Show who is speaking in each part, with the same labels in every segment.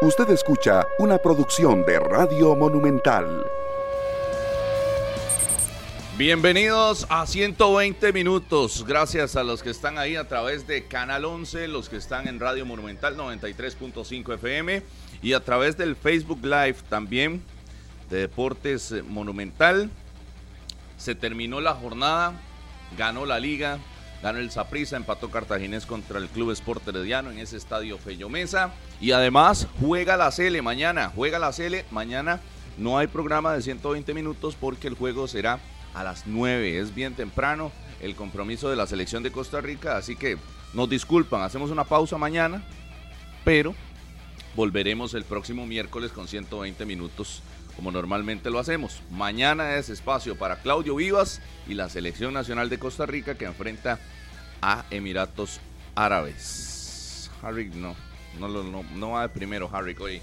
Speaker 1: Usted escucha una producción de Radio Monumental.
Speaker 2: Bienvenidos a 120 minutos. Gracias a los que están ahí a través de Canal 11, los que están en Radio Monumental 93.5 FM y a través del Facebook Live también de Deportes Monumental. Se terminó la jornada, ganó la liga, ganó el Saprissa, empató Cartaginés contra el Club Sport Herediano en ese estadio Fellomesa. Y además juega la Cele mañana, juega la Cele mañana. No hay programa de 120 minutos porque el juego será a las 9. Es bien temprano el compromiso de la selección de Costa Rica, así que nos disculpan, hacemos una pausa mañana, pero volveremos el próximo miércoles con 120 minutos como normalmente lo hacemos. Mañana es espacio para Claudio Vivas y la selección nacional de Costa Rica que enfrenta a Emiratos Árabes. Harry no, no, no, no va de primero Harry hoy.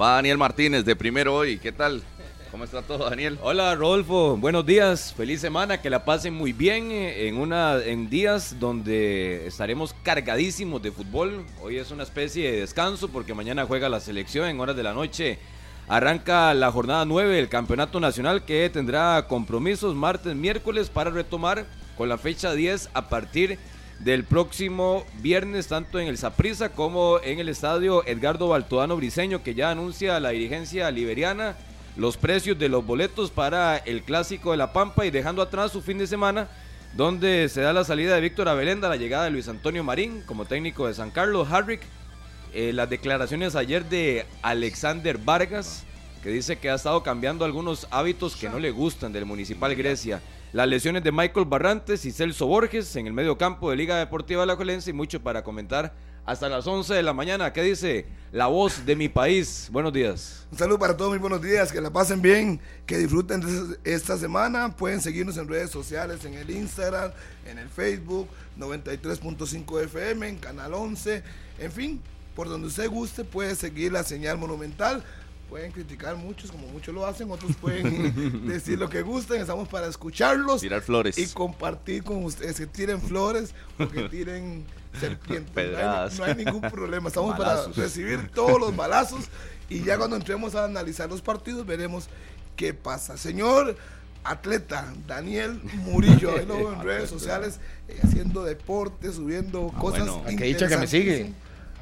Speaker 2: Va Daniel Martínez de primero hoy, ¿qué tal? ¿Cómo está todo, Daniel?
Speaker 3: Hola, Rodolfo. Buenos días. Feliz semana. Que la pasen muy bien eh, en, una, en días donde estaremos cargadísimos de fútbol. Hoy es una especie de descanso porque mañana juega la selección en horas de la noche. Arranca la jornada 9 del Campeonato Nacional que tendrá compromisos martes, miércoles para retomar con la fecha 10 a partir del próximo viernes tanto en el Saprissa como en el estadio Edgardo Baltodano Briseño que ya anuncia la dirigencia liberiana los precios de los boletos para el clásico de La Pampa y dejando atrás su fin de semana donde se da la salida de Víctor Abelenda, la llegada de Luis Antonio Marín como técnico de San Carlos, Harrick, eh, las declaraciones ayer de Alexander Vargas, que dice que ha estado cambiando algunos hábitos que no le gustan del Municipal Grecia, las lesiones de Michael Barrantes y Celso Borges en el medio campo de Liga Deportiva de la Colense y mucho para comentar hasta las 11 de la mañana. ¿Qué dice la voz de mi país? Buenos días.
Speaker 4: Un saludo para todos, muy buenos días, que la pasen bien, que disfruten de esta semana. Pueden seguirnos en redes sociales, en el Instagram, en el Facebook, 93.5 FM, en Canal 11, en fin, por donde usted guste puede seguir la señal monumental. Pueden criticar muchos, como muchos lo hacen, otros pueden decir lo que gusten, estamos para escucharlos.
Speaker 2: Tirar flores.
Speaker 4: Y compartir con ustedes, que tiren flores o que tiren serpientes. No hay, no hay, ningún problema, estamos balazos. para recibir todos los balazos y ya cuando entremos a analizar los partidos veremos qué pasa. Señor atleta Daniel Murillo, ahí lo veo en redes sociales, eh, haciendo deporte, subiendo ah, cosas. Bueno.
Speaker 5: ¿A qué dicha que me sigue?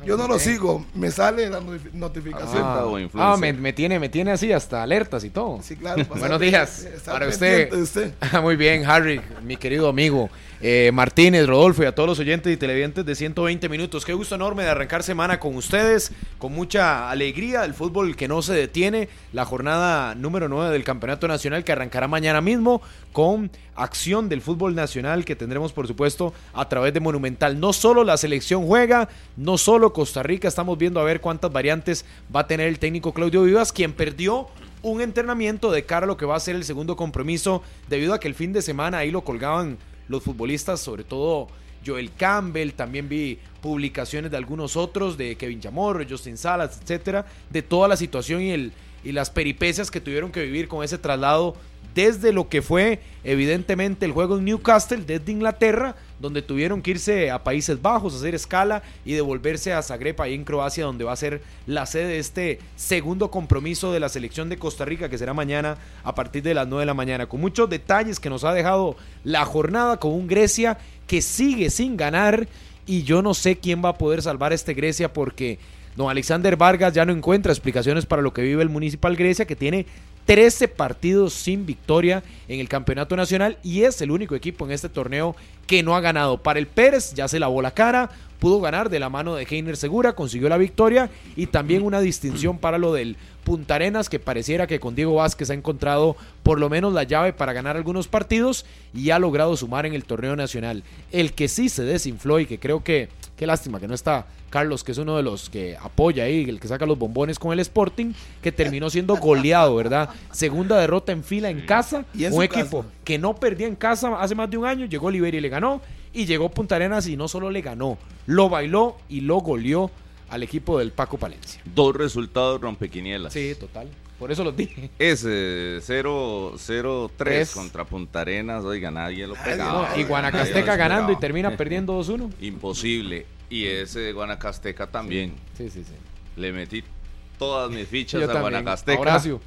Speaker 4: Yo no lo sigo, me sale la notificación.
Speaker 5: Ah, ah me, me, tiene, me tiene así hasta alertas y todo.
Speaker 4: Sí, claro.
Speaker 5: Buenos días. Para usted. usted. Muy bien, Harry, mi querido amigo. Eh, Martínez, Rodolfo y a todos los oyentes y televidentes de 120 minutos. Qué gusto enorme de arrancar semana con ustedes, con mucha alegría, el fútbol que no se detiene, la jornada número 9 del Campeonato Nacional que arrancará mañana mismo con acción del fútbol nacional que tendremos por supuesto a través de Monumental. No solo la selección juega, no solo Costa Rica, estamos viendo a ver cuántas variantes va a tener el técnico Claudio Vivas, quien perdió un entrenamiento de cara a lo que va a ser el segundo compromiso debido a que el fin de semana ahí lo colgaban los futbolistas, sobre todo Joel Campbell, también vi publicaciones de algunos otros, de Kevin Chamorro, Justin Salas, etcétera, de toda la situación y, el, y las peripecias que tuvieron que vivir con ese traslado desde lo que fue evidentemente el juego en Newcastle, desde Inglaterra, donde tuvieron que irse a Países Bajos, a hacer escala y devolverse a Zagreb, ahí en Croacia, donde va a ser la sede de este segundo compromiso de la selección de Costa Rica, que será mañana a partir de las 9 de la mañana, con muchos detalles que nos ha dejado la jornada con un Grecia que sigue sin ganar y yo no sé quién va a poder salvar a este Grecia porque... Don Alexander Vargas ya no encuentra explicaciones para lo que vive el Municipal Grecia, que tiene 13 partidos sin victoria en el campeonato nacional y es el único equipo en este torneo que no ha ganado. Para el Pérez ya se lavó la cara, pudo ganar de la mano de Heiner Segura, consiguió la victoria y también una distinción para lo del Punta Arenas que pareciera que con Diego Vázquez ha encontrado por lo menos la llave para ganar algunos partidos y ha logrado sumar en el torneo nacional. El que sí se desinfló y que creo que, qué lástima que no está Carlos, que es uno de los que apoya ahí, el que saca los bombones con el Sporting, que terminó siendo goleado, ¿verdad? Segunda derrota en fila en casa, ¿Y en un equipo casa? que no perdía en casa hace más de un año, llegó Oliver y le ganó, y llegó Punta Arenas y no solo le ganó, lo bailó y lo goleó al equipo del Paco Palencia.
Speaker 2: Dos resultados rompequinielas.
Speaker 5: Sí, total. Por eso los dije.
Speaker 2: Es 0-3 contra Punta Arenas. Oiga, nadie lo pegaba.
Speaker 5: No, y Guanacasteca ganando y termina perdiendo 2-1.
Speaker 2: Imposible. Y ese de Guanacasteca también.
Speaker 5: Sí, sí, sí. sí.
Speaker 2: Le metí todas mis fichas
Speaker 6: Yo
Speaker 2: a
Speaker 6: también.
Speaker 2: Guanacasteca.
Speaker 6: Horacio.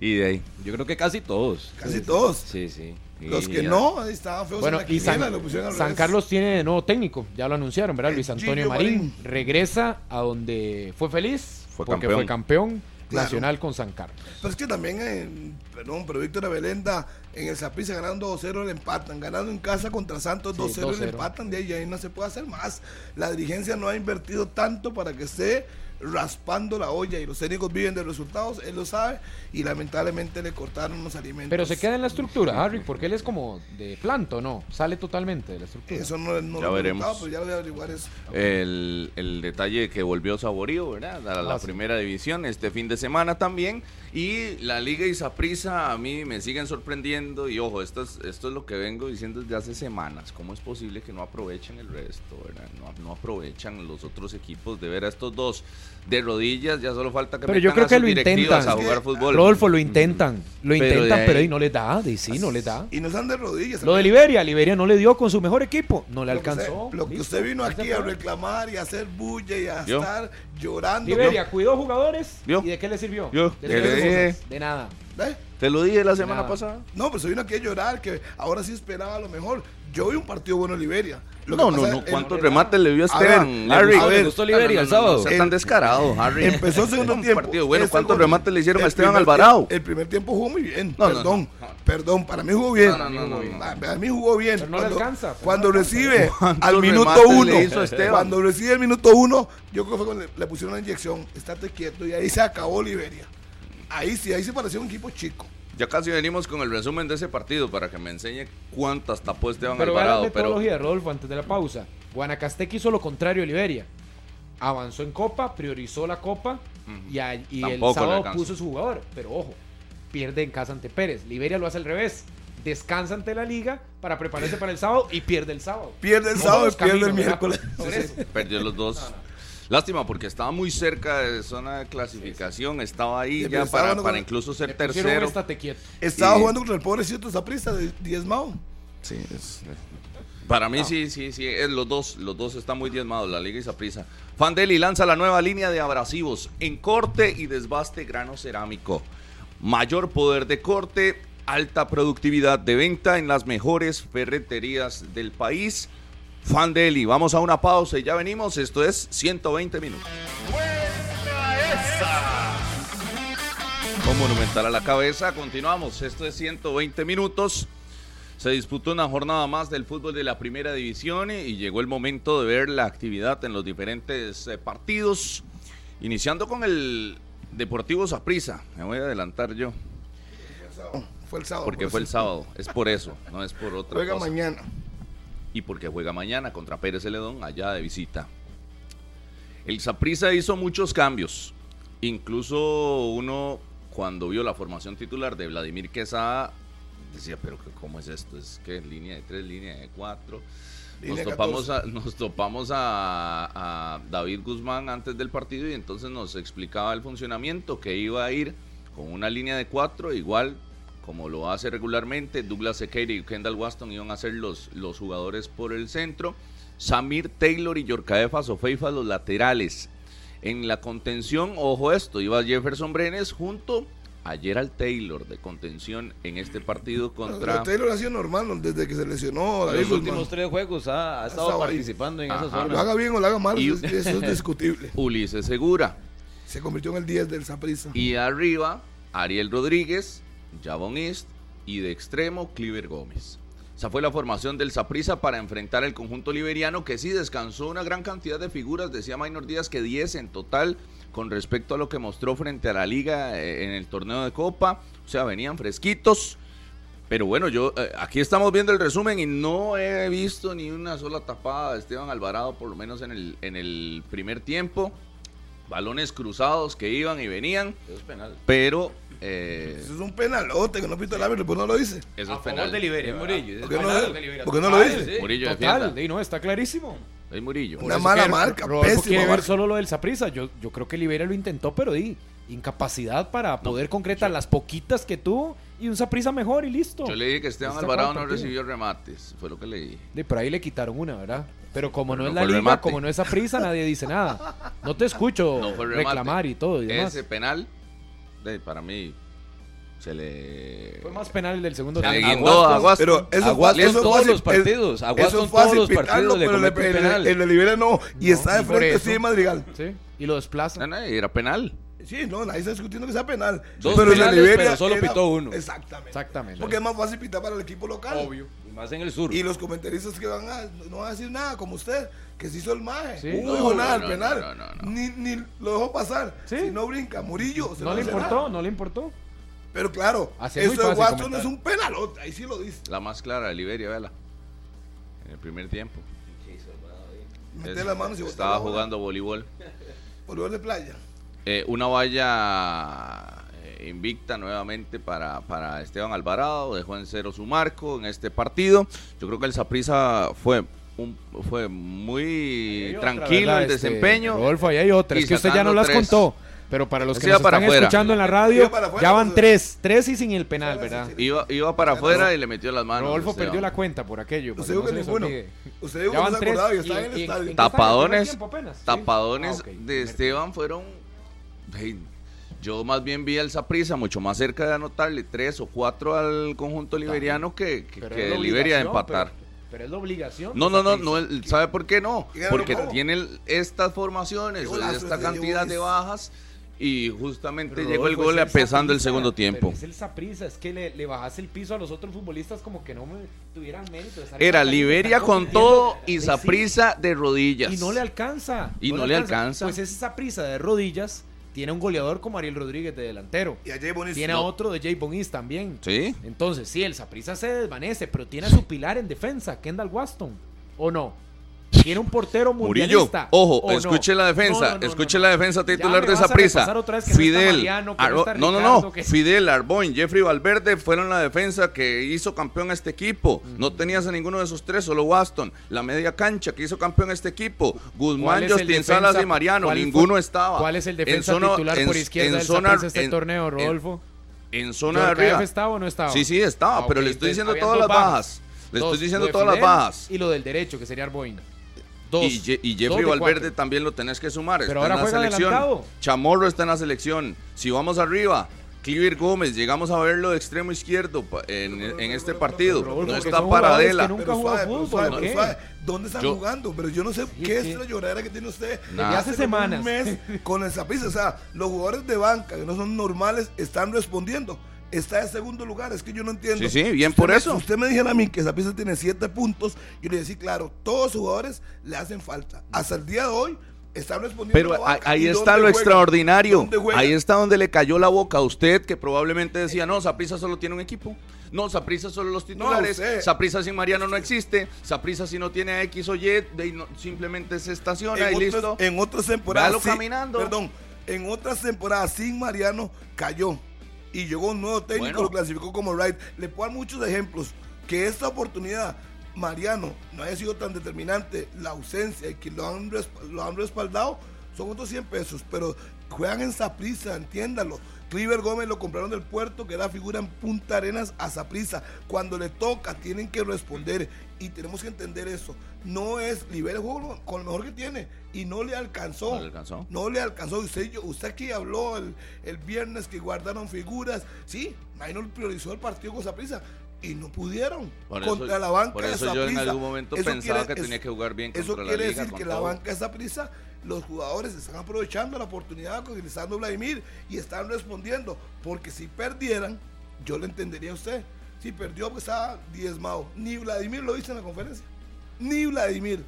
Speaker 2: Y de ahí.
Speaker 3: Yo creo que casi todos.
Speaker 4: Casi todos.
Speaker 3: Sí, sí. Y-
Speaker 4: Los que
Speaker 2: ya.
Speaker 4: no, ahí estaban feos.
Speaker 5: Bueno,
Speaker 4: en la
Speaker 5: y San,
Speaker 4: quiniela, lo pusieron al
Speaker 5: San
Speaker 4: revés.
Speaker 5: Carlos tiene de nuevo técnico, ya lo anunciaron, ¿verdad?
Speaker 4: El
Speaker 5: Luis Antonio
Speaker 4: Gillo
Speaker 5: Marín
Speaker 4: Marín.
Speaker 5: regresa a donde fue feliz,
Speaker 2: Fue
Speaker 5: porque
Speaker 2: campeón.
Speaker 5: fue campeón
Speaker 4: Claro.
Speaker 5: nacional con San Carlos.
Speaker 4: Pero es que también, eh, perdón, pero Víctor Abelenda en el Zaprisa ganando 2-0 le empatan. Ganando en casa contra Santos
Speaker 5: Sí,
Speaker 4: 2-0 le
Speaker 5: 2-0.
Speaker 4: empatan. De ahí, ahí no se puede hacer más. La dirigencia no ha invertido tanto para que esté raspando la olla y los técnicos viven de resultados, él lo sabe y lamentablemente le cortaron los alimentos.
Speaker 5: Pero se queda en la estructura, Harry, porque él es como de planto, ¿no? Sale totalmente de la estructura.
Speaker 4: Eso no, no
Speaker 2: Ya
Speaker 4: lo he
Speaker 2: veremos.
Speaker 4: preguntado, pero ya lo voy a averiguar eso.
Speaker 2: El, el detalle de que volvió Saborío, ¿verdad? A la
Speaker 5: Ah, sí.
Speaker 2: primera división este fin de semana también. Y la Liga Isaprisa a mí me siguen sorprendiendo. Y ojo, esto es, esto es lo que vengo diciendo desde hace semanas. ¿Cómo es posible que no aprovechen el resto, ¿verdad? No, no aprovechan los otros equipos de ver a estos dos de rodillas. Ya solo falta que
Speaker 6: Pero yo
Speaker 2: metan
Speaker 6: creo
Speaker 2: a
Speaker 6: que
Speaker 2: sus
Speaker 6: lo
Speaker 2: directivas
Speaker 6: intentan.
Speaker 2: a jugar fútbol.
Speaker 6: Rodolfo, lo intentan. Lo
Speaker 2: Mm. Pero de
Speaker 6: intentan, pero
Speaker 2: ahí-
Speaker 6: ahí no les da. de- sí, no les da.
Speaker 4: Y nos dan de rodillas.
Speaker 6: Lo de
Speaker 4: amigo.
Speaker 6: Liberia, Liberia no le dio con su mejor equipo. No le
Speaker 4: Lo que usted-
Speaker 6: alcanzó.
Speaker 4: Lo que
Speaker 6: Listo.
Speaker 4: usted vino
Speaker 6: Ahí se
Speaker 4: aquí a
Speaker 6: fue.
Speaker 4: reclamar y a hacer bulla y a
Speaker 2: Yo.
Speaker 4: estar llorando.
Speaker 5: Liberia cuidó jugadores.
Speaker 2: Yo.
Speaker 5: ¿Y de qué le sirvió?
Speaker 2: Yo. Que
Speaker 5: De, tres
Speaker 2: le dije.
Speaker 5: cosas. De nada.
Speaker 4: ¿Eh?
Speaker 2: Te lo dije la semana
Speaker 5: Nada.
Speaker 2: pasada.
Speaker 4: No, pero se vino aquí a llorar, que ahora sí esperaba lo mejor. Yo vi un partido bueno en Liberia. Lo que
Speaker 2: No, no,
Speaker 4: pasa
Speaker 2: no.
Speaker 4: es-
Speaker 2: ¿Cuántos
Speaker 4: em-
Speaker 2: remates le vio a
Speaker 4: A ver,
Speaker 2: Esteban?
Speaker 4: le
Speaker 2: Harry?
Speaker 4: gustó- le
Speaker 3: gustó Liberia el sábado.
Speaker 2: sea tan descarado, Harry.
Speaker 4: Empezó el segundo
Speaker 2: Un
Speaker 4: tiempo.
Speaker 2: partido bueno.
Speaker 4: Ese
Speaker 2: ¿Cuántos
Speaker 4: gol-
Speaker 2: remates le hicieron
Speaker 4: el
Speaker 2: a Esteban
Speaker 4: primer
Speaker 2: Alvarado?
Speaker 4: tiemp- El primer tiempo jugó muy bien.
Speaker 2: No, no,
Speaker 4: perdón, perdón, para mí jugó bien.
Speaker 2: No, no, no, no, no.
Speaker 4: Para mí jugó bien.
Speaker 5: Pero no le alcanza, pero
Speaker 4: cuando
Speaker 5: no le
Speaker 4: recibe
Speaker 2: ¿Cuántos
Speaker 4: al minuto
Speaker 2: remates le
Speaker 4: uno,
Speaker 2: hizo Esteban?
Speaker 4: cuando recibe el minuto uno, yo creo que fue cuando le, le pusieron una inyección. Estate quieto y ahí se acabó Liberia. Ahí sí, ahí se pareció un equipo chico.
Speaker 2: Ya casi venimos con el resumen de ese partido para que me enseñe cuántas tapó Esteban
Speaker 5: Pero vea la
Speaker 2: Alvarado. Pero
Speaker 5: metodología de Rodolfo antes de la pausa. Guanacasteca hizo lo contrario de Liberia. Avanzó en Copa, priorizó la Copa y, a- y el
Speaker 2: Tampoco le
Speaker 5: sábado
Speaker 2: alcanza.
Speaker 5: puso su jugador. Pero ojo, pierde en casa ante Pérez. Liberia lo hace al revés. Descansa ante la liga para prepararse para el sábado y pierde el sábado.
Speaker 4: Pierde el
Speaker 5: No
Speaker 4: sábado y
Speaker 5: vamos
Speaker 4: pierde el
Speaker 5: camino, ¿verdad?
Speaker 4: miércoles.
Speaker 5: Por eso.
Speaker 2: perdió los dos. Lástima, porque estaba muy cerca de zona de clasificación. Estaba ahí
Speaker 4: Sí, pero
Speaker 2: ya
Speaker 4: estaba
Speaker 2: para,
Speaker 4: jugando
Speaker 2: para
Speaker 4: con-
Speaker 2: incluso
Speaker 5: Le
Speaker 2: ser
Speaker 5: pusieron
Speaker 2: tercero.
Speaker 5: un estate quieto.
Speaker 4: Estaba
Speaker 2: Y-
Speaker 4: jugando contra el pobrecito Zaprista de diezmao.
Speaker 2: Sí, es- Ah. Para mí sí, sí, sí, es los dos, los dos están muy diezmados, la Liga y Saprissa. Fandeli lanza la nueva línea de abrasivos en corte y desbaste grano cerámico. Mayor poder de corte, alta productividad de venta en las mejores ferreterías del país. Fandeli, vamos a una pausa y ya venimos. Esto es 120 minutos. Con Monumental a la cabeza, continuamos. Esto es 120 minutos. Se disputó una jornada más del fútbol de la primera división eh, y llegó el momento de ver la actividad en los diferentes eh, partidos. Iniciando con el Deportivo Saprissa. Me voy a adelantar yo,
Speaker 4: Fue el sábado.
Speaker 2: porque
Speaker 4: por
Speaker 2: fue el
Speaker 4: eso.
Speaker 2: sábado. Es por eso, no es por otra
Speaker 4: pues Juega
Speaker 2: cosa.
Speaker 4: mañana.
Speaker 2: Y porque juega mañana contra Pérez Celedón allá de visita. El Saprissa hizo muchos cambios. Incluso uno, cuando vio la formación titular de Vladimir Quesada, decía, pero que- ¿cómo es esto? Es que línea de tres, línea de cuatro. Nos
Speaker 4: Línea
Speaker 2: topamos, a, nos topamos a, a David Guzmán antes del partido y entonces nos explicaba el funcionamiento que iba a ir con una línea de cuatro, igual como lo hace regularmente. Douglas Sequeira y Kendall Waston iban a ser los, los jugadores por el centro. Samir Taylor y Yorcaefa Sofeifa los laterales. En la contención, ojo esto, iba Jefferson Brenes junto a Gerald Taylor de contención en este partido contra...
Speaker 4: Pero Taylor ha sido normal desde que se lesionó. David
Speaker 3: Los
Speaker 4: Guzmán.
Speaker 3: últimos tres juegos ah, ha, ha estado
Speaker 4: estado ahí.
Speaker 3: participando en esa
Speaker 2: Ajá.
Speaker 3: zona.
Speaker 4: Lo haga bien o lo haga mal,
Speaker 2: Y-
Speaker 4: es- eso es discutible.
Speaker 2: Ulises Segura.
Speaker 4: Se convirtió en el 10 del Zaprisa.
Speaker 2: Y arriba, Ariel Rodríguez, Javon East y de extremo, Cliver Gómez. Esa fue la formación del Saprissa para enfrentar el conjunto liberiano que sí descansó una gran cantidad de figuras, decía Maynor Díaz que 10 en total con respecto a lo que mostró frente a la liga eh, en el torneo de Copa. O sea, venían fresquitos. Pero bueno, yo eh, aquí estamos viendo el resumen y no he visto ni una sola tapada de Esteban Alvarado, por lo menos en el, en el primer tiempo. Balones cruzados que iban y venían,
Speaker 3: Es penal.
Speaker 2: pero eh,
Speaker 4: Eso es un penalote que no pita el árbitro, pues no lo dice.
Speaker 2: eso
Speaker 3: A
Speaker 2: es
Speaker 3: favor
Speaker 2: penal.
Speaker 3: de Liberia.
Speaker 2: Es
Speaker 3: ¿verdad?
Speaker 2: Murillo.
Speaker 4: ¿Por qué
Speaker 3: penal,
Speaker 4: no,
Speaker 3: deliberación.
Speaker 4: por qué no lo
Speaker 3: Ah, sí.
Speaker 4: dice?
Speaker 2: Murillo
Speaker 5: Total,
Speaker 2: defienda.
Speaker 5: de ahí no, está clarísimo.
Speaker 2: Es Murillo.
Speaker 4: Una
Speaker 5: Por eso
Speaker 4: mala
Speaker 5: Pues que
Speaker 4: marca,
Speaker 5: Rodolfo
Speaker 4: pésima
Speaker 5: quiere ver
Speaker 4: marca.
Speaker 5: solo lo del Saprisa. Yo, yo creo que Liberia lo intentó, pero di incapacidad para poder concretar las poquitas que tuvo y un Saprisa mejor y listo.
Speaker 2: Yo le dije que Esteban
Speaker 5: Está
Speaker 2: Alvarado
Speaker 5: mal
Speaker 2: no
Speaker 5: partido.
Speaker 2: recibió remates, fue lo que le dije.
Speaker 5: De por ahí le quitaron una, ¿verdad? Pero como no
Speaker 2: Pero
Speaker 5: es
Speaker 2: no
Speaker 5: la
Speaker 2: fue el
Speaker 5: liga,
Speaker 2: remate.
Speaker 5: como no es Saprisa, nadie dice nada. No te escucho
Speaker 2: No fue remate.
Speaker 5: reclamar y todo. Y demás.
Speaker 2: Ese penal, de- para mí, se le.
Speaker 5: Fue más penal el del segundo
Speaker 2: Se le
Speaker 5: tiempo.
Speaker 2: guindó a Guas-
Speaker 4: Pero eso
Speaker 3: Aguas
Speaker 4: es fácil- eso
Speaker 3: con
Speaker 4: es
Speaker 3: todos
Speaker 4: fácil,
Speaker 3: los partidos,
Speaker 4: el-
Speaker 3: aguas
Speaker 4: eso
Speaker 3: con
Speaker 4: es fácil
Speaker 3: todos los
Speaker 4: pitarlo,
Speaker 3: partidos de
Speaker 4: pero
Speaker 3: cometer
Speaker 4: el,
Speaker 3: penal.
Speaker 4: el, el de Libera no. Y está de
Speaker 5: y por
Speaker 4: frente
Speaker 5: eso.
Speaker 4: sí de Madrigal.
Speaker 5: Sí, y lo desplaza.
Speaker 2: No, no, era penal.
Speaker 4: Sí, no, nadie está discutiendo que sea penal.
Speaker 3: Dos
Speaker 4: el de
Speaker 3: penales,
Speaker 4: Liberia
Speaker 3: pero solo pitó uno.
Speaker 4: Exactamente.
Speaker 5: Exactamente.
Speaker 4: Porque es más fácil pitar para el equipo local.
Speaker 3: Obvio. Y más en el sur.
Speaker 4: Y los comentaristas que van a, no van a decir nada, como usted, que se hizo el maje.
Speaker 5: Sí.
Speaker 4: No
Speaker 5: No,
Speaker 4: dijo nada al
Speaker 2: no,
Speaker 4: penal.
Speaker 2: no, no, no.
Speaker 4: Ni, ni lo dejó pasar.
Speaker 5: Sí.
Speaker 4: Si no brinca, Murillo. se
Speaker 5: no le
Speaker 4: hace
Speaker 5: importó,
Speaker 4: nada.
Speaker 5: no le importó.
Speaker 4: Pero claro,
Speaker 5: Así es muy
Speaker 4: eso de
Speaker 5: fácil
Speaker 4: Watson
Speaker 5: comentar.
Speaker 4: es un penalote. Ahí sí lo dice.
Speaker 2: La más clara de Liberia, vela. En el primer tiempo.
Speaker 4: Meter
Speaker 2: Es-
Speaker 4: las manos y botar
Speaker 2: Estaba
Speaker 4: la bola.
Speaker 2: jugando voleibol.
Speaker 4: Voleibol de playa.
Speaker 2: Eh, una valla eh, invicta nuevamente para, para Esteban Alvarado, dejó en cero su marco en este partido. Yo creo que el Saprisa fue un- fue muy
Speaker 5: Otra,
Speaker 2: tranquilo
Speaker 5: ¿verdad?
Speaker 2: el
Speaker 5: Este,
Speaker 2: desempeño.
Speaker 5: Rodolfo, ahí hay otra.
Speaker 2: Y
Speaker 5: Es que usted ya no
Speaker 2: sacando
Speaker 5: las
Speaker 2: tres.
Speaker 5: contó. Pero para los
Speaker 2: Ese
Speaker 5: que
Speaker 2: iba
Speaker 5: nos
Speaker 2: para
Speaker 5: están
Speaker 2: afuera.
Speaker 5: escuchando en la
Speaker 4: Iba
Speaker 5: radio,
Speaker 4: para afuera,
Speaker 5: ya van
Speaker 4: pues.
Speaker 5: tres. Tres y sin el penal, ¿verdad?
Speaker 2: Iba, iba para afuera y le metió las manos.
Speaker 5: Rodolfo
Speaker 2: Esteban.
Speaker 5: perdió la cuenta por aquello. para
Speaker 4: Usted
Speaker 5: que
Speaker 4: dijo que
Speaker 5: no se les
Speaker 4: ninguno.
Speaker 5: olvide.
Speaker 4: Usted dijo
Speaker 5: Ya
Speaker 4: que no
Speaker 5: van
Speaker 4: se
Speaker 5: tres.
Speaker 4: acordaba y está
Speaker 5: ¿Y-
Speaker 4: en el
Speaker 5: y-
Speaker 4: estadio.
Speaker 5: en- en qué están? ¿En el primer
Speaker 2: Tapadones,
Speaker 5: tiempo apenas? Sí.
Speaker 2: tapadones
Speaker 5: Ah, ok.
Speaker 2: de Esteban fueron. Hey, Yo más bien vi al Saprisa mucho más cerca de anotarle tres o cuatro al conjunto liberiano que, que,
Speaker 5: Pero
Speaker 2: que
Speaker 5: es la
Speaker 2: Liberia de
Speaker 5: obligación,
Speaker 2: empatar.
Speaker 5: Pero, pero es la obligación.
Speaker 2: No, no, no,
Speaker 5: Zapriza.
Speaker 2: no, él- ¿sabe por qué no?
Speaker 4: Y ganó
Speaker 2: Porque
Speaker 4: cómo.
Speaker 2: tiene el- estas formaciones,
Speaker 4: Qué golazo
Speaker 2: esta
Speaker 4: ese de
Speaker 2: cantidad de
Speaker 4: Boys.
Speaker 2: bajas y justamente
Speaker 5: este Pero
Speaker 2: llegó el
Speaker 5: Rodolfo,
Speaker 2: gol
Speaker 5: es
Speaker 2: empezando el
Speaker 5: Saprissa,
Speaker 2: segundo
Speaker 5: pero
Speaker 2: tiempo.
Speaker 5: Es el Saprisa, es que le, le bajaste el piso a los otros futbolistas como que no me tuvieran mérito. de estar
Speaker 2: Era
Speaker 5: empatando,
Speaker 2: Liberia
Speaker 5: estar
Speaker 2: con
Speaker 5: compitiendo.
Speaker 2: todo y
Speaker 5: Sí,
Speaker 2: Saprisa de rodillas.
Speaker 5: Y no le alcanza.
Speaker 2: Y no le alcanza.
Speaker 5: Pues es esa prisa de rodillas. Tiene un goleador como Ariel Rodríguez de delantero.
Speaker 4: Y ayer Bonis
Speaker 5: Tiene a otro de Jay Bonis también.
Speaker 2: Sí.
Speaker 5: Entonces, sí, el Saprisa se desvanece, pero tiene a su pilar en defensa, Kendall Waston. ¿O no? Tiene un portero
Speaker 2: Murillo,
Speaker 5: mundialista. ¿o
Speaker 2: ojo,
Speaker 5: no?
Speaker 2: escuche la defensa,
Speaker 5: No, no, no,
Speaker 2: escuche
Speaker 5: no, no.
Speaker 2: la defensa
Speaker 5: Ya
Speaker 2: titular
Speaker 5: me
Speaker 2: de
Speaker 5: vas a
Speaker 2: esa prisa.
Speaker 5: repasar otra vez que no está
Speaker 2: Fidel,
Speaker 5: Mariano, que no
Speaker 2: Arbo-
Speaker 5: está
Speaker 2: no, no, no,
Speaker 5: Ricardo, que-
Speaker 2: Fidel, Arbón, Jeffrey Valverde fueron la defensa que hizo campeón a este equipo. No tenías a ninguno de esos tres, solo Waston. La media cancha que hizo campeón a este equipo.
Speaker 5: ¿Cuál
Speaker 2: Guzmán,
Speaker 5: es el
Speaker 2: Justin
Speaker 5: defensa-
Speaker 2: Salas y Mariano,
Speaker 5: cuál fue-
Speaker 2: ninguno estaba.
Speaker 5: ¿Cuál es el
Speaker 2: En
Speaker 5: defensa
Speaker 2: zona-
Speaker 5: titular por
Speaker 2: en-
Speaker 5: izquierda
Speaker 2: en
Speaker 5: del
Speaker 2: zona-
Speaker 5: Saprissa este
Speaker 2: en-
Speaker 5: torneo,
Speaker 2: en-
Speaker 5: Rodolfo?
Speaker 2: En zona de
Speaker 5: ¿York
Speaker 2: arriba.
Speaker 5: AF estaba o no estaba?
Speaker 2: Sí, sí, estaba,
Speaker 5: Ah, ok,
Speaker 2: pero le estoy
Speaker 5: entonces
Speaker 2: diciendo
Speaker 5: habían
Speaker 2: todas las
Speaker 5: dos
Speaker 2: bajas. Le
Speaker 5: Dos,
Speaker 2: estoy diciendo
Speaker 5: lo de
Speaker 2: todas las
Speaker 5: Fidel
Speaker 2: bajas.
Speaker 5: Y lo del derecho, que sería Arboin. Dos.
Speaker 2: Y, Ye- y
Speaker 5: Dos
Speaker 2: Jeffrey
Speaker 5: de
Speaker 2: Valverde
Speaker 5: cuatro.
Speaker 2: también lo tenés que sumar.
Speaker 5: Pero
Speaker 2: está
Speaker 5: ahora
Speaker 2: en la
Speaker 5: juega
Speaker 2: selección.
Speaker 5: adelantado.
Speaker 2: Chamorro está en la selección. Si vamos arriba, Cliver Gómez, llegamos a verlo de extremo izquierdo pa- en, en este partido.
Speaker 5: Rodolfo,
Speaker 2: No
Speaker 5: que
Speaker 2: está
Speaker 5: son jugadores
Speaker 2: Paradela.
Speaker 5: que nunca
Speaker 4: Pero
Speaker 5: jugó
Speaker 4: suave, pero
Speaker 5: fútbol,
Speaker 4: suave,
Speaker 5: ¿no?
Speaker 4: pero
Speaker 5: ¿Qué?
Speaker 4: suave. ¿Dónde están
Speaker 2: Yo-
Speaker 4: jugando? Pero yo no sé
Speaker 5: Sí,
Speaker 4: qué
Speaker 5: sí.
Speaker 4: es la lloradera que tiene usted
Speaker 2: Nah.
Speaker 4: desde
Speaker 5: Hace
Speaker 4: como
Speaker 5: semanas.
Speaker 4: Un mes con el Zapisa. O sea, los jugadores de banca que no son normales están respondiendo. Está en segundo lugar, es que yo no entiendo.
Speaker 2: Sí, sí, bien
Speaker 4: Usted
Speaker 2: por
Speaker 4: me-
Speaker 2: eso.
Speaker 4: Usted me dijera a mí que Zapisa tiene siete puntos. Yo le decía, claro, todos los jugadores le hacen falta. Hasta el día de hoy están respondiendo. la
Speaker 2: Pero ahí-
Speaker 4: banca.
Speaker 2: ahí
Speaker 4: ¿Y
Speaker 2: está
Speaker 4: dónde
Speaker 2: lo
Speaker 4: juega?
Speaker 2: extraordinario.
Speaker 4: ¿Dónde juega?
Speaker 2: Ahí está donde le cayó la boca a usted, que probablemente decía, no, Saprisa solo tiene un equipo. No, Saprisa solo los titulares.
Speaker 4: usted.
Speaker 2: Saprisa sin Mariano no existe. Saprisa si no tiene a X o Y, de ahí no- simplemente se estaciona
Speaker 4: en
Speaker 2: y
Speaker 4: otras,
Speaker 2: listo.
Speaker 4: en otras temporadas.
Speaker 2: Véalo caminando.
Speaker 4: Perdón, en otras temporadas sin Mariano cayó y llegó un nuevo técnico,
Speaker 2: Bueno.
Speaker 4: lo clasificó como Wright. Le puedo dar muchos ejemplos. Que esta oportunidad, Mariano, no haya sido tan determinante, la ausencia y que lo han, resp- lo han respaldado, son otros 100 pesos, pero juegan en Saprisa, entiéndalo. Cliver Gómez lo compraron del puerto, que era figura en Punta Arenas a Saprisa. Cuando le toca, tienen que responder y tenemos que entender eso. No es libera el juego con lo mejor que tiene y no le alcanzó.
Speaker 2: No le alcanzó.
Speaker 4: No le alcanzó. Usted, yo- usted aquí habló el, el viernes que guardaron figuras. Sí, ahí no priorizó el partido con Saprisa y no pudieron.
Speaker 2: Por eso-
Speaker 4: contra la banca
Speaker 2: por
Speaker 4: de
Speaker 2: eso yo en
Speaker 4: Saprissa.
Speaker 2: algún momento
Speaker 4: Eso
Speaker 2: pensaba
Speaker 4: quiere-
Speaker 2: que tenía
Speaker 4: eso-
Speaker 2: que jugar bien
Speaker 4: Eso
Speaker 2: contra la
Speaker 4: quiere
Speaker 2: liga,
Speaker 4: decir
Speaker 2: con
Speaker 4: que la
Speaker 2: todo.
Speaker 4: banca de Saprisa, los jugadores están aprovechando la oportunidad utilizando Vladimir y están respondiendo. Porque si perdieran, yo le entendería a usted. Si perdió, pues estaba diezmado. Ni Vladimir lo dice en la conferencia. Ni Vladimir.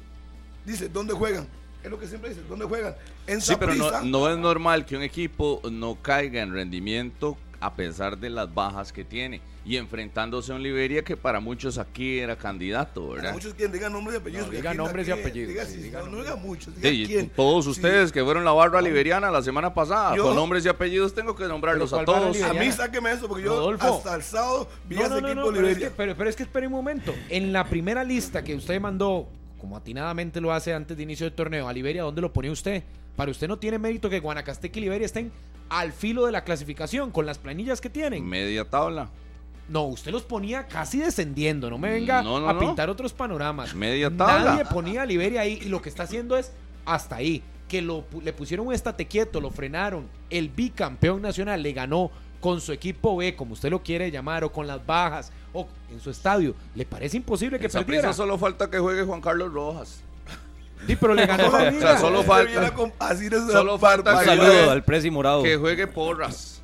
Speaker 4: Dice, ¿dónde juegan? Es lo que siempre dice, ¿dónde juegan? En
Speaker 2: Sí, pero no,
Speaker 4: Saprissa,
Speaker 2: no es normal que un equipo no caiga en rendimiento a pesar de las bajas que tiene y enfrentándose a un Liberia que para muchos aquí era candidato,
Speaker 4: Para
Speaker 2: ¿verdad?
Speaker 4: muchos quien diga nombres y apellidos.
Speaker 5: No,
Speaker 4: que
Speaker 5: diga
Speaker 4: aquí-
Speaker 5: nombres y
Speaker 4: aquí-
Speaker 5: apellidos,
Speaker 4: diga
Speaker 5: sí,
Speaker 4: si-
Speaker 5: diga
Speaker 4: no, no diga muchos.
Speaker 2: Sí,
Speaker 4: Diga
Speaker 2: y
Speaker 4: quién.
Speaker 2: todos
Speaker 4: Sí.
Speaker 2: ustedes que fueron la barra liberiana la semana pasada,
Speaker 4: Yo-
Speaker 2: con nombres y apellidos tengo que nombrarlos
Speaker 5: Pero
Speaker 2: a
Speaker 5: ¿cuál barra
Speaker 2: todos.
Speaker 4: A mí
Speaker 5: Mañana.
Speaker 4: sáqueme eso, porque yo
Speaker 5: Rodolfo.
Speaker 4: hasta el sábado vi a
Speaker 5: No,
Speaker 4: ese
Speaker 5: no, no,
Speaker 4: equipo
Speaker 5: no, pero, es
Speaker 4: Liberia.
Speaker 5: que, pero, pero es que espere un momento. En la primera lista que usted mandó, como atinadamente lo hace antes de inicio del torneo, a Liberia, ¿dónde lo ponía usted? Para usted no tiene mérito que Guanacasteca y Liberia estén al filo de la clasificación con las planillas que tienen.
Speaker 2: Media tabla.
Speaker 5: No, usted los ponía casi descendiendo. No me venga
Speaker 2: No, no,
Speaker 5: a
Speaker 2: no.
Speaker 5: pintar otros panoramas.
Speaker 2: Media tabla.
Speaker 5: Nadie ponía a Liberia ahí y lo que está haciendo es hasta ahí. que lo, pu- le pusieron un estate quieto, lo frenaron. El bicampeón nacional le ganó con su equipo B, como usted lo quiere llamar, o con las bajas, o en su estadio. ¿Le parece imposible que
Speaker 2: En Saprissa
Speaker 5: perdiera?
Speaker 2: solo falta que juegue Juan Carlos Rojas.
Speaker 5: Sí, pero le ganó la
Speaker 2: O
Speaker 5: liga.
Speaker 2: sea, solo falta
Speaker 4: Así es
Speaker 2: solo falta
Speaker 3: Un
Speaker 2: Ay,
Speaker 3: saludo
Speaker 2: güey.
Speaker 3: al Prezi
Speaker 5: Oh.
Speaker 3: Morado.
Speaker 2: que juegue Porras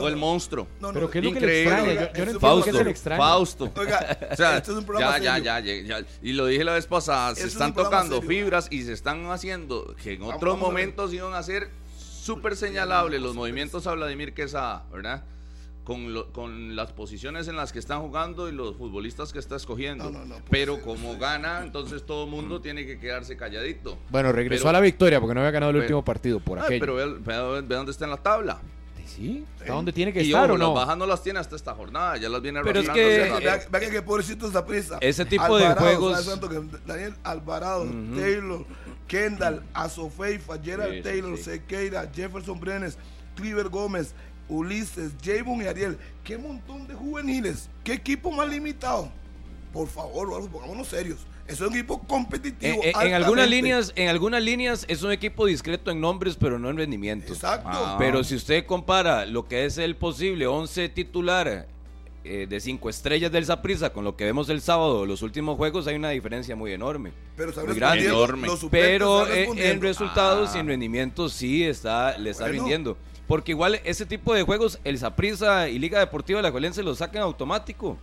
Speaker 2: o el monstruo.
Speaker 5: Pero ¿qué es lo que le
Speaker 2: Increíble.
Speaker 5: extraña? Yo, yo no
Speaker 4: Eso
Speaker 5: entiendo
Speaker 3: Fausto,
Speaker 5: qué se le extraña.
Speaker 2: Fausto.
Speaker 4: Oiga,
Speaker 2: O sea,
Speaker 4: esto es un programa
Speaker 2: ya, ya,
Speaker 4: serio.
Speaker 2: ya, ya, ya. Y lo dije la vez pasada,
Speaker 4: Esto
Speaker 2: se
Speaker 4: es
Speaker 2: están
Speaker 4: un programa
Speaker 2: tocando
Speaker 4: serio.
Speaker 2: fibras y se están haciendo que en
Speaker 4: Vamos-
Speaker 2: otros
Speaker 4: vamos a ver.
Speaker 2: momentos iban a ser súper señalables los movimientos a Vladimir Quesada, ¿verdad? Con, lo- con las posiciones en las que están jugando y los futbolistas que está escogiendo.
Speaker 4: No, no, no, pues, Mm.
Speaker 2: Pero como gana, entonces todo el mundo tiene que quedarse calladito.
Speaker 6: Bueno, regresó
Speaker 2: Pero-
Speaker 6: a la victoria porque no había ganado el
Speaker 2: pero-
Speaker 6: último partido por
Speaker 2: Ah,
Speaker 6: aquello.
Speaker 2: pero ve, ve- ve dónde está en la tabla.
Speaker 5: Sí, está donde tiene que
Speaker 2: Y
Speaker 5: estar
Speaker 2: ojo,
Speaker 5: o no.
Speaker 2: las bajas no las tiene hasta esta jornada, ya las viene
Speaker 3: Pero es
Speaker 2: arrastrando
Speaker 3: que-
Speaker 2: hace rato.
Speaker 4: Vea vea que pobrecito esa prisa.
Speaker 3: Ese tipo de juegos-
Speaker 4: ¿sabe cuánto que Daniel Alvarado, Taylor, Kendall, Azofeifa, Gerald
Speaker 3: Sí, sí,
Speaker 4: Taylor,
Speaker 3: sí.
Speaker 4: Sequeira, Jefferson Brenes, Cliver Gómez, Ulises, Javon y Ariel. Qué montón de juveniles. Qué equipo más limitado. Por favor, Rodolfo, pongámonos serios. Es un equipo competitivo.
Speaker 3: En, en- en algunas
Speaker 4: altamente.
Speaker 3: líneas, en algunas líneas es un equipo discreto en nombres, pero no en rendimiento.
Speaker 4: Exacto.
Speaker 2: Ah.
Speaker 3: Pero si usted compara lo que es el posible 11 titular eh, de 5 estrellas del Zaprisa con lo que vemos el sábado, los últimos juegos, hay una diferencia muy enorme.
Speaker 4: Pero está
Speaker 3: muy grande.
Speaker 4: respondiendo,
Speaker 2: Enorme.
Speaker 4: los suplentes
Speaker 3: Pero
Speaker 4: están
Speaker 3: eh, en
Speaker 4: respondiendo.
Speaker 3: resultados
Speaker 2: Ah.
Speaker 3: y en rendimiento sí está, le está
Speaker 4: Bueno.
Speaker 3: rindiendo. Porque igual ese tipo de juegos, el Saprissa y Liga Deportiva de la Juelense lo sacan automático.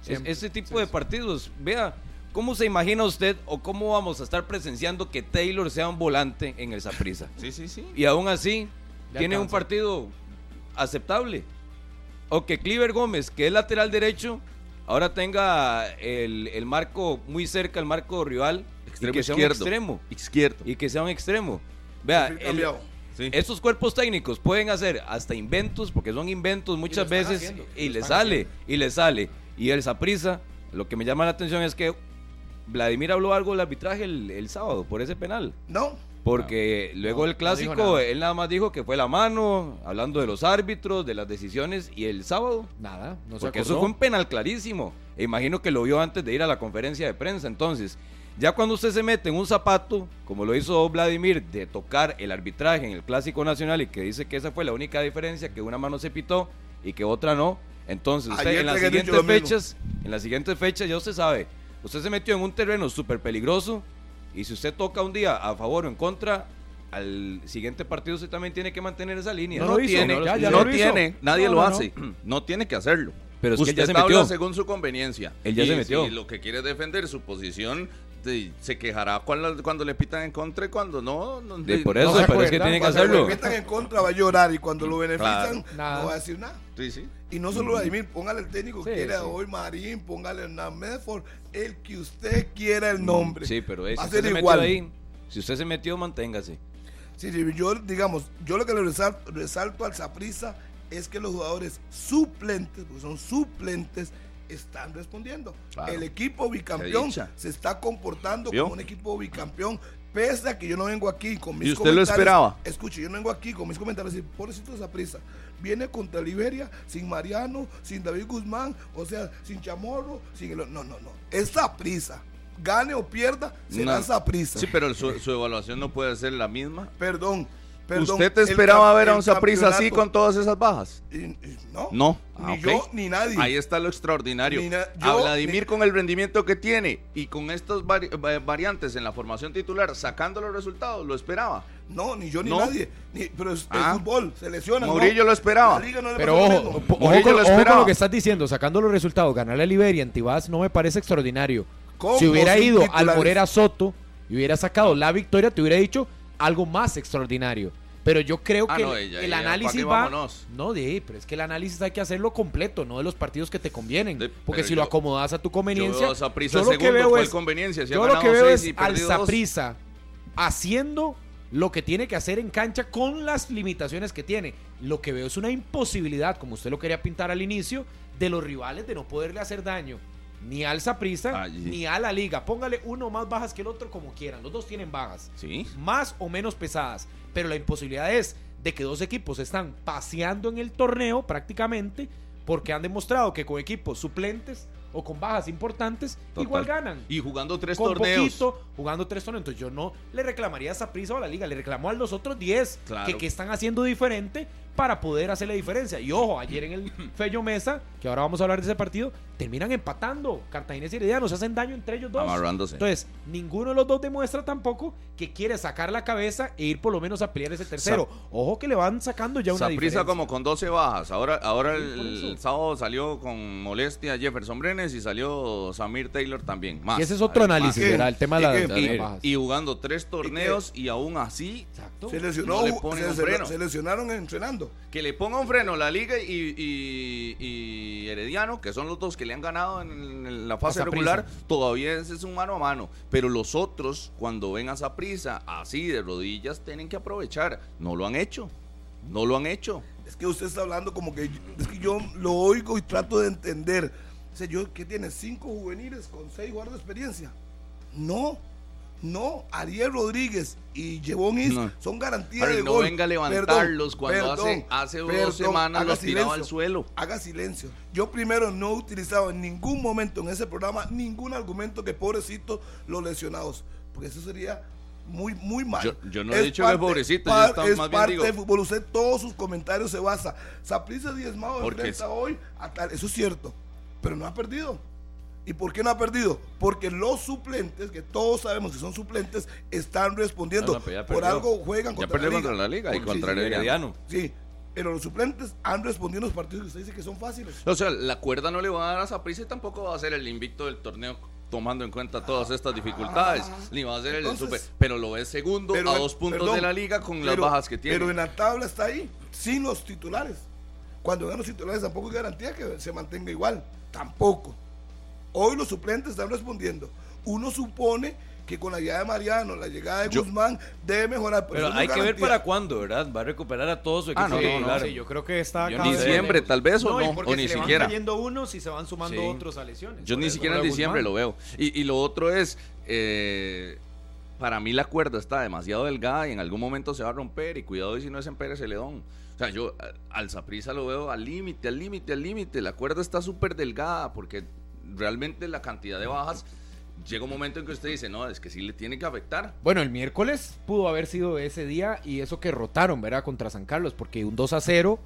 Speaker 3: Es-
Speaker 5: Siempre,
Speaker 3: ese tipo de partidos, vea, ¿cómo se imagina usted o cómo vamos a estar presenciando que Taylor sea un volante en el Saprissa?
Speaker 2: Sí, sí, sí.
Speaker 3: Y aún así,
Speaker 5: Le
Speaker 3: tiene un
Speaker 5: alcanza.
Speaker 3: partido aceptable. O que Cliver Gómez, que es lateral derecho, ahora tenga el, el marco muy cerca, el marco rival, y que sea un extremo.
Speaker 2: Izquierdo.
Speaker 3: Y que sea un extremo. Vea,
Speaker 4: Perfil
Speaker 3: el-
Speaker 4: cambiado.
Speaker 2: Sí.
Speaker 3: estos cuerpos técnicos pueden hacer hasta inventos, porque son inventos muchas
Speaker 5: están
Speaker 3: veces,
Speaker 5: haciendo,
Speaker 3: y
Speaker 5: lo
Speaker 3: le
Speaker 5: están
Speaker 3: sale, y le sale. Y el Saprisa, lo que me llama la atención es que Vladimir habló algo del arbitraje el, el sábado por ese penal.
Speaker 4: No,
Speaker 3: Porque luego el clásico,
Speaker 5: Ah, dijo nada.
Speaker 3: él nada más dijo que fue la mano, hablando de los árbitros, de las decisiones, y el sábado.
Speaker 5: Nada, no se
Speaker 3: porque
Speaker 5: acordó.
Speaker 3: eso fue un penal clarísimo. E imagino que lo vio antes de ir a la conferencia de prensa. Entonces, ya cuando usted se mete en un zapato, como lo hizo Vladimir, de tocar el arbitraje en el clásico nacional y que dice que esa fue la única diferencia, que una mano se pitó y que otra no. Entonces, usted
Speaker 4: Ayer
Speaker 3: en las
Speaker 4: te había dicho
Speaker 3: siguientes
Speaker 4: lo mismo.
Speaker 3: fechas, en las siguientes fechas ya usted sabe, usted se metió en un terreno súper peligroso y si usted toca un día a favor o en contra, al siguiente partido usted también tiene que mantener esa línea.
Speaker 5: No
Speaker 2: No
Speaker 5: lo hizo,
Speaker 2: tiene,
Speaker 5: no lo- ya- ya
Speaker 2: no
Speaker 5: lo hizo.
Speaker 2: tiene, nadie
Speaker 5: No,
Speaker 2: lo
Speaker 5: no,
Speaker 2: hace, no. tiene que hacerlo.
Speaker 3: Pero es que
Speaker 2: Usted
Speaker 3: él ya se
Speaker 2: habla
Speaker 3: metió.
Speaker 2: según su conveniencia.
Speaker 3: Él ya
Speaker 2: Y
Speaker 3: se metió.
Speaker 2: Si lo que quiere es defender su posición, de- se quejará cuando, cuando le pitan en contra y cuando no. no-
Speaker 3: De- por
Speaker 2: no
Speaker 3: eso, pues.
Speaker 2: se
Speaker 3: pero es
Speaker 2: acuerda.
Speaker 3: que tiene que
Speaker 4: Cuando
Speaker 3: hacerlo.
Speaker 4: lo metan en contra va a llorar y cuando lo benefician
Speaker 2: Claro.
Speaker 5: Nada.
Speaker 4: no va a decir nada.
Speaker 2: Sí, sí.
Speaker 4: Y no solo Vladimir, póngale el técnico que
Speaker 5: Sí,
Speaker 4: quiera
Speaker 5: sí.
Speaker 4: hoy, Marín, póngale Hernán Medford, el que usted quiera el nombre.
Speaker 3: Sí, pero eh, si
Speaker 4: va a
Speaker 3: usted
Speaker 4: ser
Speaker 3: se
Speaker 4: igual.
Speaker 3: metió ahí, si usted se metió, manténgase.
Speaker 4: Sí, sí, yo, digamos, yo lo que le resalto, resalto al Saprisa es que los jugadores suplentes, porque son suplentes, están respondiendo.
Speaker 2: Claro.
Speaker 4: El equipo bicampeón
Speaker 2: dicha.
Speaker 4: se está comportando
Speaker 2: ¿Vio?
Speaker 4: como un equipo bicampeón. Pese a que yo no vengo aquí con mis
Speaker 2: ¿Y usted lo
Speaker 4: comentarios-
Speaker 2: esperaba?
Speaker 4: Escuche, yo no vengo aquí con mis comentarios. Decir, pobrecito esa prisa. Viene contra Liberia sin Mariano, sin David Guzmán, o sea, sin Chamorro, sin. el- No, no, no. Esa prisa, gane o pierda, será
Speaker 2: No.
Speaker 4: esa prisa.
Speaker 2: Sí, pero su, su evaluación no puede ser la misma.
Speaker 4: Perdón, perdón.
Speaker 2: ¿Usted te
Speaker 4: el
Speaker 2: esperaba
Speaker 4: cam-
Speaker 2: ver a
Speaker 4: el
Speaker 2: un Saprissa así
Speaker 4: campeonato-
Speaker 2: con todas esas bajas?
Speaker 4: Y- y- No.
Speaker 2: No.
Speaker 4: Ni
Speaker 2: Ah, ok.
Speaker 4: yo ni nadie.
Speaker 2: Ahí está lo extraordinario.
Speaker 4: Ni na-
Speaker 2: a
Speaker 4: yo
Speaker 2: Vladimir
Speaker 4: ni-
Speaker 2: con el rendimiento que tiene y con estas vari- va- variantes en la formación titular, sacando los resultados, lo esperaba.
Speaker 4: No, ni yo ni
Speaker 2: No.
Speaker 4: nadie. Ni- pero es, es
Speaker 2: Ah.
Speaker 4: fútbol, se lesiona.
Speaker 2: Mourinho lo esperaba.
Speaker 4: La liga no le
Speaker 5: Pero
Speaker 4: pasó lo
Speaker 5: ojo,
Speaker 4: mismo.
Speaker 5: po- ojo,
Speaker 2: Murillo
Speaker 5: con,
Speaker 2: lo
Speaker 5: ojo con
Speaker 2: esperaba.
Speaker 5: lo que estás diciendo, sacando los resultados, ganarle a Liberia en Tibás no me parece extraordinario.
Speaker 4: Con
Speaker 5: Si
Speaker 4: o
Speaker 5: hubiera
Speaker 4: sin
Speaker 5: ido al
Speaker 4: titulares.
Speaker 5: Morera Soto y hubiera sacado la victoria, te hubiera dicho algo más extraordinario. Pero yo creo
Speaker 2: Ah,
Speaker 5: que
Speaker 2: no,
Speaker 5: el,
Speaker 2: ella,
Speaker 5: el
Speaker 2: ella, ¿pa'
Speaker 5: análisis
Speaker 2: qué
Speaker 5: va.
Speaker 2: vámonos?
Speaker 5: No, de ahí, pero es que el análisis hay que hacerlo completo, no de los partidos que te convienen.
Speaker 2: De-
Speaker 5: porque
Speaker 2: pero
Speaker 5: si lo
Speaker 2: yo-
Speaker 5: acomodas a tu conveniencia.
Speaker 2: Yo veo a Saprissa
Speaker 5: yo lo que
Speaker 2: segundo,
Speaker 5: veo
Speaker 2: ¿cuál
Speaker 5: es.
Speaker 2: conveniencia? Si ha
Speaker 5: yo lo que
Speaker 2: ganado
Speaker 5: veo
Speaker 2: seis
Speaker 5: es
Speaker 2: y
Speaker 5: al
Speaker 2: perdido dos.
Speaker 5: Saprisa haciendo lo que tiene que hacer en cancha con las limitaciones que tiene. Lo que veo es una imposibilidad, como usted lo quería pintar al inicio, de los rivales de no poderle hacer daño ni al Saprisa
Speaker 2: Allí.
Speaker 5: ni a la liga. Póngale uno más bajas que el otro como quieran. Los dos tienen bajas,
Speaker 2: Sí.
Speaker 5: más o menos pesadas. Pero la imposibilidad es de que dos equipos están paseando en el torneo prácticamente porque han demostrado que con equipos suplentes o con bajas importantes,
Speaker 2: Total.
Speaker 5: igual ganan.
Speaker 2: Y jugando tres
Speaker 5: con
Speaker 2: torneos.
Speaker 5: poquito, jugando tres torneos. Entonces yo no le reclamaría esa prisa a la liga, le reclamó a los otros 10
Speaker 2: Claro.
Speaker 5: que, que están haciendo diferente para poder hacer la diferencia. Y ojo, ayer en el Fello Mesa, que ahora vamos a hablar de ese partido, terminan empatando. Cartagena y Herediano se hacen daño entre ellos dos.
Speaker 2: Amarrándose.
Speaker 5: Entonces, ninguno de los dos demuestra tampoco que quiere sacar la cabeza e ir por lo menos a pelear ese tercero. ojo que le van sacando ya una
Speaker 2: Saprisa
Speaker 5: diferencia.
Speaker 2: como con 12 bajas. Ahora, ahora
Speaker 5: por
Speaker 2: el,
Speaker 5: eso.
Speaker 2: el sábado salió con molestia Jefferson Brenes y salió Samir Taylor también. Más.
Speaker 5: Y ese es otro
Speaker 2: Además.
Speaker 5: análisis,
Speaker 4: ¿Qué?
Speaker 5: ¿verdad? El tema de la-
Speaker 4: ¿Y qué?
Speaker 5: de
Speaker 2: Y,
Speaker 5: las bajas.
Speaker 2: y jugando tres torneos y aún así
Speaker 5: Exacto.
Speaker 4: Se lesionó,
Speaker 2: No le ponen
Speaker 4: se,
Speaker 2: un
Speaker 4: se-
Speaker 2: freno.
Speaker 4: se lesionaron entrenando.
Speaker 2: que le ponga un freno la liga y, y- y Herediano, que son los dos que le han ganado en, el- la fase
Speaker 5: A Saprissa.
Speaker 2: regular, todavía ese es un mano a mano. Pero los otros, cuando ven a esa prisa así de rodillas, tienen que aprovechar. No lo han hecho. No lo han hecho.
Speaker 4: Es que usted está hablando como que es que yo lo oigo y trato de entender. O sea, yo que tiene cinco juveniles con seis jugadores de experiencia. No, no, Ariel Rodríguez y Jevon Is
Speaker 2: No.
Speaker 4: son garantías
Speaker 2: Harry,
Speaker 4: de
Speaker 2: no
Speaker 4: gol.
Speaker 2: venga a levantarlos
Speaker 4: Perdón,
Speaker 2: cuando hace-
Speaker 4: perdón,
Speaker 2: hace dos
Speaker 4: perdón,
Speaker 2: semanas
Speaker 4: haga
Speaker 2: los tiraba al
Speaker 4: silencio,
Speaker 2: suelo.
Speaker 4: Haga silencio. Yo primero no he utilizado en ningún momento en ese programa ningún argumento que pobrecitos los lesionados, porque eso sería muy muy mal.
Speaker 2: Yo- yo no he dicho que pobrecitos, yo
Speaker 4: par-
Speaker 2: estaba
Speaker 4: es
Speaker 2: más bien
Speaker 4: parte
Speaker 2: digo-
Speaker 4: de fútbol. Usted todos sus comentarios se basa. Saprissa diezmado
Speaker 2: Porque
Speaker 4: enfrenta
Speaker 2: es-
Speaker 4: hoy a tal, eso es cierto, pero no ha perdido. ¿Y por qué no ha perdido? Porque los suplentes, que todos sabemos que son suplentes, están respondiendo.
Speaker 3: No, no, pero ya
Speaker 4: por
Speaker 3: perdió.
Speaker 4: algo juegan
Speaker 2: Ya
Speaker 4: contra la
Speaker 2: perdió
Speaker 4: liga.
Speaker 2: contra la liga y
Speaker 4: Sí,
Speaker 2: contra
Speaker 4: sí,
Speaker 2: el Herediano.
Speaker 3: Herediano.
Speaker 4: Sí, pero los suplentes han respondido en los partidos que usted dice que son fáciles.
Speaker 2: O sea, la cuerda no le va a dar a Saprissa y tampoco va a ser el invicto del torneo tomando en cuenta todas estas dificultades. Ni va a ser el
Speaker 4: Entonces-
Speaker 2: super. Pero lo es segundo
Speaker 4: Pero
Speaker 2: a
Speaker 4: en-
Speaker 2: dos puntos
Speaker 4: perdón,
Speaker 2: de la liga con las
Speaker 4: pero-
Speaker 2: bajas que tiene.
Speaker 4: Pero en la tabla está ahí, sin los titulares. Cuando ganan los titulares tampoco es garantía que se mantenga igual. Tampoco. Hoy los suplentes están respondiendo. Uno supone que con la llegada de Mariano, la llegada de Guzmán, debe mejorar.
Speaker 3: Pero
Speaker 4: eso no
Speaker 3: hay
Speaker 4: es
Speaker 3: que ver
Speaker 4: garantía.
Speaker 3: para cuándo, ¿verdad? Va a recuperar a todo su equipo.
Speaker 2: Ah, no, no, no,
Speaker 3: titular.
Speaker 6: sí, yo creo que está
Speaker 3: Yo
Speaker 6: cada
Speaker 3: ni
Speaker 6: vez
Speaker 2: diciembre,
Speaker 6: menos.
Speaker 2: tal vez, o no,
Speaker 5: y
Speaker 2: o
Speaker 5: porque
Speaker 2: ni
Speaker 5: se le
Speaker 2: siquiera.
Speaker 5: Van cayendo unos y se van sumando
Speaker 3: Sí.
Speaker 5: otros a lesiones.
Speaker 2: Yo
Speaker 5: Por
Speaker 2: ni
Speaker 5: eso
Speaker 2: siquiera en
Speaker 5: Guzmán.
Speaker 2: diciembre lo veo. Y, y lo otro es, eh, para mí la cuerda está demasiado delgada y en algún momento se va a romper. Y cuidado y si no es en Pérez Celedón. O sea, yo eh, al Saprisa lo veo al límite, al límite, al límite. La cuerda está súper delgada porque realmente la cantidad de bajas llega un momento en que usted dice, no, es que sí le tiene que afectar.
Speaker 5: Bueno, el miércoles pudo haber sido ese día y eso que rotaron, ¿verdad? Contra San Carlos, porque un 2 a 0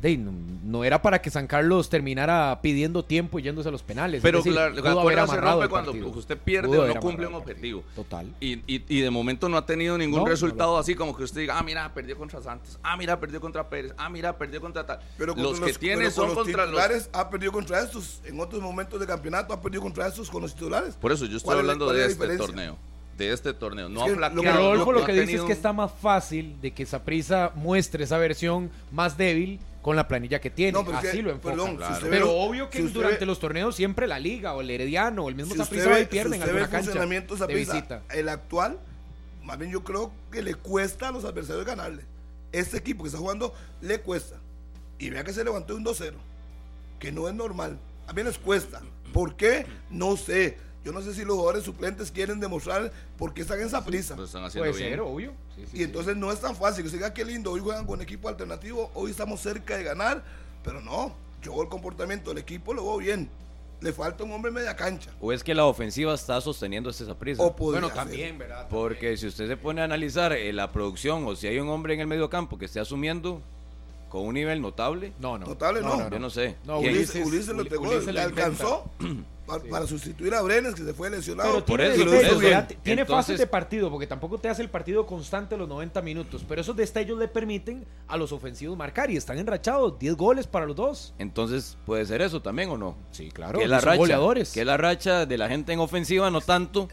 Speaker 5: de, no, no era para que San Carlos terminara pidiendo tiempo y yéndose a los penales. Es
Speaker 2: Pero
Speaker 5: decir,
Speaker 2: la, la
Speaker 5: pudo haber
Speaker 2: cuerda se
Speaker 5: amarrado
Speaker 2: rompe
Speaker 5: el
Speaker 2: cuando
Speaker 5: partido.
Speaker 2: usted pierde
Speaker 5: Pudo
Speaker 2: o
Speaker 5: haber
Speaker 2: no cumple un
Speaker 5: amarrado el partido.
Speaker 2: objetivo.
Speaker 5: Total.
Speaker 2: Y, y- y de momento no ha tenido ningún
Speaker 5: No, no
Speaker 2: resultado
Speaker 5: lo-
Speaker 2: así como que usted diga, ah, mira, perdió contra Santos, ah, mira, perdió contra Pérez, ah, mira, perdió contra tal.
Speaker 4: Pero
Speaker 2: los
Speaker 4: contra
Speaker 2: que tiene
Speaker 4: pero con
Speaker 2: son contra los...
Speaker 4: titulares ha perdido contra estos. En otros momentos de campeonato ha perdido contra estos con los titulares.
Speaker 2: Por eso yo estoy
Speaker 4: ¿Cuál es la-
Speaker 2: hablando
Speaker 4: cuál es
Speaker 2: de
Speaker 4: la
Speaker 2: este
Speaker 4: diferencia?
Speaker 2: torneo, de este torneo. No
Speaker 4: Es
Speaker 2: ha
Speaker 4: que lo que
Speaker 5: Que
Speaker 2: flaqueado.
Speaker 5: Rodolfo
Speaker 2: no
Speaker 5: lo que
Speaker 2: ha
Speaker 5: dice
Speaker 2: tenido
Speaker 5: es que
Speaker 2: un-
Speaker 5: está más fácil de que Saprisa muestre esa versión más débil con la planilla que tiene.
Speaker 4: No, pero es
Speaker 5: Así
Speaker 4: que,
Speaker 5: lo enfoca.
Speaker 4: perdón, si
Speaker 5: Claro.
Speaker 4: usted ve
Speaker 5: Pero
Speaker 4: lo-
Speaker 5: obvio que
Speaker 4: si usted
Speaker 5: durante
Speaker 4: ve-
Speaker 5: los torneos siempre la Liga o el Herediano o el mismo
Speaker 4: si
Speaker 5: Saprissa
Speaker 4: usted
Speaker 5: va y
Speaker 4: ve,
Speaker 5: pierde
Speaker 4: si
Speaker 5: en
Speaker 4: usted ve
Speaker 5: alguna
Speaker 4: el
Speaker 5: cancha
Speaker 4: funcionamiento de
Speaker 5: de
Speaker 4: Saprissa,
Speaker 5: visita.
Speaker 4: el actual, más bien yo creo que le cuesta a los adversarios ganarle. Este equipo que está jugando le cuesta. Y vea que se levantó de un 2-0, que no es normal. A mí les cuesta. ¿Por qué? No sé. Yo no sé si los jugadores suplentes quieren demostrar por qué están en esa prisa.
Speaker 2: Lo están haciendo
Speaker 5: Puede
Speaker 2: bien.
Speaker 5: ser, obvio. Sí, sí,
Speaker 4: Y
Speaker 5: sí.
Speaker 4: entonces no es tan fácil. Que usted diga, qué lindo, hoy juegan con equipo alternativo, hoy estamos cerca de ganar. Pero no, yo el comportamiento del equipo lo veo bien. Le falta un hombre en media cancha.
Speaker 3: O es que la ofensiva está sosteniendo esta prisa.
Speaker 4: O podría
Speaker 5: Bueno,
Speaker 4: ser.
Speaker 5: también, ¿verdad?
Speaker 3: Porque si usted se pone a analizar eh, la producción o si hay un hombre en el medio campo que esté asumiendo con un nivel notable,
Speaker 5: No, no.
Speaker 4: Notable, no.
Speaker 3: yo no sé.
Speaker 5: No,
Speaker 3: ¿Quién?
Speaker 5: Ulises-
Speaker 4: Ulises, Ulises lo
Speaker 5: Uli-
Speaker 4: pegó,
Speaker 5: Ulises
Speaker 4: le
Speaker 5: la inventa.
Speaker 4: alcanzó pa- para sustituir a Brenes, que se fue lesionado.
Speaker 5: Pero
Speaker 3: por
Speaker 5: tiene,
Speaker 3: eso,
Speaker 5: destellos,
Speaker 3: por eso.
Speaker 5: ¿verdad? tiene
Speaker 3: Entonces-
Speaker 5: fases de partido, porque tampoco te hace el partido constante los 90 minutos. Pero esos destellos le permiten a los ofensivos marcar y están enrachados. 10 goles para los dos.
Speaker 3: Entonces puede ser eso también o no.
Speaker 5: Sí, claro.
Speaker 3: que la
Speaker 5: son
Speaker 3: racha,
Speaker 5: goleadores.
Speaker 3: Que la racha de la gente en ofensiva, no tanto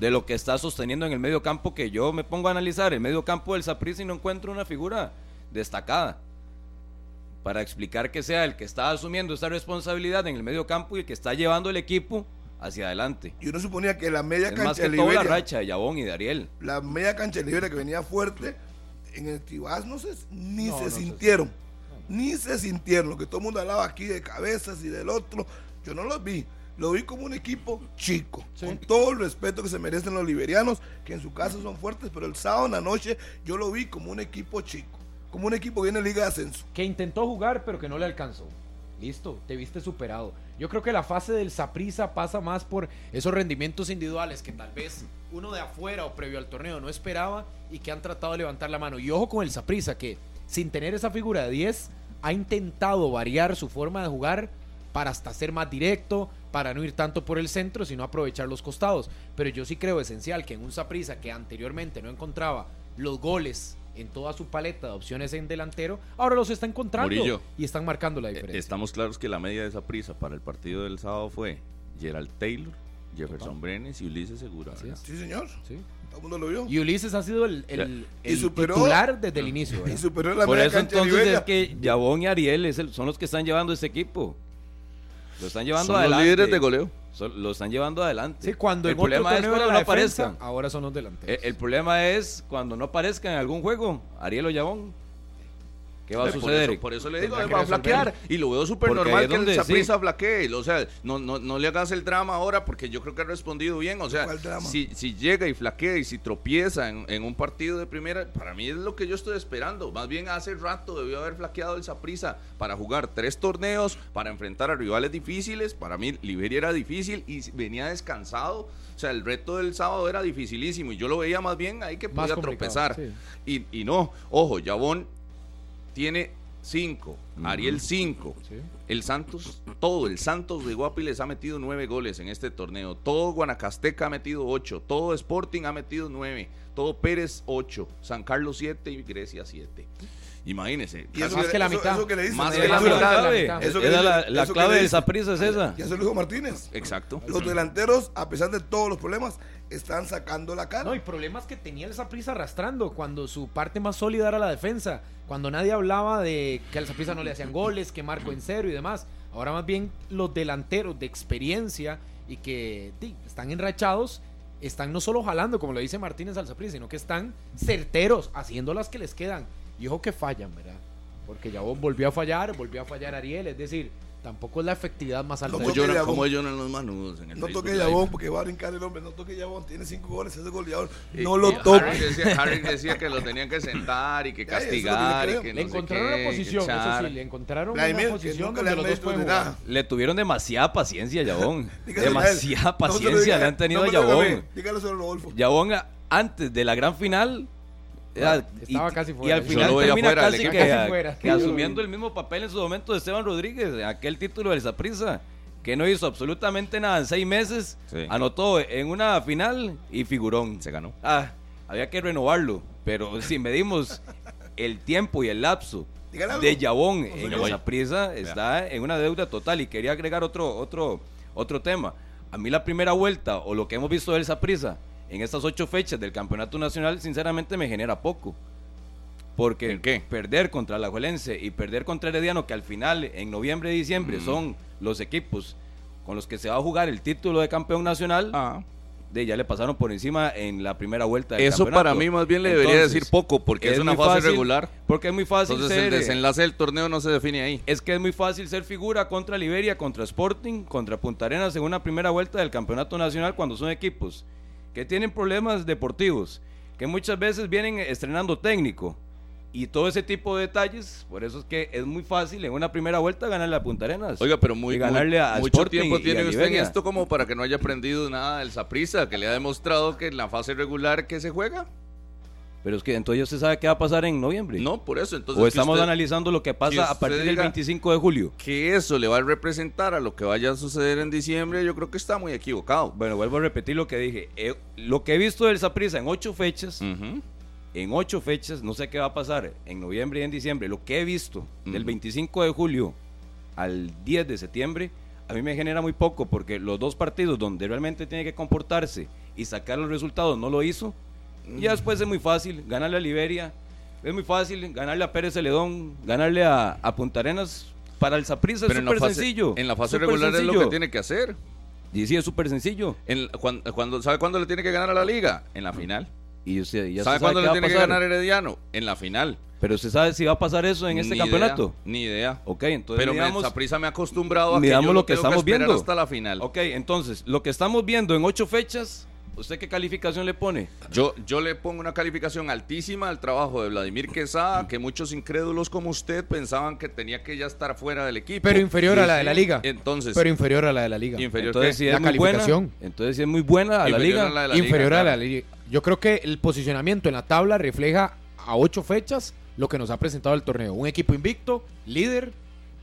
Speaker 3: de lo que está sosteniendo en el medio campo, que yo me pongo a analizar el medio campo del Saprissa y no encuentro una figura destacada. Para explicar que sea el que está asumiendo esta responsabilidad en el medio campo y el que está llevando el equipo hacia adelante.
Speaker 4: Y uno suponía que la media
Speaker 3: Es más
Speaker 4: cancha
Speaker 3: que
Speaker 4: de
Speaker 3: toda la
Speaker 4: Liberia,
Speaker 3: racha de Yabón y de Ariel.
Speaker 4: la media cancha de Liberia que venía fuerte, en el Tibás no sé, ni
Speaker 5: No,
Speaker 4: se
Speaker 5: no sé.
Speaker 4: sintieron. Ni se sintieron. Lo que todo el mundo hablaba aquí de cabezas y del otro, yo no los vi. Lo vi como un equipo chico, con todo el respeto que se merecen los liberianos, que en su casa son fuertes, pero el sábado en la noche yo lo vi como un equipo chico, como un equipo que viene en Liga de Ascenso.
Speaker 5: que intentó jugar pero que no le alcanzó. Listo, te viste superado. Yo creo que la fase del Saprisa pasa más por esos rendimientos individuales que tal vez uno de afuera o previo al torneo no esperaba y que han tratado de levantar la mano. Y ojo con el Saprisa, que sin tener esa figura de 10, ha intentado variar su forma de jugar para hasta ser más directo, para no ir tanto por el centro, sino aprovechar los costados. Pero yo sí creo esencial que en un Saprisa que anteriormente no encontraba los goles en toda su paleta de opciones en delantero, ahora los está encontrando
Speaker 2: Murillo.
Speaker 5: y están marcando la diferencia.
Speaker 2: Estamos claros que la media de esa prisa para el partido del sábado fue Gerald Taylor, Jefferson Brenes y Ulises Segura.
Speaker 5: Así
Speaker 2: ¿verdad?
Speaker 5: es.
Speaker 4: Sí, señor.
Speaker 5: Sí.
Speaker 4: Todo el mundo lo vio.
Speaker 5: Y Ulises ha sido el, el-
Speaker 4: Y
Speaker 5: el
Speaker 4: superó-
Speaker 5: titular desde el inicio.
Speaker 4: Y
Speaker 5: ¿verdad?
Speaker 4: superó la
Speaker 3: Por
Speaker 4: media
Speaker 3: eso
Speaker 4: cancha de
Speaker 3: entonces es
Speaker 4: Liberia.
Speaker 3: que Yabón y Ariel es el- son los que están llevando este equipo. Lo están llevando
Speaker 2: Son los
Speaker 3: adelante.
Speaker 2: líderes de goleo.
Speaker 3: Son- lo están llevando adelante.
Speaker 5: Sí, cuando
Speaker 3: el
Speaker 5: en
Speaker 3: problema
Speaker 5: otro
Speaker 3: es
Speaker 5: torneo
Speaker 3: cuando
Speaker 5: era
Speaker 3: no
Speaker 5: la defensa,
Speaker 3: aparezcan.
Speaker 5: ahora son los
Speaker 3: Eh,
Speaker 5: delanteros.
Speaker 3: El problema es cuando no aparezcan en algún juego, Ariel o Yabón. ¿Qué va a
Speaker 2: Eh, Por
Speaker 3: suceder?
Speaker 2: eso- Por eso, le digo,
Speaker 6: Tendrá que
Speaker 2: va a flaquear. Y lo veo súper
Speaker 3: Porque ahí
Speaker 2: normal
Speaker 3: es
Speaker 2: que el
Speaker 3: donde sí.
Speaker 2: Saprissa flaquee. O sea, no, no, no le hagas el drama ahora porque yo creo que ha respondido bien. O sea,
Speaker 4: ¿Cuál drama?
Speaker 2: si, si llega y flaquea y si tropieza en, en un partido de primera, para mí es lo que yo estoy esperando. Más bien hace rato debió haber flaqueado el Saprissa para jugar tres torneos, para enfrentar a rivales difíciles. Para mí Liberia era difícil y venía descansado. O sea, el reto del sábado era dificilísimo y yo lo veía más bien ahí que
Speaker 5: Más
Speaker 2: podía
Speaker 5: complicado,
Speaker 2: tropezar.
Speaker 5: sí.
Speaker 2: Y, y no, ojo, Yabón tiene 5, Ariel 5. El Santos, todo, el Santos de Guapi les ha metido 9 goles en este torneo. Todo Guanacasteca ha metido 8, todo Sporting ha metido 9, todo Pérez 8, San Carlos 7 y Grecia 7. Imagínense.
Speaker 4: Y eso
Speaker 5: Más que la
Speaker 4: eso-
Speaker 5: mitad.
Speaker 4: eso le dicen,
Speaker 2: Más
Speaker 4: de
Speaker 2: que
Speaker 3: Es la
Speaker 4: altura.
Speaker 5: mitad.
Speaker 3: clave.
Speaker 5: Eso que
Speaker 4: dice-
Speaker 3: Era la, la
Speaker 4: eso que
Speaker 3: clave
Speaker 4: dice-
Speaker 3: de esa prisa es esa.
Speaker 4: Ya se lo dijo Martínez.
Speaker 2: Exacto.
Speaker 4: Los delanteros, a pesar de todos los problemas, están sacando la cara.
Speaker 5: No, y problemas que tenía el Saprissa arrastrando cuando su parte más sólida era la defensa, cuando nadie hablaba de que al Saprissa no le hacían goles, que marco en cero y demás. Ahora más bien los delanteros de experiencia y que di, están enrachados, están no solo jalando, como lo dice Martínez al Saprissa, sino que están certeros, haciendo las que les quedan. Y ojo que fallan, ¿verdad? Porque ya volvió a fallar, volvió a fallar Ariel, es decir, tampoco es la efectividad más alta.
Speaker 4: Lo
Speaker 2: Como
Speaker 4: toque
Speaker 2: lloran,
Speaker 4: Yabón.
Speaker 2: como lloran los manudos en el
Speaker 4: No
Speaker 2: Facebook
Speaker 4: toque
Speaker 2: Live.
Speaker 4: Yabón porque va a brincar el hombre. No toque Yabón. Tiene cinco goles, es goleador.
Speaker 2: Y-
Speaker 4: No
Speaker 2: y
Speaker 4: lo
Speaker 2: Eh, Harry
Speaker 4: toque.
Speaker 2: Decía, Harry decía que lo tenían que sentar y que
Speaker 4: Ya, eso es lo que yo
Speaker 2: castigar. y
Speaker 4: creo.
Speaker 2: que
Speaker 5: le
Speaker 2: no sé
Speaker 5: encontraron
Speaker 2: qué,
Speaker 5: una posición,
Speaker 2: que
Speaker 5: eso
Speaker 2: echar.
Speaker 5: sí, le encontraron
Speaker 4: Vladimir,
Speaker 5: una
Speaker 4: que
Speaker 5: posición
Speaker 4: nunca le
Speaker 5: donde
Speaker 4: han
Speaker 5: los dos
Speaker 4: metido
Speaker 5: pueden
Speaker 4: de
Speaker 5: jugar.
Speaker 4: nada.
Speaker 3: Le tuvieron demasiada paciencia a Yabón.
Speaker 4: Dígaselo a él. No
Speaker 3: demasiada
Speaker 4: se lo diga-
Speaker 3: paciencia le han tenido
Speaker 4: no
Speaker 3: a
Speaker 4: me lo diga
Speaker 3: Yabón.
Speaker 4: mí, Dígalo solo a Rodolfo.
Speaker 3: Yabón a- antes de la gran final era-
Speaker 5: estaba casi fuera.
Speaker 3: y al
Speaker 5: Yo
Speaker 3: final
Speaker 2: lo veía
Speaker 3: termina
Speaker 2: fuera del
Speaker 3: casi,
Speaker 2: equipo.
Speaker 3: que,
Speaker 5: Casi fuera.
Speaker 3: que asumiendo el mismo papel en su momento de Esteban Rodríguez, aquel título del Zaprisa, que no hizo absolutamente nada en seis meses,
Speaker 2: Sí.
Speaker 3: anotó en una final y figurón. Se ganó. Ah, había que renovarlo, pero si medimos el tiempo y el lapso
Speaker 4: Dígale algo.
Speaker 3: de Yabón
Speaker 4: José
Speaker 3: en
Speaker 4: Luis.
Speaker 3: esa prisa está en una deuda total y quería agregar otro otro otro tema. A mí la primera vuelta o lo que hemos visto de esa prisa en estas ocho fechas del campeonato nacional sinceramente me genera poco. Porque
Speaker 2: ¿En qué?
Speaker 3: perder contra la Juelense y perder contra Herediano, que al final, en noviembre y diciembre,
Speaker 2: Mm.
Speaker 3: son los equipos con los que se va a jugar el título de campeón nacional,
Speaker 2: Ah.
Speaker 3: de ya le pasaron por encima en la primera vuelta del
Speaker 2: Eso para
Speaker 3: campeonato.
Speaker 2: mí más bien le debería
Speaker 3: Entonces,
Speaker 2: decir poco, porque es, una
Speaker 3: muy
Speaker 2: fase
Speaker 3: fácil-
Speaker 2: regular.
Speaker 3: Porque es muy fácil
Speaker 2: Entonces el
Speaker 3: ser, eh,
Speaker 2: desenlace del torneo no se define ahí.
Speaker 3: es que es muy fácil ser figura contra Liberia, contra Sporting, contra Punta Arenas en una primera vuelta del Campeonato Nacional cuando son equipos que tienen problemas deportivos, que muchas veces vienen estrenando técnico y todo ese tipo de detalles, por eso es que es muy fácil en una primera vuelta ganarle a Punta Arenas.
Speaker 2: Oiga, pero muy,
Speaker 3: y ganarle
Speaker 2: muy-
Speaker 3: a
Speaker 2: mucho
Speaker 3: Sporting
Speaker 2: tiempo
Speaker 3: y
Speaker 2: tiene
Speaker 3: a
Speaker 2: usted en
Speaker 3: Liberia.
Speaker 2: esto como para que no haya aprendido nada del Saprisa, que le ha demostrado que en la fase regular que se juega.
Speaker 3: Pero es que entonces se sabe qué va a pasar en noviembre.
Speaker 2: No, por eso. Entonces,
Speaker 3: o
Speaker 2: que
Speaker 3: estamos
Speaker 2: usted-
Speaker 3: analizando lo que
Speaker 2: que
Speaker 3: pasa
Speaker 2: usted
Speaker 3: a partir del
Speaker 2: diga-
Speaker 3: 25 de julio.
Speaker 2: que eso le va a representar a lo que vaya a suceder en diciembre, yo creo que está muy equivocado.
Speaker 3: Bueno, vuelvo a repetir lo que dije. Eh, lo que he visto del Saprissa en ocho fechas,
Speaker 2: Ujú.
Speaker 3: en ocho fechas, no sé qué va a pasar en noviembre y en diciembre, lo que he visto del
Speaker 2: Ujú.
Speaker 3: 25 de julio al 10 de septiembre, a mí me genera muy poco porque los dos partidos donde realmente tiene que comportarse y sacar los resultados no lo hizo. Y ya después es muy fácil ganarle a Liberia, es muy fácil ganarle a Pérez Celedón, ganarle a, a Punta Arenas. Para el Saprissa es
Speaker 2: Pero en la
Speaker 3: súper
Speaker 2: fase,
Speaker 3: sencillo.
Speaker 2: en la fase
Speaker 3: súper
Speaker 2: regular es lo que
Speaker 3: sencillo.
Speaker 2: tiene que hacer.
Speaker 3: Y sí, es súper sencillo.
Speaker 2: En- cuan- cuando, ¿Sabe cuándo le tiene que ganar a la liga? En la final.
Speaker 3: Y usted ya
Speaker 2: ¿Sabe
Speaker 3: se sabe
Speaker 2: cuándo
Speaker 3: qué
Speaker 2: le
Speaker 3: va a
Speaker 2: tiene que
Speaker 3: pasar.
Speaker 2: ganar Herediano? En la final.
Speaker 3: Pero usted sabe si va a pasar eso en este
Speaker 2: Ni
Speaker 3: campeonato.
Speaker 2: idea, ni idea.
Speaker 3: Ok, entonces
Speaker 2: Pero
Speaker 3: miramos-
Speaker 2: esa prisa me ha acostumbrado a que
Speaker 3: miramos
Speaker 2: yo
Speaker 3: lo
Speaker 2: no
Speaker 3: que
Speaker 2: tengo
Speaker 3: estamos
Speaker 2: esperar
Speaker 3: viendo.
Speaker 2: hasta la final.
Speaker 3: Ok, entonces, lo que estamos viendo en ocho fechas ¿Usted qué calificación le pone?
Speaker 2: Yo, yo le pongo una calificación altísima al trabajo de Vladimir
Speaker 6: Mm.
Speaker 2: Quesada, que muchos incrédulos como usted pensaban que tenía que ya estar fuera del equipo.
Speaker 6: Pero inferior a la de la liga.
Speaker 2: Entonces,
Speaker 6: Pero inferior a la de la liga.
Speaker 2: inferior
Speaker 3: Entonces,
Speaker 2: que-
Speaker 3: si es
Speaker 6: La
Speaker 3: muy buena,
Speaker 6: calificación.
Speaker 3: entonces si es muy buena a la
Speaker 2: Inferior
Speaker 3: liga.
Speaker 2: a la de la-
Speaker 6: inferior
Speaker 2: liga,
Speaker 6: a la
Speaker 2: claro.
Speaker 6: liga. Yo creo que el posicionamiento en la tabla refleja a ocho fechas lo que nos ha presentado el torneo. Un equipo invicto, líder,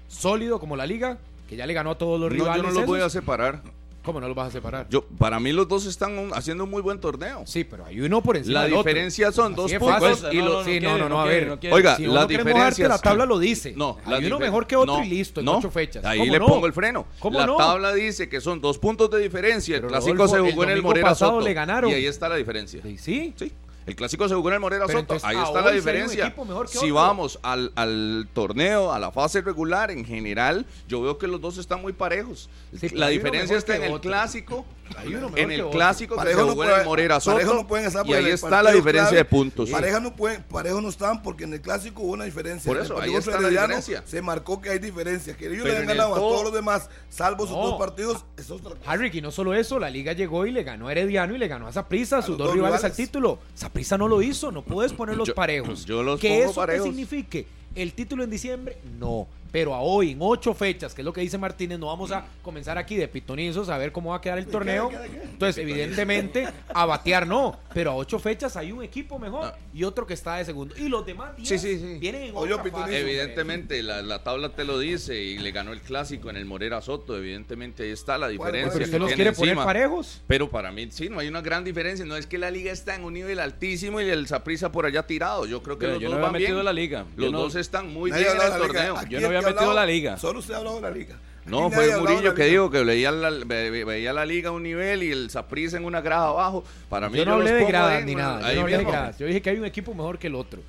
Speaker 6: sólido como la liga, que ya le ganó a todos los
Speaker 2: No,
Speaker 6: rivales.
Speaker 2: yo no los voy a
Speaker 6: esos.
Speaker 2: separar.
Speaker 6: ¿Cómo no los vas a separar?
Speaker 2: Yo, para mí los dos están un- haciendo un muy buen torneo.
Speaker 6: Sí, pero hay uno por encima
Speaker 2: la
Speaker 6: del otro.
Speaker 2: diferencia son
Speaker 6: Así
Speaker 2: dos
Speaker 6: de
Speaker 2: puntos
Speaker 6: fácil.
Speaker 2: y
Speaker 6: No,
Speaker 2: los...
Speaker 6: no, sí, no, no, no, a
Speaker 3: quiere,
Speaker 6: ver.
Speaker 3: quiere.
Speaker 2: Oiga,
Speaker 6: Si
Speaker 2: las
Speaker 6: uno quiere mojarte,
Speaker 2: diferencias...
Speaker 6: la tabla lo dice.
Speaker 2: No, las
Speaker 6: hay uno
Speaker 2: difer-
Speaker 6: mejor que otro
Speaker 2: no,
Speaker 6: y listo, en
Speaker 2: no.
Speaker 6: ocho fechas.
Speaker 2: Ahí
Speaker 6: ¿Cómo
Speaker 2: le
Speaker 6: no?
Speaker 2: pongo el freno.
Speaker 6: ¿Cómo
Speaker 2: la
Speaker 6: no?
Speaker 2: tabla dice que son dos puntos de diferencia.
Speaker 6: Pero,
Speaker 2: el clásico
Speaker 6: Rodolfo,
Speaker 2: se
Speaker 6: el
Speaker 2: jugó en el
Speaker 6: domingo
Speaker 2: Morera
Speaker 6: pasado
Speaker 2: Soto.
Speaker 6: le ganaron.
Speaker 2: Y ahí está la diferencia.
Speaker 6: Sí, Sí,
Speaker 2: Sí. El clásico se jugó en el Morera
Speaker 6: Pero
Speaker 2: Soto.
Speaker 6: entonces,
Speaker 2: Ahí está
Speaker 6: ahora
Speaker 2: la
Speaker 6: sí hay un
Speaker 2: diferencia.
Speaker 6: equipo mejor que
Speaker 2: Si
Speaker 6: otro.
Speaker 2: vamos al, al torneo, a la fase regular, en general, yo veo que los dos están muy parejos.
Speaker 6: Sí, pero
Speaker 2: la
Speaker 6: hay uno
Speaker 2: diferencia
Speaker 6: mejor
Speaker 2: está
Speaker 6: que
Speaker 2: en el
Speaker 6: otro.
Speaker 2: clásico.
Speaker 6: Hay uno mejor
Speaker 2: En
Speaker 6: que
Speaker 2: el
Speaker 6: otro.
Speaker 2: clásico que se
Speaker 4: Parejo no
Speaker 2: jugó en
Speaker 4: puede-
Speaker 2: el Morera
Speaker 4: parejo
Speaker 2: Soto.
Speaker 4: no pueden estar
Speaker 2: Y
Speaker 4: por
Speaker 2: ahí
Speaker 4: el
Speaker 2: está
Speaker 4: partido
Speaker 2: la diferencia
Speaker 4: clave.
Speaker 2: de puntos.
Speaker 4: Pareja no puede, parejo no están porque en el clásico hubo una diferencia.
Speaker 2: Por
Speaker 4: En el
Speaker 2: eso,
Speaker 4: partido
Speaker 2: ahí está la
Speaker 4: freudiano
Speaker 2: diferencia.
Speaker 4: Se marcó que hay diferencia. Que ellos
Speaker 2: Pero
Speaker 4: le han
Speaker 2: en el Ah,
Speaker 4: ganado a
Speaker 2: todo-
Speaker 4: todos los demás, salvo sus
Speaker 5: No.
Speaker 4: dos partidos, es otra cosa.
Speaker 5: Harry, y no solo eso, la liga llegó y le ganó a Herediano y le ganó a Saprissa, sus
Speaker 4: los
Speaker 5: dos,
Speaker 4: dos
Speaker 5: rivales,
Speaker 4: rivales.
Speaker 5: al título. Saprissa no lo hizo, no puedes ponerlos
Speaker 2: Yo-
Speaker 5: parejos.
Speaker 2: yo los
Speaker 5: que
Speaker 2: pongo
Speaker 5: eso
Speaker 2: parejos.
Speaker 5: que signifique el título en diciembre, no. Pero a hoy, en ocho fechas, que es lo que dice Martínez, no vamos a comenzar aquí de pitonizos a ver cómo va a quedar el torneo. Entonces, evidentemente, a batear no. Pero a ocho fechas hay un equipo
Speaker 2: Ah.
Speaker 5: mejor y otro que está de segundo. Y los demás diez
Speaker 2: Sí, sí, sí.
Speaker 5: vienen en
Speaker 4: Oye,
Speaker 5: otra
Speaker 4: pitonizo.
Speaker 5: fase.
Speaker 2: Evidentemente, la, la tabla te lo dice y le ganó el clásico en el Morera Soto. Evidentemente, ahí está la diferencia.
Speaker 5: Pero usted
Speaker 2: que
Speaker 5: los
Speaker 2: tiene
Speaker 5: quiere poner
Speaker 2: encima.
Speaker 5: parejos.
Speaker 2: Pero para mí, sí, no hay una gran diferencia. No es que la liga está en un nivel altísimo y el Saprissa por allá tirado. Yo creo que
Speaker 3: Yo-
Speaker 2: los
Speaker 3: yo
Speaker 2: dos
Speaker 3: no
Speaker 2: van
Speaker 3: había metido
Speaker 2: bien.
Speaker 3: la liga. Yo
Speaker 2: Los
Speaker 3: no-
Speaker 2: dos están muy
Speaker 4: Nadie
Speaker 2: bien en
Speaker 4: hablaba
Speaker 2: el
Speaker 4: de la liga.
Speaker 2: torneo.
Speaker 4: Aquí
Speaker 3: Yo
Speaker 4: el
Speaker 3: no había
Speaker 4: que ha
Speaker 3: metido
Speaker 4: hablado-
Speaker 3: la liga.
Speaker 4: Solo usted ha hablado de la liga.
Speaker 2: No,
Speaker 4: Aquí nadie ha
Speaker 2: fue
Speaker 4: hablado de
Speaker 2: Murillo
Speaker 4: la
Speaker 2: que
Speaker 4: liga.
Speaker 2: dijo que leía la, ve- ve- veía la liga a un nivel y el Saprissa en una grada abajo. Para mí,
Speaker 5: Yo no
Speaker 2: los
Speaker 5: hablé de
Speaker 2: pongo
Speaker 5: gradas
Speaker 2: ahí,
Speaker 5: ni
Speaker 2: bueno,
Speaker 5: nada.
Speaker 2: ahí
Speaker 5: Yo no hablé de
Speaker 2: mismo.
Speaker 5: gradas. Yo dije que hay un equipo mejor que el otro.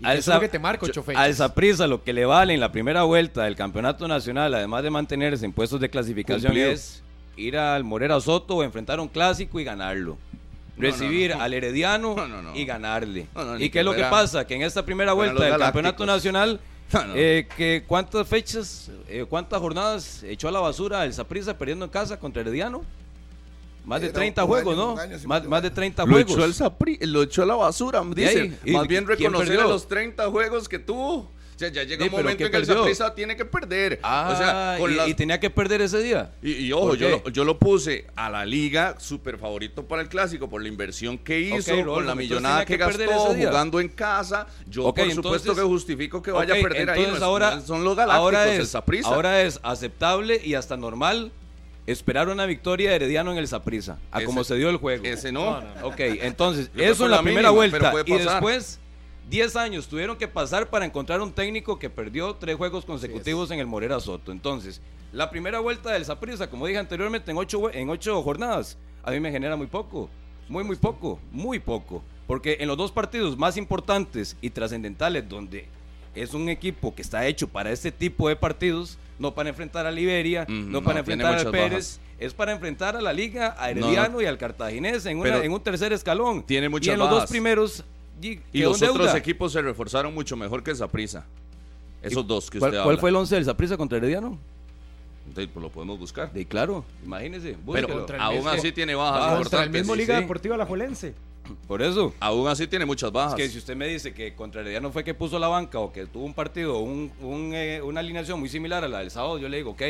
Speaker 5: Y
Speaker 3: Al
Speaker 5: que eso es
Speaker 3: Sa-
Speaker 5: lo que te marca ocho
Speaker 3: yo-
Speaker 5: fechas.
Speaker 3: Al Saprissa lo que le vale en la primera vuelta del campeonato nacional, además de mantenerse en puestos de clasificación,
Speaker 2: Cumplido.
Speaker 3: es ir al Morera Soto o enfrentar a un clásico y ganarlo.
Speaker 2: No,
Speaker 3: Recibir
Speaker 2: no, no.
Speaker 3: al Herediano
Speaker 2: No, no, no.
Speaker 3: y ganarle.
Speaker 2: No, no, ni
Speaker 3: ¿Y qué es lo que
Speaker 2: fuera-
Speaker 3: pasa? Que en esta primera
Speaker 2: fueran
Speaker 3: vuelta
Speaker 2: los
Speaker 3: del campeonato
Speaker 2: galácticos.
Speaker 3: nacional,
Speaker 2: No, no.
Speaker 3: eh, que ¿cuántas fechas, eh, cuántas jornadas echó a la basura el Saprissa perdiendo en casa contra Herediano? Más de
Speaker 2: Eh,
Speaker 4: Era
Speaker 3: 30
Speaker 4: un
Speaker 3: juegos,
Speaker 4: año,
Speaker 3: ¿no?
Speaker 4: un año sin
Speaker 3: Más,
Speaker 4: meter
Speaker 3: más de 30
Speaker 2: Lo
Speaker 3: juegos.
Speaker 2: echó, el Sapri- lo echó a la basura, dice.
Speaker 3: ahí, y
Speaker 2: Más bien
Speaker 3: ¿quién
Speaker 2: reconocer
Speaker 3: perdió?
Speaker 2: a los 30 juegos que tuvo. O sea, ya llega
Speaker 3: Sí,
Speaker 2: un
Speaker 3: pero
Speaker 2: momento
Speaker 3: ¿qué
Speaker 2: en que el
Speaker 3: perdió?
Speaker 2: Saprissa tiene que perder.
Speaker 3: Ah,
Speaker 2: o sea, con
Speaker 3: y-
Speaker 2: las-
Speaker 3: y tenía que perder ese día.
Speaker 2: Y, y ojo,
Speaker 3: ¿Por
Speaker 2: yo
Speaker 3: qué?
Speaker 2: lo, yo lo puse a la liga súper favorito para el clásico por la inversión que hizo,
Speaker 3: Rolando,
Speaker 2: con la
Speaker 3: entonces
Speaker 2: millonada
Speaker 3: tenía
Speaker 2: que,
Speaker 3: que perder
Speaker 2: gastó
Speaker 3: ese día.
Speaker 2: jugando en casa. Yo,
Speaker 3: Ok,
Speaker 2: por supuesto,
Speaker 3: entonces-
Speaker 2: que justifico que vaya
Speaker 3: Ok,
Speaker 2: a perder ahí. No
Speaker 3: entonces
Speaker 2: es-
Speaker 3: ahora,
Speaker 2: son los galácticos,
Speaker 3: ahora
Speaker 2: el
Speaker 3: es,
Speaker 2: Saprissa.
Speaker 3: ahora es aceptable y hasta normal esperar una victoria de Herediano en el Saprisa, a
Speaker 2: Ese-
Speaker 3: como se dio el juego.
Speaker 2: ese no.
Speaker 3: Ok, entonces,
Speaker 2: Yo
Speaker 3: eso
Speaker 2: por
Speaker 3: en
Speaker 2: la
Speaker 3: la, primera
Speaker 2: mínima, pero
Speaker 3: vuelta.
Speaker 2: puede
Speaker 3: Y
Speaker 2: pasar.
Speaker 3: después, 10 años tuvieron que pasar para encontrar un técnico que perdió tres juegos consecutivos en el Morera Soto. Entonces, la primera vuelta del Saprisa, como dije anteriormente, en ocho, jue- en ocho jornadas, a mí me genera muy poco. Muy, muy poco. Muy poco. Porque en los dos partidos más importantes y trascendentales, donde es un equipo que está hecho para este tipo de partidos, no para enfrentar a Liberia,
Speaker 2: Mm,
Speaker 3: no para
Speaker 2: no, tiene
Speaker 3: enfrentar al
Speaker 2: muchas
Speaker 3: Pérez,
Speaker 2: bajas.
Speaker 3: es para enfrentar a la Liga, a
Speaker 2: No, no.
Speaker 3: Herediano y al Cartaginés en, una-
Speaker 2: Pero-
Speaker 3: en un tercer escalón.
Speaker 2: Tiene muchas
Speaker 3: Y en los
Speaker 2: bajas.
Speaker 3: dos primeros. Y,
Speaker 2: Y los otros equipos se reforzaron mucho mejor que el Saprissa. Esos dos que
Speaker 3: ¿Cuál,
Speaker 2: usted
Speaker 3: cuál
Speaker 2: habla.
Speaker 3: fue el 11 del Zaprisa contra Herediano?
Speaker 2: De- pues lo podemos buscar.
Speaker 3: De claro, imagínese.
Speaker 2: Pero
Speaker 3: búsquelo.
Speaker 5: contra el
Speaker 2: aún
Speaker 5: mismo-
Speaker 2: así tiene bajas
Speaker 3: Contra el
Speaker 5: Contra el
Speaker 2: importantes.
Speaker 5: mismo
Speaker 3: sí,
Speaker 5: Liga
Speaker 3: sí.
Speaker 5: Deportiva Alajuelense.
Speaker 3: Por eso.
Speaker 2: Aún así tiene muchas
Speaker 3: Es
Speaker 2: bajas.
Speaker 3: que si usted me dice que contra Herediano fue que puso la banca o que tuvo un partido, un- un, eh, una alineación muy similar a la del sábado, yo le digo, ok,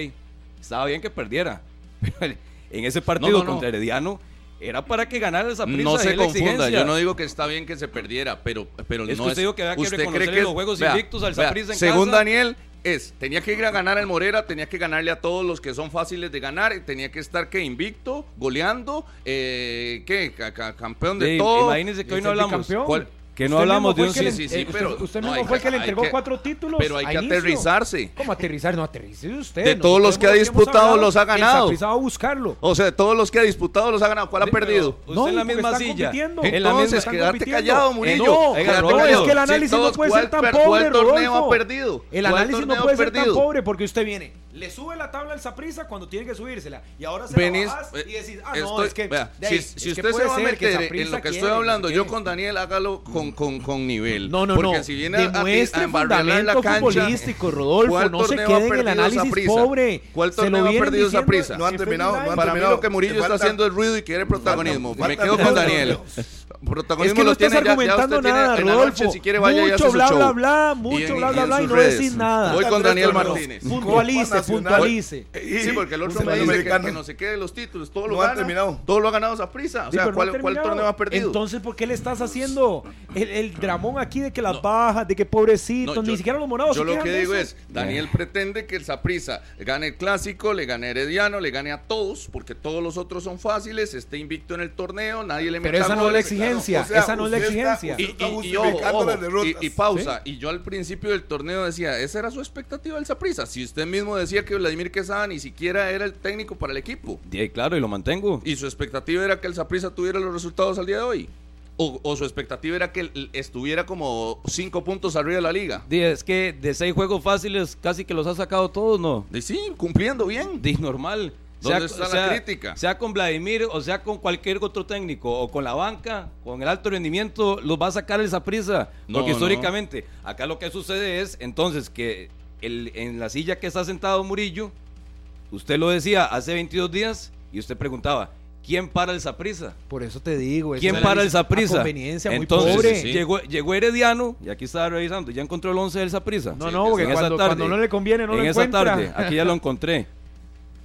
Speaker 3: estaba bien que perdiera. Pero el- en ese partido
Speaker 2: No, no, no.
Speaker 3: contra Herediano era para que ganara el Zaprisa.
Speaker 2: No se confunda, yo no digo que está bien que se perdiera, pero, pero
Speaker 3: Es que
Speaker 2: no
Speaker 3: usted dijo que había que reconocerle los juegos invictos al Saprissa en
Speaker 2: Según
Speaker 3: casa.
Speaker 2: Daniel, es, tenía que ir a ganar al Morera, tenía que ganarle a todos los que son fáciles de ganar, y tenía que estar que invicto, goleando, eh, ¿qué? Ca- ca- campeón de
Speaker 3: Sí,
Speaker 2: todo.
Speaker 3: imagínese que hoy
Speaker 5: Es
Speaker 3: no
Speaker 5: el
Speaker 3: hablamos.
Speaker 5: bicampeón.
Speaker 2: ¿Cuál?
Speaker 3: Que no
Speaker 5: Usted
Speaker 3: hablamos
Speaker 5: mismo
Speaker 3: de
Speaker 5: fue
Speaker 3: un
Speaker 5: el que le-
Speaker 2: sí, sí, sí,
Speaker 5: eh,
Speaker 2: pero
Speaker 5: Usted, usted
Speaker 2: no,
Speaker 5: mismo
Speaker 2: hay
Speaker 5: fue el
Speaker 2: que-
Speaker 5: que le
Speaker 2: hay
Speaker 5: entregó
Speaker 2: que-
Speaker 5: cuatro títulos.
Speaker 2: pero hay
Speaker 5: a
Speaker 2: que
Speaker 5: inicio.
Speaker 2: aterrizarse.
Speaker 5: ¿Cómo aterrizar? No aterrice usted.
Speaker 2: De
Speaker 5: Nosotros
Speaker 2: todos los
Speaker 5: hemos-
Speaker 2: que ha
Speaker 5: hemos
Speaker 2: disputado
Speaker 5: hablado
Speaker 2: los ha
Speaker 5: que el
Speaker 2: ganado.
Speaker 5: Saprissa va a buscarlo.
Speaker 2: O sea, todos los que ha disputado los ha ganado. ¿Cuál ha
Speaker 3: Sí, pero
Speaker 2: perdido?
Speaker 3: usted en la
Speaker 5: porque
Speaker 3: misma
Speaker 5: están
Speaker 3: silla.
Speaker 5: compitiendo.
Speaker 3: En la
Speaker 2: Entonces,
Speaker 3: misma-
Speaker 5: están
Speaker 2: quédate
Speaker 5: compitiendo.
Speaker 2: callado,
Speaker 5: Eh,
Speaker 2: Murillo.
Speaker 5: no,
Speaker 2: Quédate
Speaker 3: no,
Speaker 2: callado.
Speaker 5: es que el análisis
Speaker 2: Si todos-
Speaker 5: no puede
Speaker 2: ¿cuál
Speaker 5: ser tan
Speaker 2: per-
Speaker 5: pobre,
Speaker 2: ¿Cuál torneo
Speaker 5: Rodolfo.
Speaker 2: ha perdido?
Speaker 5: El
Speaker 2: ¿Cuál
Speaker 5: análisis no
Speaker 2: torneo ha
Speaker 5: puede ser tan
Speaker 2: perdido?
Speaker 5: pobre porque usted viene Le sube la tabla al Saprisa cuando tiene que subírsela. Y ahora se
Speaker 2: Venís,
Speaker 5: la bajas y decís, ah, no,
Speaker 2: eh, estoy-
Speaker 5: es que.
Speaker 2: vea,
Speaker 5: de
Speaker 2: si,
Speaker 5: ahí,
Speaker 2: si
Speaker 5: es que
Speaker 2: usted se
Speaker 5: puede
Speaker 2: va a
Speaker 5: ser que Mm.
Speaker 2: meter en
Speaker 5: Saprissa
Speaker 2: lo que estoy
Speaker 5: quiere,
Speaker 2: hablando,
Speaker 5: no sé
Speaker 2: yo
Speaker 5: qué.
Speaker 2: con Daniel hágalo con, con, con nivel.
Speaker 5: No, no,
Speaker 2: Porque
Speaker 5: no.
Speaker 2: si viene a- a,
Speaker 5: Demuestre
Speaker 2: embarrarla en la
Speaker 5: fundamento
Speaker 2: cancha,
Speaker 5: futbolístico, Rodolfo,
Speaker 2: ¿cuál
Speaker 5: no se
Speaker 2: torneo
Speaker 5: quede
Speaker 2: ha
Speaker 5: en el
Speaker 2: perdido
Speaker 5: análisis
Speaker 2: Saprissa?
Speaker 5: pobre.
Speaker 2: ¿Cuál
Speaker 5: Se lo
Speaker 2: torneo ha
Speaker 5: vienen
Speaker 2: perdido
Speaker 5: diciendo-
Speaker 2: esa prisa?
Speaker 4: No han terminado, no han
Speaker 2: Para mí
Speaker 4: terminado.
Speaker 2: lo que Murillo
Speaker 4: Te
Speaker 2: está
Speaker 4: falta-
Speaker 2: haciendo es ruido y quiere protagonismo.
Speaker 4: falta-
Speaker 2: Me quedo con
Speaker 4: falta-
Speaker 2: Daniel.
Speaker 5: Es
Speaker 2: Protagonismo
Speaker 5: que no
Speaker 2: lo
Speaker 5: estás
Speaker 2: tiene ya, ya usted
Speaker 5: argumentando
Speaker 2: tiene
Speaker 5: nada,
Speaker 2: en la noche,
Speaker 5: Rodolfo.
Speaker 2: si quiere vaya y hace
Speaker 5: mucho
Speaker 2: su
Speaker 5: bla,
Speaker 2: show.
Speaker 5: bla, bla,
Speaker 2: Y
Speaker 5: mucho
Speaker 2: en-
Speaker 5: bla,
Speaker 2: y
Speaker 5: bla,
Speaker 2: en
Speaker 5: bla, y
Speaker 2: sus
Speaker 5: no
Speaker 2: redes.
Speaker 5: decís nada.
Speaker 2: Voy con
Speaker 4: Tres
Speaker 2: Daniel
Speaker 4: torneos.
Speaker 2: Martínez.
Speaker 5: Puntualice,
Speaker 4: Nacional.
Speaker 5: puntualice.
Speaker 2: Sí, porque el otro
Speaker 4: Un
Speaker 2: me dice que,
Speaker 4: centroamericano.
Speaker 2: que no se quede los títulos. Todo lo,
Speaker 4: No han
Speaker 2: gana,
Speaker 4: terminado.
Speaker 2: todo lo ha ganado esa prisa. O
Speaker 5: Sí,
Speaker 2: sea,
Speaker 5: pero no
Speaker 2: ¿cuál,
Speaker 5: ha
Speaker 2: ¿cuál
Speaker 5: terminado.
Speaker 2: torneo ha perdido?
Speaker 5: Entonces, ¿por qué le estás haciendo el, el dramón aquí de que las bajas, de que pobrecitos,
Speaker 2: No,
Speaker 5: ni
Speaker 2: yo-
Speaker 5: siquiera los morados?
Speaker 2: Yo
Speaker 5: se
Speaker 2: lo
Speaker 5: quejan
Speaker 2: que
Speaker 5: de
Speaker 2: digo
Speaker 5: eso?
Speaker 2: es, Daniel pretende que el Saprisa gane el clásico, le gane a Herediano, le gane a todos, porque todos los otros son fáciles, esté invicto en el torneo, nadie le
Speaker 5: Pero
Speaker 2: meta
Speaker 5: esa no es la
Speaker 2: goles.
Speaker 5: exigencia,
Speaker 4: O sea,
Speaker 5: esa no es la
Speaker 4: usted está-
Speaker 5: exigencia.
Speaker 2: Y,
Speaker 4: usted- está
Speaker 2: y- y ojo,
Speaker 4: justificando
Speaker 2: ojo,
Speaker 4: las derrotas.
Speaker 2: y- y pausa. Y yo al principio del torneo decía, esa era su expectativa del Saprisa. Si usted mismo decía que Vladimir Quesada ni siquiera era el técnico para el equipo.
Speaker 3: Y, eh, claro, y lo mantengo.
Speaker 2: Y su expectativa era que el Saprisa tuviera los resultados al día de hoy. O, o su expectativa era que el- estuviera como cinco puntos arriba de la liga.
Speaker 3: Di, es que de seis juegos fáciles casi que los ha sacado todos, ¿no?
Speaker 2: Y sí, cumpliendo bien.
Speaker 3: Di, normal.
Speaker 2: ¿Dónde está la crítica?
Speaker 3: Sea con Vladimir o sea con cualquier otro técnico o con la banca, con el alto rendimiento, los va a sacar esa prisa.
Speaker 2: No,
Speaker 3: porque
Speaker 2: no.
Speaker 3: históricamente, acá lo que sucede es entonces que el, en la silla que está sentado Murillo, usted lo decía hace 22 días y usted preguntaba, ¿quién para el Saprisa?
Speaker 5: Por eso te digo. es
Speaker 3: ¿Quién
Speaker 5: una
Speaker 3: para el
Speaker 5: a
Speaker 3: Saprisa?
Speaker 5: conveniencia muy
Speaker 3: Entonces,
Speaker 5: pobre.
Speaker 2: sí, sí.
Speaker 3: Llegó, llegó Herediano, y aquí estaba revisando, ya encontró el 11 del Saprisa.
Speaker 5: No,
Speaker 2: Sí,
Speaker 5: no,
Speaker 2: que
Speaker 5: porque
Speaker 3: en esa
Speaker 5: cuando,
Speaker 3: tarde.
Speaker 5: cuando no le conviene, no
Speaker 3: en
Speaker 5: lo
Speaker 3: esa
Speaker 5: encuentra.
Speaker 3: tarde, aquí ya lo encontré.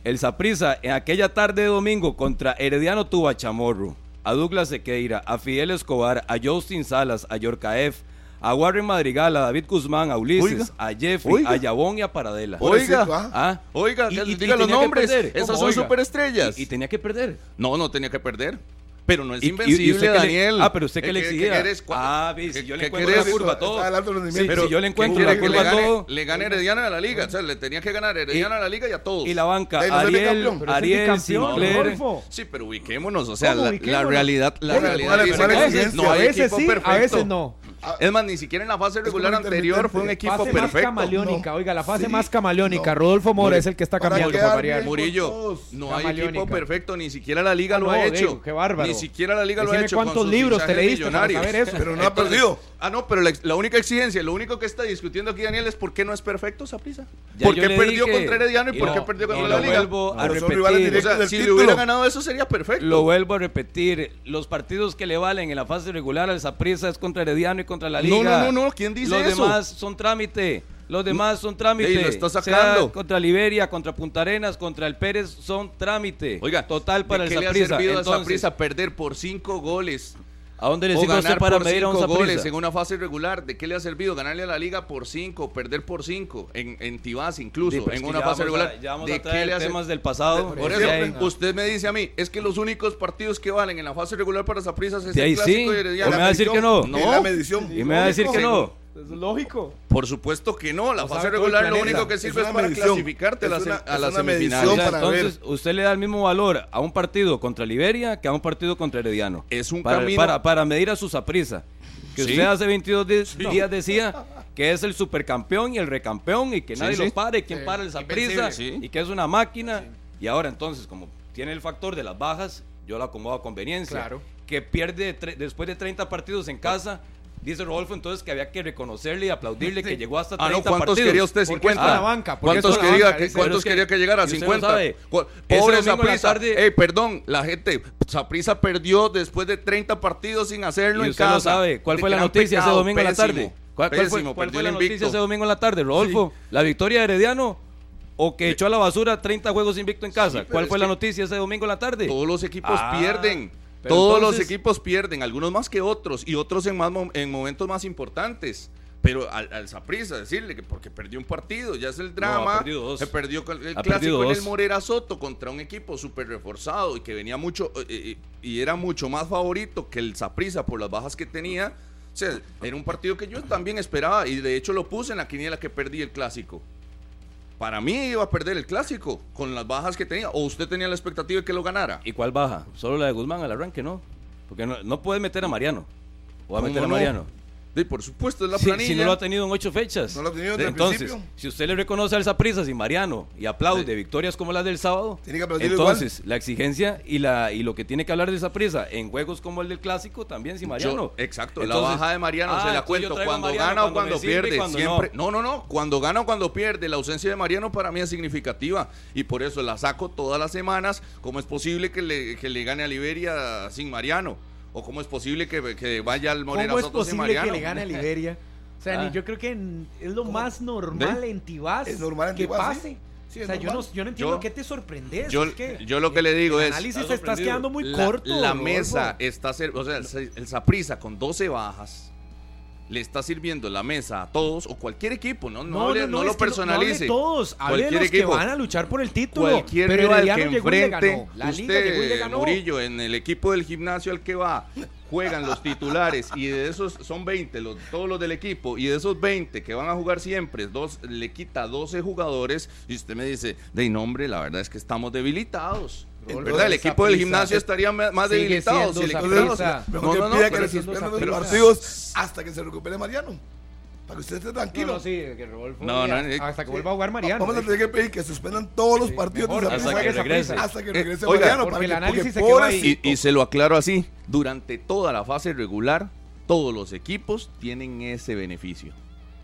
Speaker 3: El Saprisa, en aquella tarde de domingo, contra Herediano tuvo a Chamorro, a Douglas Sequeira, a Fidel Escobar, a Justin Salas, a Yorkaef, a Warren Madrigal, a David Guzmán, a Ulises, a Jeffrey,
Speaker 2: Oiga.
Speaker 3: a Yabón y a Paradela.
Speaker 4: Pobrecito,
Speaker 2: Oiga.
Speaker 4: ¿ah?
Speaker 3: Ah,
Speaker 2: Oiga,
Speaker 3: Y-
Speaker 2: que-
Speaker 3: y-
Speaker 2: diga
Speaker 3: y
Speaker 2: los
Speaker 3: tenía que
Speaker 2: nombres.
Speaker 3: perder.
Speaker 2: Esas
Speaker 3: ¿Cómo,
Speaker 2: son
Speaker 3: oiga?
Speaker 2: superestrellas.
Speaker 3: y, y tenía que perder.
Speaker 2: no, no tenía que perder. Pero no es
Speaker 3: Y- y- y usted
Speaker 2: invencible,
Speaker 3: qué le-
Speaker 2: Daniel. Eh,
Speaker 3: ah, pero usted qué le exigía.
Speaker 2: querés? ¿Cuál-
Speaker 3: Ah, ve, si
Speaker 2: qué-
Speaker 3: yo le
Speaker 2: qué
Speaker 3: encuentro
Speaker 2: querés?
Speaker 3: la curva a
Speaker 4: Está-
Speaker 3: todo.
Speaker 4: está el alto rendimiento.
Speaker 3: Sí, si yo le
Speaker 2: ¿qué
Speaker 3: encuentro
Speaker 2: quiere
Speaker 3: la
Speaker 2: que le
Speaker 3: curva a
Speaker 2: gane?
Speaker 3: todo.
Speaker 2: Le gane Herediano a la liga. O sea, le tenía que ganar Herediano a la liga y a todos.
Speaker 3: Y la banca,
Speaker 4: Ey, no soy
Speaker 3: Ariel,
Speaker 4: bicampeón,
Speaker 5: Pero ese es
Speaker 3: Ariel,
Speaker 5: bicampeón,
Speaker 3: Sinclair.
Speaker 5: Rodolfo.
Speaker 2: Sí, pero ubiquémonos. O sea,
Speaker 5: ¿Cómo
Speaker 2: la,
Speaker 5: ubiquémonos?
Speaker 2: la realidad, la
Speaker 4: Oiga,
Speaker 2: realidad
Speaker 4: ¿cuál es-
Speaker 2: dice
Speaker 4: cuál es
Speaker 2: que
Speaker 4: la
Speaker 2: no hay
Speaker 4: exigencia?
Speaker 5: a
Speaker 2: hay
Speaker 5: veces
Speaker 2: equipo
Speaker 5: sí, a
Speaker 2: perfecto. Ah,
Speaker 5: veces no.
Speaker 2: Es más, ni siquiera en la fase regular
Speaker 4: como
Speaker 2: anterior fue un equipo
Speaker 5: Fase más
Speaker 2: perfecto.
Speaker 5: camaleónica, oiga, la fase
Speaker 4: Sí,
Speaker 5: más camaleónica.
Speaker 4: no.
Speaker 5: Rodolfo Mora
Speaker 4: Muri-
Speaker 5: es el que está
Speaker 4: para
Speaker 5: cambiando
Speaker 4: quedar
Speaker 5: para variar.
Speaker 4: bien.
Speaker 2: Murillo,
Speaker 4: Todos
Speaker 2: no hay equipo
Speaker 5: camaleónica.
Speaker 2: perfecto, ni siquiera la liga
Speaker 5: Ah,
Speaker 2: lo
Speaker 5: no,
Speaker 2: ha
Speaker 5: digo,
Speaker 2: hecho.
Speaker 5: qué bárbaro.
Speaker 2: Ni siquiera la liga lo ha
Speaker 5: Decime
Speaker 2: hecho.
Speaker 5: cuántos
Speaker 2: con sus
Speaker 5: libros te
Speaker 2: fichajes
Speaker 5: leíste para
Speaker 2: millonarios.
Speaker 5: saber eso.
Speaker 4: Pero no ha perdido.
Speaker 2: Ah, no, pero la, ex- la única exigencia, lo único que está discutiendo aquí Daniel es por qué no es perfecto Saprissa.
Speaker 3: Ya
Speaker 2: ¿Por
Speaker 3: yo
Speaker 2: qué
Speaker 3: le
Speaker 2: perdió
Speaker 3: dije-
Speaker 2: contra Herediano y, por
Speaker 3: no,
Speaker 2: qué perdió
Speaker 3: y
Speaker 2: contra
Speaker 3: lo
Speaker 2: la Liga?
Speaker 3: Vuelvo a
Speaker 4: No, son
Speaker 3: repetir,
Speaker 4: rivales
Speaker 2: O
Speaker 4: directos.
Speaker 2: sea,
Speaker 4: del
Speaker 2: si le
Speaker 4: título.
Speaker 2: hubiera ganado eso sería perfecto.
Speaker 3: Lo vuelvo a repetir, los partidos que le valen en la fase regular al Saprissa es contra Herediano y contra la
Speaker 2: No,
Speaker 3: Liga.
Speaker 2: no, no, no, ¿quién dice
Speaker 3: los
Speaker 2: eso?
Speaker 3: Los demás son trámite. Los demás son trámite.
Speaker 2: Ey, lo está
Speaker 3: Sea
Speaker 2: sacando.
Speaker 3: contra Liberia, contra Punta Arenas, contra el Pérez, son trámite.
Speaker 2: Oiga,
Speaker 3: total para
Speaker 2: ¿de
Speaker 3: el
Speaker 2: qué le ha
Speaker 3: Saprissa.
Speaker 2: servido a
Speaker 3: Entonces,
Speaker 2: Saprissa perder por cinco goles?
Speaker 3: ¿A dónde le
Speaker 2: O
Speaker 3: sirve a usted
Speaker 2: ganar
Speaker 3: para
Speaker 2: por
Speaker 3: medir a un
Speaker 2: cinco goles
Speaker 3: Saprissa?
Speaker 2: en una fase regular. ¿De qué le ha servido ganarle a la liga por cinco, perder por cinco? En, en Tibás
Speaker 3: Sí,
Speaker 2: incluso,
Speaker 3: pero es
Speaker 2: en
Speaker 3: que
Speaker 2: una
Speaker 3: ya
Speaker 2: fase
Speaker 3: vamos a-
Speaker 2: regular.
Speaker 3: ya vamos
Speaker 2: ¿De
Speaker 3: a traer
Speaker 2: qué le ha ser-
Speaker 3: temas del pasado.
Speaker 2: Por
Speaker 3: de
Speaker 2: eso, eh, pues,
Speaker 3: ahí.
Speaker 2: usted me dice a mí, es que los únicos partidos que valen en la fase regular para Saprissa es
Speaker 3: De ahí
Speaker 2: el clásico
Speaker 3: sí.
Speaker 2: y
Speaker 3: ¿O
Speaker 2: Herediano.
Speaker 3: me va a decir que no?
Speaker 2: No.
Speaker 4: En la medición.
Speaker 3: Y me va a decir que no.
Speaker 5: Es lógico.
Speaker 2: Por supuesto que no, la
Speaker 5: Lo
Speaker 2: fase
Speaker 5: sabe todo el
Speaker 2: regular lo
Speaker 5: planeta.
Speaker 2: único que
Speaker 4: Es
Speaker 2: sirve es,
Speaker 4: una
Speaker 2: para
Speaker 4: medición.
Speaker 2: clasificarte a la
Speaker 4: Es
Speaker 2: se-
Speaker 4: una-
Speaker 2: a
Speaker 4: es
Speaker 2: la
Speaker 4: una
Speaker 2: semifinal.
Speaker 4: medición
Speaker 3: O sea,
Speaker 4: para
Speaker 3: entonces, usted le da el mismo valor a un partido contra Liberia que a un partido contra Herediano.
Speaker 2: Es un
Speaker 3: para,
Speaker 2: camino-
Speaker 3: Para, para medir a su saprisa. Que
Speaker 2: Sí.
Speaker 3: usted hace 22 di- días decía que es el supercampeón y el recampeón y que
Speaker 2: Sí,
Speaker 3: nadie
Speaker 2: sí.
Speaker 3: lo pare, quién para el saprisa
Speaker 2: Invencible. Sí.
Speaker 3: y que es una máquina. Y ahora entonces, como tiene el factor de las bajas, yo lo acomodo a conveniencia.
Speaker 5: Claro.
Speaker 3: Que pierde tre- después de 30 partidos en casa. Dice Rodolfo entonces que había que reconocerle y aplaudirle que llegó hasta 30
Speaker 2: Ah, no, ¿cuántos
Speaker 3: partidos.
Speaker 2: quería usted?
Speaker 5: Porque
Speaker 2: 50.
Speaker 5: es la banca, porque
Speaker 2: ¿Cuántos
Speaker 5: es la
Speaker 2: quería,
Speaker 5: banca,
Speaker 2: que,
Speaker 5: dice.
Speaker 2: ¿cuántos
Speaker 3: Pero es
Speaker 2: quería
Speaker 3: que-
Speaker 2: que llegara?
Speaker 3: y usted no
Speaker 2: 50.
Speaker 3: sabe.
Speaker 2: Cu-
Speaker 3: Ese
Speaker 2: Pobre
Speaker 3: domingo en la
Speaker 2: Saprissa.
Speaker 3: tarde-
Speaker 2: Ey, perdón, la gente. Saprissa perdió después de 30 partidos sin hacerlo
Speaker 3: Y
Speaker 2: en
Speaker 3: usted no
Speaker 2: casa.
Speaker 3: sabe cuál
Speaker 2: De
Speaker 3: fue la
Speaker 2: gran
Speaker 3: noticia ese
Speaker 2: pecado,
Speaker 3: domingo en la
Speaker 2: pésimo,
Speaker 3: tarde. ¿Cuál, cuál fue,
Speaker 2: pésimo,
Speaker 3: cuál
Speaker 2: perdió
Speaker 3: fue la
Speaker 2: el
Speaker 3: noticia
Speaker 2: invicto.
Speaker 3: ese domingo en la tarde, Rodolfo? ¿La victoria de Herediano o que echó a la basura 30 juegos invicto en casa?
Speaker 2: Eh, pero
Speaker 3: ¿Cuál
Speaker 2: es
Speaker 3: fue la
Speaker 2: que-
Speaker 3: noticia ese domingo en la tarde?
Speaker 2: Todos los equipos
Speaker 3: Ah,
Speaker 2: pierden.
Speaker 3: pero
Speaker 2: Todos los
Speaker 3: entonces-
Speaker 2: equipos pierden, algunos más que otros y otros en, más mom- en momentos más importantes. Pero al, al Saprissa decirle que porque perdió un partido, ya es el drama.
Speaker 3: perdido dos.
Speaker 2: Se perdió con el
Speaker 3: Ha perdido
Speaker 2: clásico en el
Speaker 3: dos.
Speaker 2: Morera Soto contra un equipo súper reforzado y que venía mucho eh, eh, y era mucho más favorito que el Saprissa por las bajas que tenía. O sea, era un partido que yo también esperaba y de hecho lo puse en la quiniela que perdí el clásico. Para mí iba a perder el clásico con las bajas que tenía. ¿O usted tenía la expectativa de que lo ganara?
Speaker 3: ¿Y cuál baja? Solo la de Guzmán al arranque, ¿no? Porque no, no puede meter a Mariano. O va a
Speaker 2: ¿Cómo
Speaker 3: meter a
Speaker 2: no?
Speaker 3: Mariano.
Speaker 2: Sí, por supuesto, es la
Speaker 3: Si-
Speaker 2: planilla.
Speaker 3: si no lo ha tenido en ocho fechas.
Speaker 4: No lo ha tenido desde el
Speaker 3: Entonces,
Speaker 4: principio.
Speaker 3: si usted le reconoce al Saprissa y Mariano y aplaude victorias como las del sábado,
Speaker 4: Tiene que aplaudirlo
Speaker 3: entonces la exigencia y la y lo que tiene que hablar de Saprissa en juegos como el del clásico también si Mariano.
Speaker 2: Yo- exacto, la
Speaker 3: Entonces-
Speaker 2: baja de Mariano
Speaker 3: Ah,
Speaker 2: se la
Speaker 3: entonces yo
Speaker 2: cuento
Speaker 3: traigo a
Speaker 2: cuando
Speaker 3: Mariano
Speaker 2: gana o cuando,
Speaker 3: me sirve y
Speaker 2: pierde.
Speaker 3: cuando no.
Speaker 2: siempre. No. no, no, Cuando gana o cuando pierde. La ausencia de Mariano para mí es significativa y por eso la saco todas las semanas. ¿Cómo es posible que le, que le gane a Liberia sin Mariano? ¿O cómo es posible que, que vaya al Morera
Speaker 5: ¿Cómo es
Speaker 2: Soto sin
Speaker 5: posible
Speaker 2: Mariano?
Speaker 5: que le gane a Liberia? O sea, ni-
Speaker 3: Ah.
Speaker 5: yo creo que en- es lo más normal en Tibás
Speaker 4: Es normal en
Speaker 5: que
Speaker 4: Tibás,
Speaker 5: pase.
Speaker 4: sí. Sí,
Speaker 5: o
Speaker 4: es
Speaker 5: sea, yo no,
Speaker 4: normal.
Speaker 5: yo no entiendo
Speaker 2: Yo-
Speaker 5: qué te sorprendes.
Speaker 2: yo-
Speaker 5: es que
Speaker 2: yo lo que le digo
Speaker 5: el
Speaker 2: es-
Speaker 5: análisis
Speaker 3: Está
Speaker 5: te estás
Speaker 3: sorprendido.
Speaker 5: quedando muy
Speaker 2: la,
Speaker 5: corto.
Speaker 2: la
Speaker 5: Rodolfo.
Speaker 2: mesa está ser, o sea, el, Saprisa con 12 bajas le está sirviendo la mesa a todos o cualquier equipo, no no, hable- no
Speaker 5: es
Speaker 2: lo
Speaker 5: que
Speaker 2: personalice.
Speaker 5: No, hable todos, hable de
Speaker 2: Cualquier
Speaker 5: los que
Speaker 2: equipo.
Speaker 5: van a luchar por el título.
Speaker 2: Cualquier
Speaker 5: pero
Speaker 2: rival que
Speaker 5: Herediano llegó y le
Speaker 2: enfrente
Speaker 5: ganó. La liga llegó y le
Speaker 2: usted,
Speaker 5: ganó.
Speaker 2: Murillo, en el equipo del gimnasio al que va, juegan los titulares y de esos son 20, los- todos los del equipo, y de esos 20 que van a jugar siempre, dos, le quita 12 jugadores y usted me dice, de nombre, la verdad es que estamos debilitados.
Speaker 4: El
Speaker 2: ¿Verdad? El
Speaker 5: Saprissa
Speaker 2: equipo del gimnasio estaría ma- más
Speaker 5: sigue
Speaker 2: debilitado.
Speaker 5: siendo
Speaker 2: si el equipo-
Speaker 5: Saprissa.
Speaker 2: o sea,
Speaker 4: Mejor
Speaker 2: no,
Speaker 4: que
Speaker 2: no, no,
Speaker 4: pida que
Speaker 2: pero-
Speaker 4: le
Speaker 5: siendo
Speaker 4: suspendan los
Speaker 5: pero-
Speaker 4: partidos hasta que se recupere Mariano. Para que usted esté
Speaker 5: No,
Speaker 4: tranquilo.
Speaker 5: no, sí, que Rodolfo.
Speaker 2: No, no,
Speaker 5: ya,
Speaker 2: eh,
Speaker 5: hasta que vuelva a jugar Mariano.
Speaker 4: Vamos a tener que pedir que suspendan todos los partidos de
Speaker 5: mejor,
Speaker 4: Saprissa
Speaker 3: hasta que regrese.
Speaker 4: hasta que regrese
Speaker 2: Eh, oiga,
Speaker 4: Mariano.
Speaker 5: porque
Speaker 4: para
Speaker 5: el
Speaker 4: que-
Speaker 5: análisis se
Speaker 4: porque
Speaker 5: quedó ahí.
Speaker 2: Y, y se lo aclaro así, durante toda la fase regular, todos los equipos tienen ese beneficio,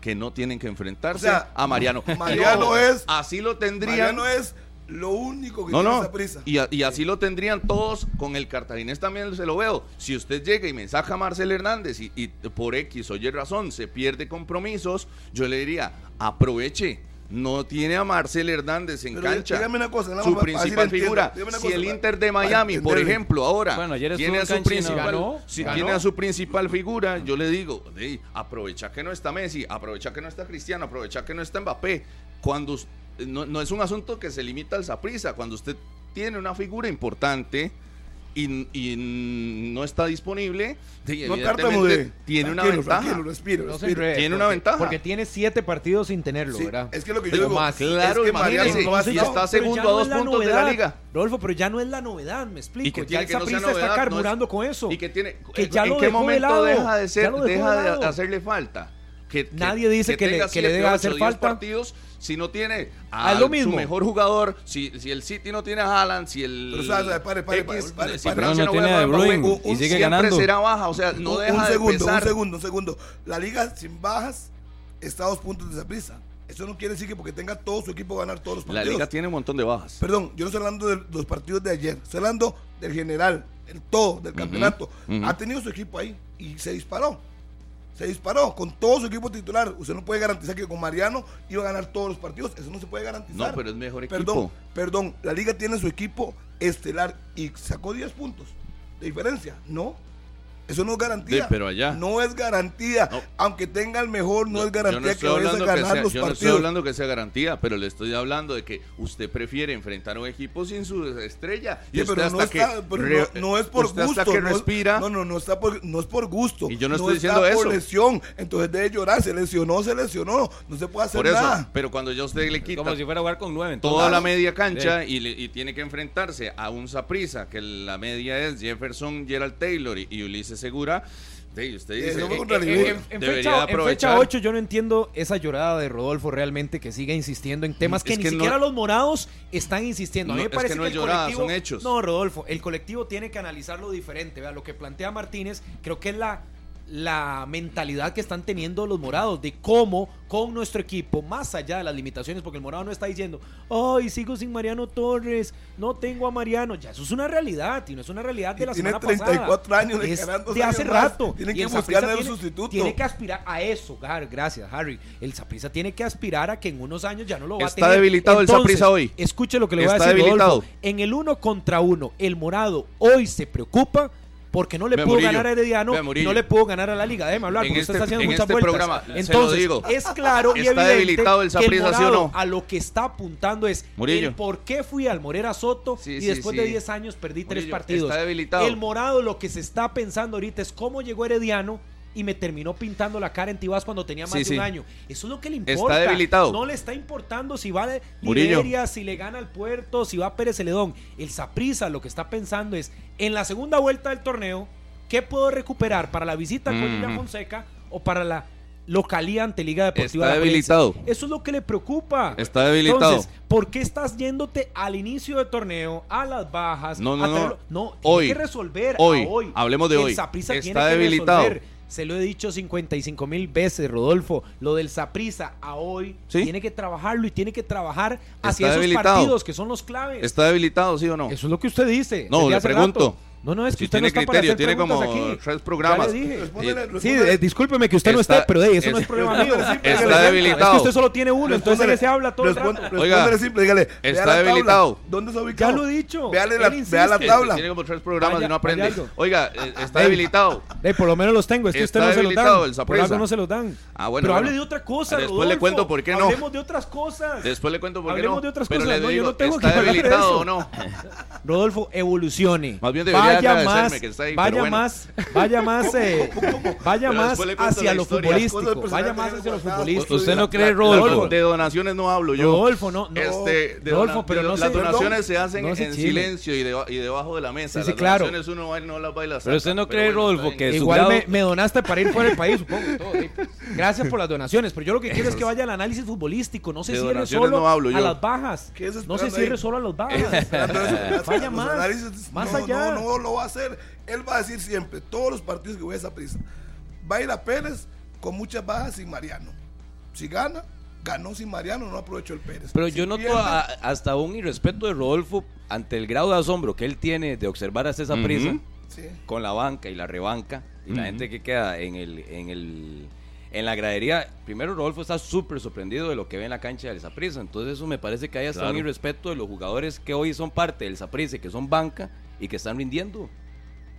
Speaker 2: que no tienen que enfrentarse
Speaker 4: O sea,
Speaker 2: a Mariano.
Speaker 4: Mariano
Speaker 2: Y ojo,
Speaker 4: es-
Speaker 2: Así lo tendrían...
Speaker 4: Mariano es lo único que
Speaker 2: no,
Speaker 4: tiene
Speaker 2: no,
Speaker 4: Saprissa.
Speaker 2: y, a- y así lo tendrían todos, con el cartaginés también se lo veo. Si usted llega y me saca a Marcel Hernández y, y por X o Y razón se pierde compromisos, yo le diría, aproveche. No tiene a Marcel Hernández en
Speaker 4: Pero
Speaker 2: cancha.
Speaker 4: dígame una cosa, nada
Speaker 2: su
Speaker 4: más para- así la
Speaker 2: principal
Speaker 4: entiendo.
Speaker 2: figura.
Speaker 4: Dígame una
Speaker 2: Si
Speaker 4: cosa
Speaker 2: el
Speaker 4: para-
Speaker 2: Inter de
Speaker 4: para
Speaker 2: Miami, por
Speaker 4: entenderle.
Speaker 2: ejemplo, ahora
Speaker 3: Bueno, ayer estuvo
Speaker 2: tiene a
Speaker 3: en
Speaker 2: su
Speaker 3: cancha y no
Speaker 2: principal,
Speaker 3: ganó.
Speaker 2: si
Speaker 5: Ganó.
Speaker 2: tiene a su principal figura, yo le digo, "Ey, aprovecha que no está Messi, aprovecha que no está Cristiano, aprovecha que no está Mbappé. Cuando us- no, no es un asunto que se limita al Saprisa, cuando usted tiene una figura importante y, y no está disponible, sí,
Speaker 4: No
Speaker 2: evidentemente
Speaker 4: tartamude.
Speaker 2: tiene una
Speaker 4: Tranquilo,
Speaker 2: ventaja.
Speaker 4: Tranquilo, respiro,
Speaker 5: No se
Speaker 4: respiro.
Speaker 5: enrede,
Speaker 2: Tiene una
Speaker 5: porque-
Speaker 2: ventaja.
Speaker 5: Porque tiene siete partidos sin tenerlo,
Speaker 4: Sí,
Speaker 5: ¿verdad?
Speaker 4: es que lo que yo
Speaker 5: Pero
Speaker 4: digo,
Speaker 5: más.
Speaker 2: Claro,
Speaker 4: es que
Speaker 2: imagínense,
Speaker 4: Mariano no ha
Speaker 2: y
Speaker 4: sido-
Speaker 2: está
Speaker 5: Pero
Speaker 2: segundo
Speaker 5: ya
Speaker 2: a
Speaker 5: no
Speaker 2: dos
Speaker 5: es la
Speaker 2: puntos de la
Speaker 5: novedad.
Speaker 2: liga.
Speaker 5: Rodolfo, pero ya no es la novedad, me explico.
Speaker 2: Y que
Speaker 5: ya
Speaker 2: tiene
Speaker 5: el
Speaker 2: que no sea
Speaker 5: Saprissa
Speaker 2: novedad,
Speaker 5: está
Speaker 2: no es-
Speaker 5: carburando con eso.
Speaker 2: Y que tiene. eh,
Speaker 5: Que ya
Speaker 2: ¿En
Speaker 5: lo
Speaker 2: qué
Speaker 5: dejó de
Speaker 2: momento
Speaker 5: lado,
Speaker 2: deja de
Speaker 5: ya
Speaker 2: ser,
Speaker 5: lo dejó de
Speaker 2: deja de,
Speaker 5: lado.
Speaker 2: hacerle falta? Que,
Speaker 5: Nadie dice que le-
Speaker 2: tenga
Speaker 5: que le
Speaker 2: siete,
Speaker 5: deba
Speaker 2: ocho,
Speaker 5: hacer
Speaker 2: diez
Speaker 5: falta.
Speaker 2: partidos si no tiene
Speaker 5: Ah,
Speaker 2: a
Speaker 5: es lo
Speaker 2: su
Speaker 5: mismo.
Speaker 2: mejor jugador, si, si el City no tiene a Haaland, si el
Speaker 4: Pero, sabe, sabe, pare, pare, pare,
Speaker 2: X,
Speaker 4: pare,
Speaker 2: si
Speaker 4: pare.
Speaker 2: Francia
Speaker 3: No, no
Speaker 2: juega
Speaker 3: tiene a De
Speaker 2: Mbappé,
Speaker 3: Bruyne,
Speaker 2: un-
Speaker 3: y
Speaker 2: un
Speaker 3: sigue
Speaker 2: siempre
Speaker 3: ganando.
Speaker 2: será baja, o sea, no
Speaker 4: un,
Speaker 2: deja
Speaker 4: un segundo,
Speaker 2: de pesar.
Speaker 4: un segundo, un segundo. La liga sin bajas está a dos puntos de Saprissa. Eso no quiere decir que porque tenga todo su equipo ganar todos los
Speaker 2: La
Speaker 4: partidos.
Speaker 2: liga tiene un montón de bajas.
Speaker 4: Perdón, yo no estoy hablando de los partidos de ayer, estoy hablando del general, del todo, del campeonato.
Speaker 2: ujú.
Speaker 4: Ha tenido su equipo ahí y se disparó. Se disparó con todo su equipo titular. Usted no puede garantizar que con Mariano iba a ganar todos los partidos. Eso no se puede garantizar.
Speaker 2: No, pero es mejor
Speaker 4: Perdón,
Speaker 2: equipo.
Speaker 4: perdón. La liga tiene su equipo estelar y sacó 10 puntos de diferencia. No. Eso no es garantía.
Speaker 2: Sí, pero allá.
Speaker 4: No es garantía.
Speaker 2: No.
Speaker 4: Aunque tenga el mejor, no, es
Speaker 2: yo
Speaker 4: garantía
Speaker 2: no
Speaker 4: que
Speaker 2: estoy
Speaker 4: vayas a
Speaker 2: hablando que
Speaker 4: ganar
Speaker 2: sea-
Speaker 4: los
Speaker 2: yo no estoy
Speaker 4: partidos.
Speaker 2: hablando que sea garantía, pero le estoy hablando de que usted prefiere enfrentar a un equipo sin su estrella. Y
Speaker 4: Sí,
Speaker 2: usted
Speaker 4: pero
Speaker 2: hasta
Speaker 4: no, está-
Speaker 2: que
Speaker 4: pero
Speaker 2: re-
Speaker 4: no- no es por
Speaker 2: usted
Speaker 4: gusto.
Speaker 2: hasta que
Speaker 4: no, es-
Speaker 2: respira.
Speaker 4: No, no, no, está por, no es por gusto.
Speaker 2: Y yo no
Speaker 4: está
Speaker 2: estoy diciendo eso.
Speaker 4: por lesión. Entonces debe llorar. Se lesionó, se lesionó. No se puede hacer
Speaker 2: por eso,
Speaker 4: nada.
Speaker 2: pero cuando ya usted le
Speaker 3: Es
Speaker 2: quita
Speaker 3: como si fuera a jugar con nueve. entonces-
Speaker 2: toda la media cancha y, le- y tiene que enfrentarse a un Saprisa, que la media es Jefferson, Gerald Taylor y, y Ulises Segura. Sí, usted
Speaker 4: Eh,
Speaker 2: dice,
Speaker 4: no fue
Speaker 2: eh,
Speaker 4: contra
Speaker 2: eh,
Speaker 4: Liberia.
Speaker 2: eh,
Speaker 5: En
Speaker 2: debería
Speaker 5: fecha, en
Speaker 2: aprovechar.
Speaker 5: fecha 8 yo no entiendo esa llorada de Rodolfo realmente que sigue insistiendo en temas que
Speaker 2: Mm, Es
Speaker 5: ni
Speaker 2: que no-
Speaker 5: siquiera los morados están insistiendo. A mí
Speaker 2: No, es
Speaker 5: me
Speaker 2: que
Speaker 5: parece
Speaker 2: no
Speaker 5: que
Speaker 2: es
Speaker 5: el
Speaker 2: llorada,
Speaker 5: colectivo-
Speaker 2: son hechos.
Speaker 5: No, Rodolfo, el colectivo tiene que analizarlo diferente. Vea, lo que plantea Martínez creo que es la, la mentalidad que están teniendo los morados de cómo con nuestro equipo, más allá de las limitaciones, porque el morado no está diciendo, ay, sigo sin Mariano Torres, no tengo a Mariano. Ya, eso es una realidad y no es una realidad de
Speaker 4: Y
Speaker 5: la
Speaker 4: tiene
Speaker 5: semana
Speaker 4: 34
Speaker 5: pasada.
Speaker 4: años, le
Speaker 5: Es
Speaker 4: quedan dos
Speaker 5: de hace
Speaker 4: años más.
Speaker 5: rato.
Speaker 4: Tienen
Speaker 5: Y
Speaker 4: que
Speaker 5: el
Speaker 4: buscar
Speaker 5: Saprissa
Speaker 4: a un
Speaker 5: tiene-
Speaker 4: sustituto.
Speaker 5: Tiene que aspirar a eso, Gar- gracias, Harry. El Saprisa tiene que aspirar a que en unos años ya no lo va
Speaker 2: Está
Speaker 5: a tener.
Speaker 2: debilitado el
Speaker 5: Entonces,
Speaker 2: Saprissa hoy.
Speaker 5: Escuche lo que le voy a
Speaker 2: Está
Speaker 5: decir.
Speaker 2: debilitado.
Speaker 5: Rodolfo. En el uno contra uno, el morado hoy se preocupa porque no le
Speaker 2: Ve a
Speaker 5: pudo
Speaker 2: Murillo,
Speaker 5: ganar a Herediano,
Speaker 2: ve a Murillo.
Speaker 5: no le pudo ganar a la Liga. Déjeme hablar,
Speaker 2: En
Speaker 5: porque usted está
Speaker 2: este-
Speaker 5: haciendo
Speaker 2: en
Speaker 5: muchas
Speaker 2: este
Speaker 5: vueltas.
Speaker 2: programa, se lo
Speaker 5: Entonces,
Speaker 2: digo.
Speaker 5: es claro y
Speaker 2: Está
Speaker 5: evidente
Speaker 2: debilitado el
Speaker 5: que el
Speaker 2: Saprissa, ¿sí o
Speaker 5: morado
Speaker 2: no?
Speaker 5: a lo que está apuntando es
Speaker 2: Murillo.
Speaker 5: el por qué fui al Morera Soto
Speaker 2: Sí,
Speaker 5: y
Speaker 2: sí,
Speaker 5: después de
Speaker 2: sí.
Speaker 5: 10 años perdí tres
Speaker 2: Murillo,
Speaker 5: partidos.
Speaker 2: está debilitado.
Speaker 5: El Morado lo que se está pensando ahorita es cómo llegó Herediano y me terminó pintando la cara en Tibás cuando tenía más
Speaker 2: Sí,
Speaker 5: de
Speaker 2: sí.
Speaker 5: un año. Eso es lo que le
Speaker 2: Está
Speaker 5: importa.
Speaker 2: debilitado.
Speaker 5: No le está importando si va a
Speaker 2: Murillo.
Speaker 5: Liberia, si le gana al Puerto, si va a Pérez Celedón. El Saprisa lo que está pensando es en la segunda vuelta del torneo, ¿qué puedo recuperar para la visita a Colina
Speaker 2: Ujú.
Speaker 5: Fonseca o para la localía ante Liga
Speaker 2: Está
Speaker 5: Deportiva. de la Prensa.
Speaker 2: debilitado.
Speaker 5: Eso es lo que le preocupa.
Speaker 2: Está debilitado.
Speaker 5: Entonces, ¿por qué estás yéndote al inicio de torneo, a las bajas?
Speaker 2: No, no,
Speaker 5: a
Speaker 2: no.
Speaker 5: traerlo? No,
Speaker 2: Hoy,
Speaker 5: tiene que resolver. a
Speaker 2: hoy,
Speaker 5: Hoy,
Speaker 2: hablemos de
Speaker 5: El
Speaker 2: hoy.
Speaker 5: Saprissa tiene
Speaker 2: Está
Speaker 5: que
Speaker 2: debilitado.
Speaker 5: resolver. Se lo he dicho 55 mil veces, Rodolfo. Lo del Saprisa a hoy
Speaker 2: Sí.
Speaker 5: tiene que trabajarlo y tiene que trabajar hacia
Speaker 2: Está
Speaker 5: esos
Speaker 2: debilitado.
Speaker 5: partidos que son los claves.
Speaker 2: ¿Está debilitado, sí o no?
Speaker 5: Eso es lo que usted dice.
Speaker 2: No,
Speaker 5: desde
Speaker 2: le
Speaker 5: hace
Speaker 2: pregunto.
Speaker 5: rato. No, no, es que
Speaker 2: Si
Speaker 5: usted
Speaker 2: tiene
Speaker 5: no está
Speaker 2: criterio,
Speaker 5: para hacer
Speaker 2: tiene como
Speaker 5: preguntas aquí.
Speaker 2: tres programas.
Speaker 5: Ya le dije.
Speaker 4: Respóndele,
Speaker 5: Sí,
Speaker 4: respóndele.
Speaker 5: eh, discúlpeme que usted no
Speaker 2: Está-
Speaker 5: está, pero de eso no
Speaker 2: es-
Speaker 5: es problema mío.
Speaker 4: Está
Speaker 5: Es que
Speaker 2: debilitado.
Speaker 5: usted solo tiene uno, entonces
Speaker 4: Respóndele,
Speaker 5: se habla todo el
Speaker 4: respon-
Speaker 5: rato.
Speaker 2: Oiga,
Speaker 4: respóndele simple, dígale. "Vea
Speaker 2: está
Speaker 4: la tabla,
Speaker 2: debilitado.
Speaker 4: ¿Dónde se ha ubicado?
Speaker 5: Ya lo he dicho.
Speaker 4: Véale la-
Speaker 5: Él insiste.
Speaker 4: vea la
Speaker 2: Este,
Speaker 4: tabla. Ah,
Speaker 2: Tiene como tres programas
Speaker 5: Vaya-
Speaker 2: y no aprende.
Speaker 5: vaya algo.
Speaker 2: Oiga, eh, está
Speaker 5: Ey.
Speaker 2: debilitado.
Speaker 5: Eh, por lo menos los tengo, es que
Speaker 2: Está
Speaker 5: usted no se los
Speaker 2: debilitado el
Speaker 5: dan. Por
Speaker 2: Saprissa.
Speaker 5: algo no se los dan.
Speaker 2: Ah, bueno, bueno.
Speaker 5: Pero
Speaker 2: Ah,
Speaker 5: hable de otra cosa,
Speaker 2: Después
Speaker 5: Rodolfo.
Speaker 2: le cuento por qué no.
Speaker 5: Hablemos de otras cosas.
Speaker 2: Después le cuento por qué
Speaker 5: Hablemos
Speaker 2: no.
Speaker 5: de otras
Speaker 2: pero
Speaker 5: cosas,
Speaker 2: le
Speaker 5: no, yo
Speaker 2: digo,
Speaker 5: no tengo que
Speaker 2: ¿está
Speaker 5: hablar de
Speaker 2: debilitado
Speaker 5: eso.
Speaker 2: o no?
Speaker 5: Rodolfo, evolucione.
Speaker 2: Más bien debería
Speaker 5: vaya
Speaker 2: agradecerme
Speaker 5: más,
Speaker 2: que está ahí,
Speaker 5: vaya
Speaker 2: pero bueno.
Speaker 5: más, vaya más, eh, vaya
Speaker 2: Pero
Speaker 5: más
Speaker 2: después le cuento
Speaker 5: hacia
Speaker 2: la
Speaker 5: lo
Speaker 2: historia.
Speaker 4: Cosas
Speaker 5: futbolístico.
Speaker 4: personales
Speaker 5: Vaya más
Speaker 4: de
Speaker 5: hacia lo
Speaker 4: WhatsApp.
Speaker 5: futbolístico.
Speaker 3: ¿Usted no cree,
Speaker 5: Rodolfo.
Speaker 3: Rodolfo?
Speaker 2: De donaciones no hablo yo.
Speaker 5: Rodolfo, no, no.
Speaker 2: Este, de
Speaker 5: Rodolfo,
Speaker 2: dona-
Speaker 5: pero
Speaker 2: de-
Speaker 5: no
Speaker 2: las
Speaker 5: se-
Speaker 2: donaciones se hacen
Speaker 5: no se
Speaker 2: en
Speaker 5: chile.
Speaker 2: silencio y, deba- y debajo de la mesa.
Speaker 5: Sí, sí,
Speaker 2: las
Speaker 5: claro.
Speaker 2: donaciones uno va y no las baila.
Speaker 3: Pero usted no cree, Rodolfo, que su
Speaker 5: Igual
Speaker 3: grado-
Speaker 5: me, me donaste para ir fuera del país, supongo. todo, sí. Gracias por las donaciones, pero yo lo que quiero es que vaya al análisis futbolístico. No se
Speaker 2: De
Speaker 5: cierre
Speaker 2: donaciones
Speaker 5: solo
Speaker 2: no hablo yo.
Speaker 5: a las bajas.
Speaker 4: ¿Qué estás
Speaker 5: No se
Speaker 4: esperando
Speaker 5: cierre
Speaker 4: ahí?
Speaker 5: solo a las bajas.
Speaker 4: Entonces,
Speaker 5: Vaya
Speaker 4: los
Speaker 5: más,
Speaker 4: análisis,
Speaker 5: más
Speaker 4: no,
Speaker 5: allá.
Speaker 4: No, no lo va a hacer. Él va a decir siempre, todos los partidos que voy a esa prisa. Va a ir a Pérez con muchas bajas sin Mariano. Si gana, ganó sin Mariano, no aprovechó el Pérez.
Speaker 3: Pero
Speaker 4: Si
Speaker 3: yo noto
Speaker 4: pierde,
Speaker 3: a- hasta un irrespeto de Rodolfo ante el grado de asombro que él tiene de observar a César Prisa
Speaker 2: Ujú.
Speaker 4: sí.
Speaker 3: con la banca y la rebanca y la gente que queda en el, en el en la gradería. Primero Rodolfo está súper sorprendido de lo que ve en la cancha del Saprissa, entonces eso me parece que hay hasta
Speaker 2: Claro.
Speaker 3: un irrespeto de los jugadores que hoy son parte del Saprissa, y que son banca y que están rindiendo.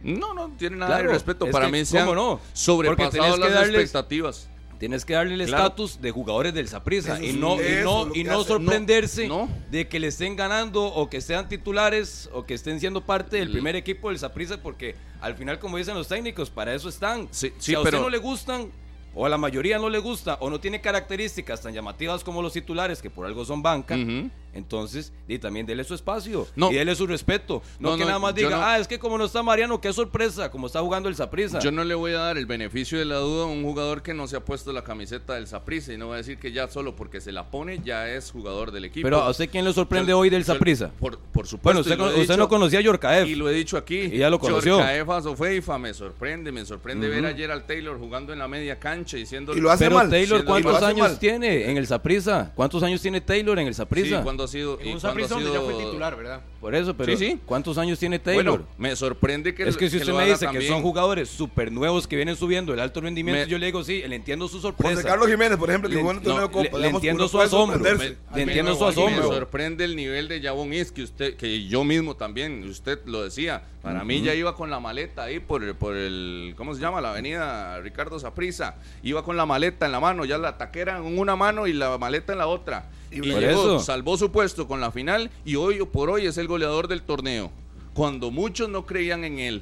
Speaker 2: No, no tiene nada
Speaker 3: Claro,
Speaker 2: de respeto.
Speaker 3: es
Speaker 2: Para
Speaker 3: que,
Speaker 2: mí se han
Speaker 3: ¿cómo no? Porque tenés
Speaker 2: sobrepasado
Speaker 3: que
Speaker 2: las
Speaker 3: darles-
Speaker 2: expectativas.
Speaker 3: Tienes que darle el
Speaker 2: Claro.
Speaker 3: estatus de jugadores del Saprissa
Speaker 4: Eso
Speaker 3: y
Speaker 4: sí,
Speaker 3: no, y
Speaker 4: eso
Speaker 3: no,
Speaker 4: es lo
Speaker 3: y
Speaker 4: que
Speaker 3: no
Speaker 4: hace.
Speaker 3: sorprenderse
Speaker 2: No, no.
Speaker 3: de que le estén ganando o que sean titulares o que estén siendo parte del primer equipo del Saprissa porque al final, como dicen los técnicos, para eso están.
Speaker 2: Sí, sí,
Speaker 3: si a
Speaker 2: pero-
Speaker 3: usted no le gustan o a la mayoría no le gusta o no tiene características tan llamativas como los titulares que por algo son banca,
Speaker 2: Ujú.
Speaker 3: entonces y también dele su espacio
Speaker 2: No.
Speaker 3: y dele su respeto. No,
Speaker 2: No,
Speaker 3: que
Speaker 2: no,
Speaker 3: nada más
Speaker 2: yo
Speaker 3: diga,
Speaker 2: no-
Speaker 3: ah, es que como no está Mariano, qué sorpresa, como está jugando el Saprissa.
Speaker 2: Yo no le voy a dar el beneficio de la duda a un jugador que no se ha puesto la camiseta del Saprissa y no va a decir que ya solo porque se la pone ya es jugador del equipo.
Speaker 3: Pero a usted, ¿quién le sorprende
Speaker 2: Yo-
Speaker 3: hoy del
Speaker 2: yo-
Speaker 3: Saprissa?
Speaker 2: Por, por supuesto.
Speaker 3: Bueno,
Speaker 2: y
Speaker 3: usted,
Speaker 2: Pues, lo he
Speaker 3: usted no
Speaker 2: dicho-
Speaker 3: conocía a Yorkaev.
Speaker 2: Y lo he dicho aquí.
Speaker 3: Y ya lo conoció.
Speaker 2: Yorkaefa Sofeifa me sorprende, me sorprende ver a Gerald Taylor jugando en la media cancha y siendo.
Speaker 4: Y lo hace
Speaker 3: Pero
Speaker 4: mal.
Speaker 3: Taylor,
Speaker 2: Sí, lo
Speaker 3: ¿cuántos
Speaker 4: hace
Speaker 3: años
Speaker 4: mal.
Speaker 3: tiene en el Saprisa? ¿Cuántos años tiene Taylor en el
Speaker 2: Sí,
Speaker 3: Saprisa?
Speaker 2: cuando ha sido. y
Speaker 5: En un
Speaker 2: cuando ha
Speaker 5: Saprissa donde ya
Speaker 2: sido-
Speaker 5: fue titular, ¿verdad?
Speaker 3: Por eso, pero
Speaker 2: Sí, sí.
Speaker 3: ¿cuántos años tiene Taylor?
Speaker 2: Bueno, me sorprende que.
Speaker 3: es que si
Speaker 2: lo
Speaker 3: usted me
Speaker 2: haga
Speaker 3: dice que
Speaker 2: también.
Speaker 3: son jugadores súper nuevos que vienen subiendo el alto rendimiento,
Speaker 2: Me-
Speaker 3: yo le digo sí, le entiendo su sorpresa.
Speaker 4: José Carlos Jiménez, por ejemplo, que
Speaker 3: Le-
Speaker 4: jugó en el torneo
Speaker 3: no,
Speaker 4: de Copa.
Speaker 3: le- le
Speaker 4: digamos,
Speaker 3: entiendo
Speaker 4: uno
Speaker 3: su
Speaker 4: puede
Speaker 3: asombro.
Speaker 4: sorprenderse.
Speaker 3: Me- le entiendo su
Speaker 2: Me
Speaker 3: asombro.
Speaker 2: sorprende el nivel de Jabón Is que usted, que yo mismo también, usted lo decía. Para mí ya iba con la maleta ahí por el, por el, ¿cómo se llama? La avenida Ricardo Saprisa. Iba con la maleta en la mano, ya la taquera en una mano y la maleta en la otra. Y,
Speaker 4: Y
Speaker 3: por
Speaker 2: llegó,
Speaker 3: eso.
Speaker 2: salvó su puesto con la final y hoy por hoy es el goleador del torneo. Cuando muchos no creían en él.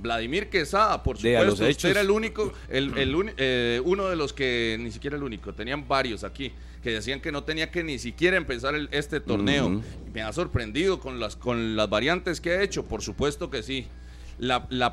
Speaker 2: Vladimir Quesada, por
Speaker 3: De a los
Speaker 2: supuesto, usted
Speaker 3: hechos.
Speaker 2: era el único, el, el uni- eh, uno de los que ni siquiera el único, tenían varios aquí que decían que no tenía que ni siquiera empezar el- este torneo.
Speaker 3: Ujú.
Speaker 2: Me ha sorprendido con las con las variantes que ha hecho, por supuesto que sí. La, la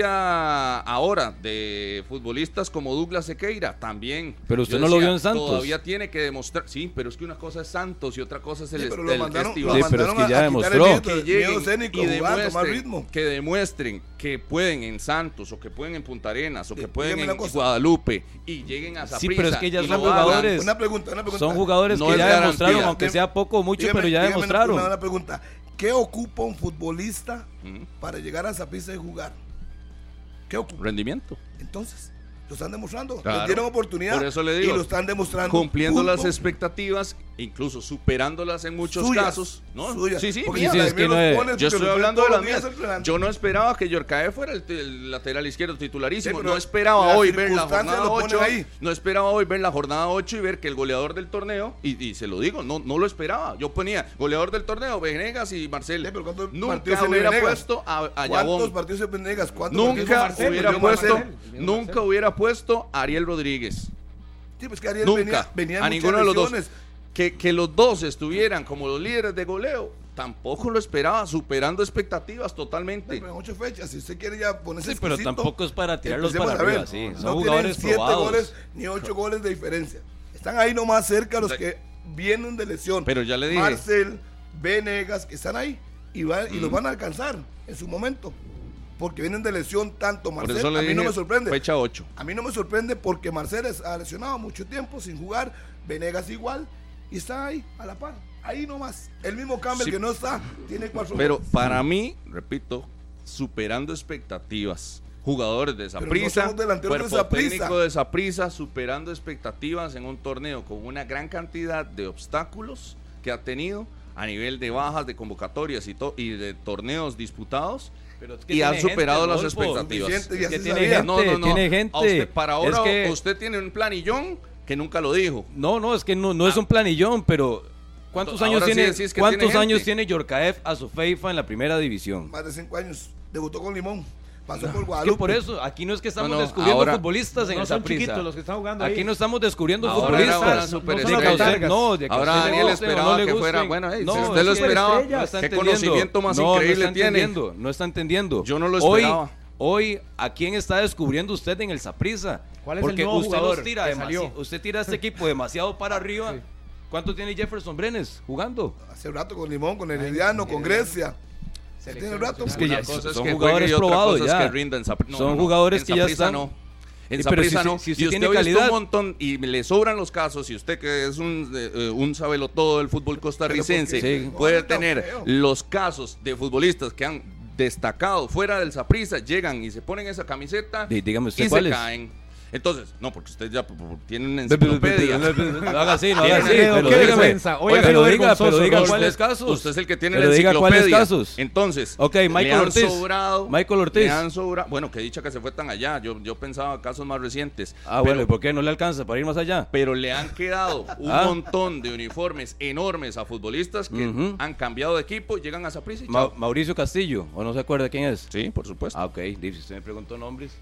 Speaker 2: presencia ahora de futbolistas como Douglas Sequeira también.
Speaker 3: Pero usted
Speaker 2: Yo
Speaker 3: no lo vio en Santos.
Speaker 2: Todavía tiene que demostrar. Sí, pero es que una cosa es Santos y otra cosa es el,
Speaker 4: Sí, pero
Speaker 2: est-
Speaker 4: lo
Speaker 2: el
Speaker 4: mandaron, lo
Speaker 2: festival.
Speaker 3: Sí, pero es
Speaker 4: mandaron
Speaker 3: que ya
Speaker 4: a, a quitar
Speaker 3: demostró.
Speaker 4: el miedo,
Speaker 2: que
Speaker 4: el miedo
Speaker 2: lleguen
Speaker 4: escénico,
Speaker 2: y
Speaker 4: jugar, tomar
Speaker 2: demuestren-
Speaker 4: ritmo.
Speaker 2: que demuestren que pueden en Santos o que pueden en Punta Arenas o que
Speaker 4: Sí,
Speaker 2: pueden
Speaker 4: dígame
Speaker 2: en
Speaker 4: una cosa.
Speaker 2: Guadalupe y lleguen a
Speaker 3: Sí, pero es
Speaker 2: Saprissa
Speaker 3: que ya
Speaker 2: y
Speaker 3: son
Speaker 2: lo hagan.
Speaker 3: jugadores.
Speaker 4: Una pregunta, una pregunta.
Speaker 3: Pues, Son jugadores
Speaker 2: No
Speaker 3: que
Speaker 2: es
Speaker 3: ya
Speaker 2: garantía.
Speaker 3: demostraron, aunque
Speaker 4: Dígame-
Speaker 3: sea poco o mucho,
Speaker 4: dígame-
Speaker 3: pero ya
Speaker 4: dígame una-
Speaker 3: demostraron.
Speaker 4: Una, una pregunta. ¿Qué ocupa un futbolista
Speaker 2: Ujú.
Speaker 4: para llegar a Zapisa y jugar? ¿Qué ocupa?
Speaker 2: Rendimiento.
Speaker 4: Entonces, lo están demostrando.
Speaker 2: Claro.
Speaker 4: Les dieron oportunidad
Speaker 2: Por eso le digo,
Speaker 4: y lo están demostrando.
Speaker 2: cumpliendo
Speaker 4: Punto.
Speaker 2: las expectativas, incluso superándolas en muchos
Speaker 4: Suyas,
Speaker 2: casos. ¿no?
Speaker 4: suyas.
Speaker 2: Sí, sí,
Speaker 4: Porque
Speaker 3: mía.
Speaker 2: sí,
Speaker 3: es
Speaker 2: sí.
Speaker 4: Vladimir
Speaker 3: que no
Speaker 4: los
Speaker 3: es-
Speaker 4: pone
Speaker 2: Yo estoy
Speaker 4: titular
Speaker 2: hablando de
Speaker 4: todos
Speaker 2: las
Speaker 4: los días
Speaker 2: mías.
Speaker 4: entrenando.
Speaker 2: Yo no esperaba que Yorcae fuera el, el lateral izquierdo titularísimo.
Speaker 4: Sí, pero
Speaker 2: no esperaba
Speaker 4: las
Speaker 2: hoy ver la
Speaker 4: circunstancias
Speaker 2: jornada
Speaker 4: lo ponen
Speaker 2: 8.
Speaker 4: ahí.
Speaker 2: No esperaba hoy ver la jornada 8 y ver que el goleador del torneo, y, y se lo digo, no, no lo esperaba. Yo ponía goleador del torneo, Venegas y Marcel.
Speaker 4: Sí, pero ¿cuántos partidos
Speaker 2: Nunca
Speaker 4: tiene
Speaker 2: hubiera
Speaker 4: Venegas?
Speaker 2: puesto a, a
Speaker 4: ¿Cuántos
Speaker 2: Yabón.
Speaker 4: partidos de Venegas? ¿Cuántos partidos
Speaker 2: Nunca
Speaker 4: de Marcelo?
Speaker 2: hubiera
Speaker 4: Yo,
Speaker 2: puesto,
Speaker 4: Marcelo.
Speaker 2: nunca hubiera puesto a Ariel Rodríguez.
Speaker 4: Sí, pues que Ariel
Speaker 2: Nunca.
Speaker 4: venía, venía
Speaker 2: a
Speaker 4: muchas
Speaker 2: ninguno de los dos.
Speaker 4: lesiones.
Speaker 2: Que, que los dos estuvieran como los líderes de goleo. tampoco lo esperaba, superando expectativas totalmente.
Speaker 4: Pero en ocho fechas, si usted quiere ya ponerse
Speaker 3: Sí, pero
Speaker 4: exquisito,
Speaker 3: tampoco es para tirarlos
Speaker 4: empecemos
Speaker 3: para
Speaker 4: a ver.
Speaker 3: arriba, sí. Son
Speaker 4: no tienen
Speaker 3: jugadores
Speaker 4: siete
Speaker 3: probados.
Speaker 4: goles ni ocho goles de diferencia. Están ahí nomás cerca los que vienen de lesión.
Speaker 2: Pero ya le dije.
Speaker 4: Marcel, Venegas, que están ahí y, va- y los
Speaker 2: Mm.
Speaker 4: van a alcanzar en su momento. Porque vienen de lesión tanto
Speaker 2: Por
Speaker 4: Marcel,
Speaker 2: eso le
Speaker 4: a mí
Speaker 2: dije,
Speaker 4: no me sorprende.
Speaker 2: Fecha 8.
Speaker 4: A mí no me sorprende porque Marcel es- ha lesionado mucho tiempo sin jugar, Venegas igual, y está ahí, a la par, ahí nomás. El mismo Campbell
Speaker 2: Sí.
Speaker 4: que no está, tiene cuatro
Speaker 2: Pero
Speaker 4: goles.
Speaker 2: para mí, repito, superando expectativas. Jugadores de esa
Speaker 4: Pero no
Speaker 2: prisa,
Speaker 4: somos delanteros de
Speaker 2: cuerpo
Speaker 4: Saprissa.
Speaker 2: técnico de esa prisa, superando expectativas en un torneo con una gran cantidad de obstáculos que ha tenido a nivel de bajas, de convocatorias y, to- y de torneos disputados
Speaker 3: Pero es que
Speaker 2: y han
Speaker 3: tiene gente,
Speaker 2: superado las
Speaker 3: Rodolfo.
Speaker 2: expectativas.
Speaker 4: Suficiente, ya
Speaker 3: que
Speaker 4: se
Speaker 3: tiene
Speaker 4: sabía.
Speaker 3: gente, tiene gente.
Speaker 2: A usted, para ahora
Speaker 3: Es que-
Speaker 2: usted tiene un planillón que nunca lo dijo.
Speaker 3: No, no, es que no, no es un planillón, pero ¿cuántos
Speaker 2: Ah. Ahora
Speaker 3: años
Speaker 2: sí
Speaker 3: tiene,
Speaker 2: decís que
Speaker 3: cuántos
Speaker 2: tiene gente.
Speaker 3: años tiene Yorkaev a su FIFA en la primera división?
Speaker 4: Más de cinco años, debutó con Limón,
Speaker 2: Ah,
Speaker 4: pasó por
Speaker 3: Es que
Speaker 4: Guadalupe.
Speaker 3: por eso, aquí no es que estamos
Speaker 2: No, no,
Speaker 3: descubriendo
Speaker 2: ahora-
Speaker 3: futbolistas en
Speaker 5: No
Speaker 3: el
Speaker 5: son
Speaker 3: Saprissa.
Speaker 5: chiquitos los que están jugando
Speaker 3: Aquí
Speaker 5: ahí.
Speaker 3: no estamos descubriendo
Speaker 2: Ahora era
Speaker 3: futbolistas.
Speaker 2: una superestrella.
Speaker 3: de que a usted-
Speaker 5: Cargas.
Speaker 3: no, de que a
Speaker 2: Ahora
Speaker 3: usted le
Speaker 2: Daniel
Speaker 3: guste o
Speaker 2: esperaba
Speaker 3: le
Speaker 2: que fuera-
Speaker 3: gusten.
Speaker 2: bueno, hey, si usted
Speaker 5: lo
Speaker 3: es que
Speaker 5: esperaba,
Speaker 3: estrella,
Speaker 5: ¿qué
Speaker 3: está entendiendo.
Speaker 2: conocimiento más
Speaker 3: No, no
Speaker 2: increíble
Speaker 3: está
Speaker 2: tiene?
Speaker 3: entendiendo, no está entendiendo.
Speaker 2: Yo no lo
Speaker 3: Hoy-
Speaker 2: esperaba.
Speaker 3: Hoy, ¿a quién está descubriendo usted en el Saprissa?
Speaker 5: ¿Cuál es el
Speaker 3: Porque
Speaker 5: nuevo
Speaker 3: usted
Speaker 5: jugador
Speaker 3: los tira
Speaker 5: que
Speaker 3: demasi-
Speaker 5: salió?
Speaker 3: Usted tira a este equipo demasiado para arriba.
Speaker 5: Sí.
Speaker 3: ¿Cuánto tiene Jefferson Brenes jugando?
Speaker 4: Hace rato con Limón, con Herediano, con Grecia. Se tiene rato. pues,
Speaker 3: Es que
Speaker 2: Una
Speaker 3: ya
Speaker 2: cosa es
Speaker 3: son
Speaker 2: que
Speaker 3: jugadores
Speaker 2: juegue y otra
Speaker 3: probados
Speaker 2: cosa es
Speaker 3: ya.
Speaker 2: que rinda en Saprissa. No,
Speaker 3: Son
Speaker 2: no, no.
Speaker 3: jugadores
Speaker 2: En
Speaker 3: que ya
Speaker 2: Saprissa
Speaker 3: están-
Speaker 2: no. En
Speaker 3: Eh, pero si
Speaker 2: Saprissa
Speaker 3: se-
Speaker 2: no.
Speaker 3: si
Speaker 2: y
Speaker 3: usted
Speaker 2: usted
Speaker 3: tiene
Speaker 2: ha visto
Speaker 3: calidad.
Speaker 2: un montón y le sobran los casos. Y usted que es un, eh, un todo del fútbol costarricense
Speaker 3: Pero porque- sí.
Speaker 2: puede
Speaker 4: Ahorita,
Speaker 2: tener
Speaker 4: feo.
Speaker 2: los casos de futbolistas que han destacado fuera del Saprissa, llegan y se ponen esa camiseta
Speaker 3: Dí- dígame usted
Speaker 2: y se
Speaker 3: cuáles.
Speaker 2: caen. Entonces, no, porque usted ya p- p- tiene una enciclopedia.
Speaker 3: No haga así, no
Speaker 2: Tiene
Speaker 3: haga así.
Speaker 2: miedo,
Speaker 3: Pero
Speaker 5: qué
Speaker 3: dígame,
Speaker 5: vergüenza. Oiga,
Speaker 3: Oiga,
Speaker 5: qué
Speaker 3: pero diga,
Speaker 5: vergonzoso,
Speaker 3: pero diga
Speaker 5: Rodolfo.
Speaker 3: cuáles casos.
Speaker 2: Usted es el que tiene
Speaker 3: Pero
Speaker 2: la
Speaker 3: diga
Speaker 2: enciclopedia.
Speaker 3: cuáles casos.
Speaker 2: Entonces,
Speaker 3: Ok, Michael
Speaker 2: le han
Speaker 3: Ortiz.
Speaker 2: sobrado.
Speaker 3: Michael Ortiz.
Speaker 2: le han sobra- Bueno, que dicha que se fue tan allá. Yo, yo pensaba casos más recientes.
Speaker 3: Ah,
Speaker 2: pero,
Speaker 3: bueno, ¿y por qué no le alcanza para ir más allá?
Speaker 2: pero le han quedado un
Speaker 3: Ah.
Speaker 2: montón de uniformes enormes a futbolistas que
Speaker 3: Ujú.
Speaker 2: han cambiado de equipo, llegan a Saprissa y
Speaker 3: Ma-
Speaker 2: chao.
Speaker 3: Mauricio Castillo, o no se acuerda quién es.
Speaker 2: Sí, por supuesto.
Speaker 3: Ah, ok. Dice, usted me preguntó nombres.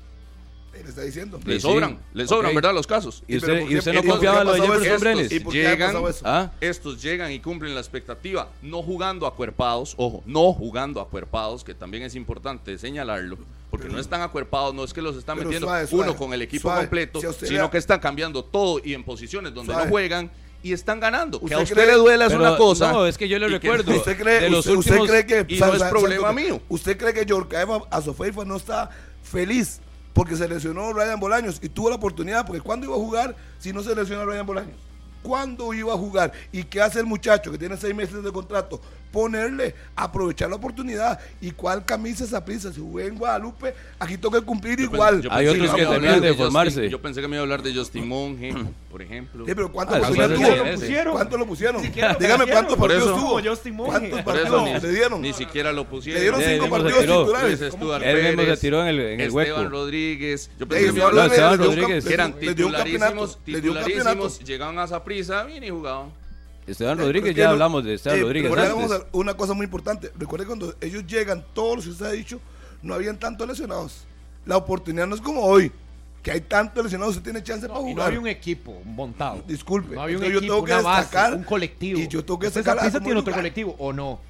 Speaker 4: Él está diciendo.
Speaker 2: le
Speaker 3: sí.
Speaker 2: sobran, le sobran,
Speaker 3: Ok.
Speaker 2: ¿verdad? Los casos.
Speaker 3: ¿Y
Speaker 4: pero
Speaker 3: usted,
Speaker 4: ¿por
Speaker 3: y
Speaker 4: qué-
Speaker 3: usted no
Speaker 4: y por qué
Speaker 3: confiaba en lo de
Speaker 4: ha pasado
Speaker 3: Jefferson
Speaker 4: esto?
Speaker 3: Brenes?
Speaker 4: ¿Y por qué ha
Speaker 2: Llegan-
Speaker 4: pasado eso?
Speaker 3: Ah,
Speaker 2: Estos llegan y cumplen la expectativa, no jugando acuerpados, ojo, no jugando acuerpados, que también es importante señalarlo, porque no están acuerpados, no es que los están
Speaker 4: Pero
Speaker 2: metiendo
Speaker 4: suave, suave,
Speaker 2: uno con el equipo
Speaker 4: suave.
Speaker 2: completo,
Speaker 4: Si a usted le
Speaker 2: sino
Speaker 4: ha-
Speaker 2: que están cambiando todo y en posiciones donde
Speaker 4: Suave.
Speaker 2: no juegan y están ganando. que a
Speaker 4: ¿Usted
Speaker 2: usted
Speaker 4: cree-
Speaker 2: le duela es
Speaker 3: Pero,
Speaker 2: una cosa.
Speaker 3: no, es que yo le
Speaker 2: y
Speaker 3: recuerdo.
Speaker 4: ¿Usted cree,
Speaker 3: de los
Speaker 4: usted, usted
Speaker 3: últimos-
Speaker 4: creo que
Speaker 2: y no es problema mío.
Speaker 4: ¿Usted cree que Yorkaeva a Sofeifa no está feliz porque se lesionó Ryan Bolaños y tuvo la oportunidad? Porque ¿cuándo iba a jugar si no se lesionó Ryan Bolaños? ¿Cuándo iba a jugar? ¿Y qué hace el muchacho que tiene seis meses de contrato? Ponerle, aprovechar la oportunidad. ¿Y cuál camisa esa prisa? Si jugué en Guadalupe, aquí toca cumplir
Speaker 2: Yo pen-
Speaker 4: igual.
Speaker 2: yo
Speaker 3: Hay
Speaker 2: pensé
Speaker 3: otros
Speaker 2: me
Speaker 3: que
Speaker 2: iba a
Speaker 3: terminan
Speaker 2: hablar
Speaker 3: de
Speaker 2: Justin-
Speaker 3: formarse.
Speaker 2: Yo pensé que me iba a hablar de Justin Monge, por ejemplo.
Speaker 4: Sí, pero ¿cuántos
Speaker 3: Ah,
Speaker 4: partidos
Speaker 3: sí,
Speaker 4: tuvo?
Speaker 3: sí,
Speaker 4: ¿Cuántos
Speaker 3: sí.
Speaker 4: pusieron? ¿Cuántos lo pusieron?
Speaker 5: siquiera lo
Speaker 4: Dígame
Speaker 5: pusieron.
Speaker 4: cuántos
Speaker 2: Por
Speaker 4: partidos
Speaker 2: eso-
Speaker 4: tuvo.
Speaker 5: Como Justin Monge.
Speaker 4: ¿Cuántos
Speaker 2: Por eso
Speaker 4: partidos
Speaker 2: ni,
Speaker 4: le dieron?
Speaker 2: ni siquiera lo pusieron.
Speaker 4: Le dieron
Speaker 3: Ya,
Speaker 4: cinco
Speaker 3: ya mismo se
Speaker 4: partidos
Speaker 3: tiró.
Speaker 4: titulares.
Speaker 2: Luis
Speaker 4: ¿Cómo?
Speaker 2: Stuart
Speaker 3: Él mismo
Speaker 2: Pérez,
Speaker 3: se tiró en el- en el
Speaker 2: Esteban
Speaker 3: hueco.
Speaker 2: Rodríguez. Yo
Speaker 4: Ey,
Speaker 2: pensé que me
Speaker 4: se
Speaker 2: iba a
Speaker 4: habla
Speaker 2: hablar
Speaker 3: No,
Speaker 4: de-
Speaker 2: de
Speaker 3: Esteban
Speaker 4: le dio un
Speaker 3: Rodríguez.
Speaker 4: campe-
Speaker 2: que eran
Speaker 4: le dio un
Speaker 2: titularísimos,
Speaker 4: campeonato, le dio un
Speaker 2: titularísimos,
Speaker 4: campeonato.
Speaker 2: llegaban a esa prisa, bien y jugaban.
Speaker 3: Esteban
Speaker 4: Pero
Speaker 3: Rodríguez,
Speaker 4: es
Speaker 3: ya
Speaker 4: que no-
Speaker 3: hablamos de Esteban
Speaker 4: eh,
Speaker 3: Rodríguez.
Speaker 4: pero
Speaker 3: antes.
Speaker 4: vamos a- una cosa muy importante. Recuerden cuando ellos llegan, todos los que usted ha dicho, no habían tantos lesionados. La oportunidad no es como hoy, que hay tantos lesionados, usted tiene chance para
Speaker 5: Y
Speaker 4: jugar.
Speaker 5: no había un equipo montado.
Speaker 4: Disculpe,
Speaker 5: No había un
Speaker 4: entonces yo
Speaker 5: equipo,
Speaker 4: tengo que
Speaker 5: una base,
Speaker 4: destacar,
Speaker 5: un colectivo.
Speaker 4: y yo tengo que
Speaker 5: Usted
Speaker 4: sacar a
Speaker 5: Saprissa
Speaker 4: como
Speaker 5: tiene otro
Speaker 4: lugar.
Speaker 5: colectivo o no.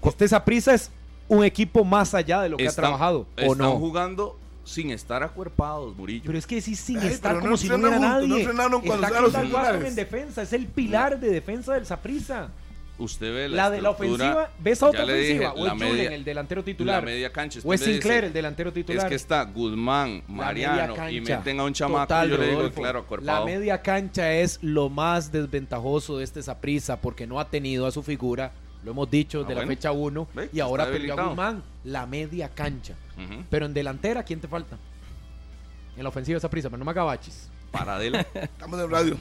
Speaker 5: Usted Saprissa es un equipo más allá de lo que
Speaker 2: Están-
Speaker 5: ha trabajado o
Speaker 2: Están
Speaker 5: no.
Speaker 2: jugando sin estar acuerpados, Murillo.
Speaker 5: Pero es que sí, sin
Speaker 4: Ay,
Speaker 5: estar
Speaker 4: pero no
Speaker 5: como si no hubiera
Speaker 4: entrenaron juntos, no
Speaker 5: nadie.
Speaker 4: entrenaron cuando
Speaker 5: Está
Speaker 4: estaban los
Speaker 5: Kendall Watson
Speaker 4: titulares.
Speaker 5: en defensa, es el pilar de defensa del Saprissa.
Speaker 2: Usted ve la
Speaker 5: La de la
Speaker 2: estructura,
Speaker 5: ofensiva, ¿ves a otra
Speaker 2: ya le dije,
Speaker 5: ofensiva? o es
Speaker 2: la
Speaker 5: Julen,
Speaker 2: media-
Speaker 5: el delantero titular.
Speaker 2: la media cancha, usted
Speaker 5: o es
Speaker 2: me dice,
Speaker 5: Sinclair, el delantero titular.
Speaker 2: Es que está Guzmán, Mariano y meten a un chamaco,
Speaker 5: Total,
Speaker 2: yo le digo,
Speaker 5: Rodolfo.
Speaker 2: claro,
Speaker 5: La
Speaker 2: acuerpado.
Speaker 5: media cancha es lo más desventajoso de este Saprissa porque no ha tenido a su figura, lo hemos dicho,
Speaker 2: Ah,
Speaker 5: de
Speaker 2: bueno.
Speaker 5: la fecha 1
Speaker 2: Ve,
Speaker 5: y ahora
Speaker 2: está
Speaker 5: perdió a
Speaker 2: habilitado.
Speaker 5: Guzmán. La media cancha.
Speaker 2: Ujú.
Speaker 5: Pero en delantera, ¿quién te falta? En la ofensiva de Saprissa, pero no me agabachis.
Speaker 2: Paradela.
Speaker 4: Estamos en radio.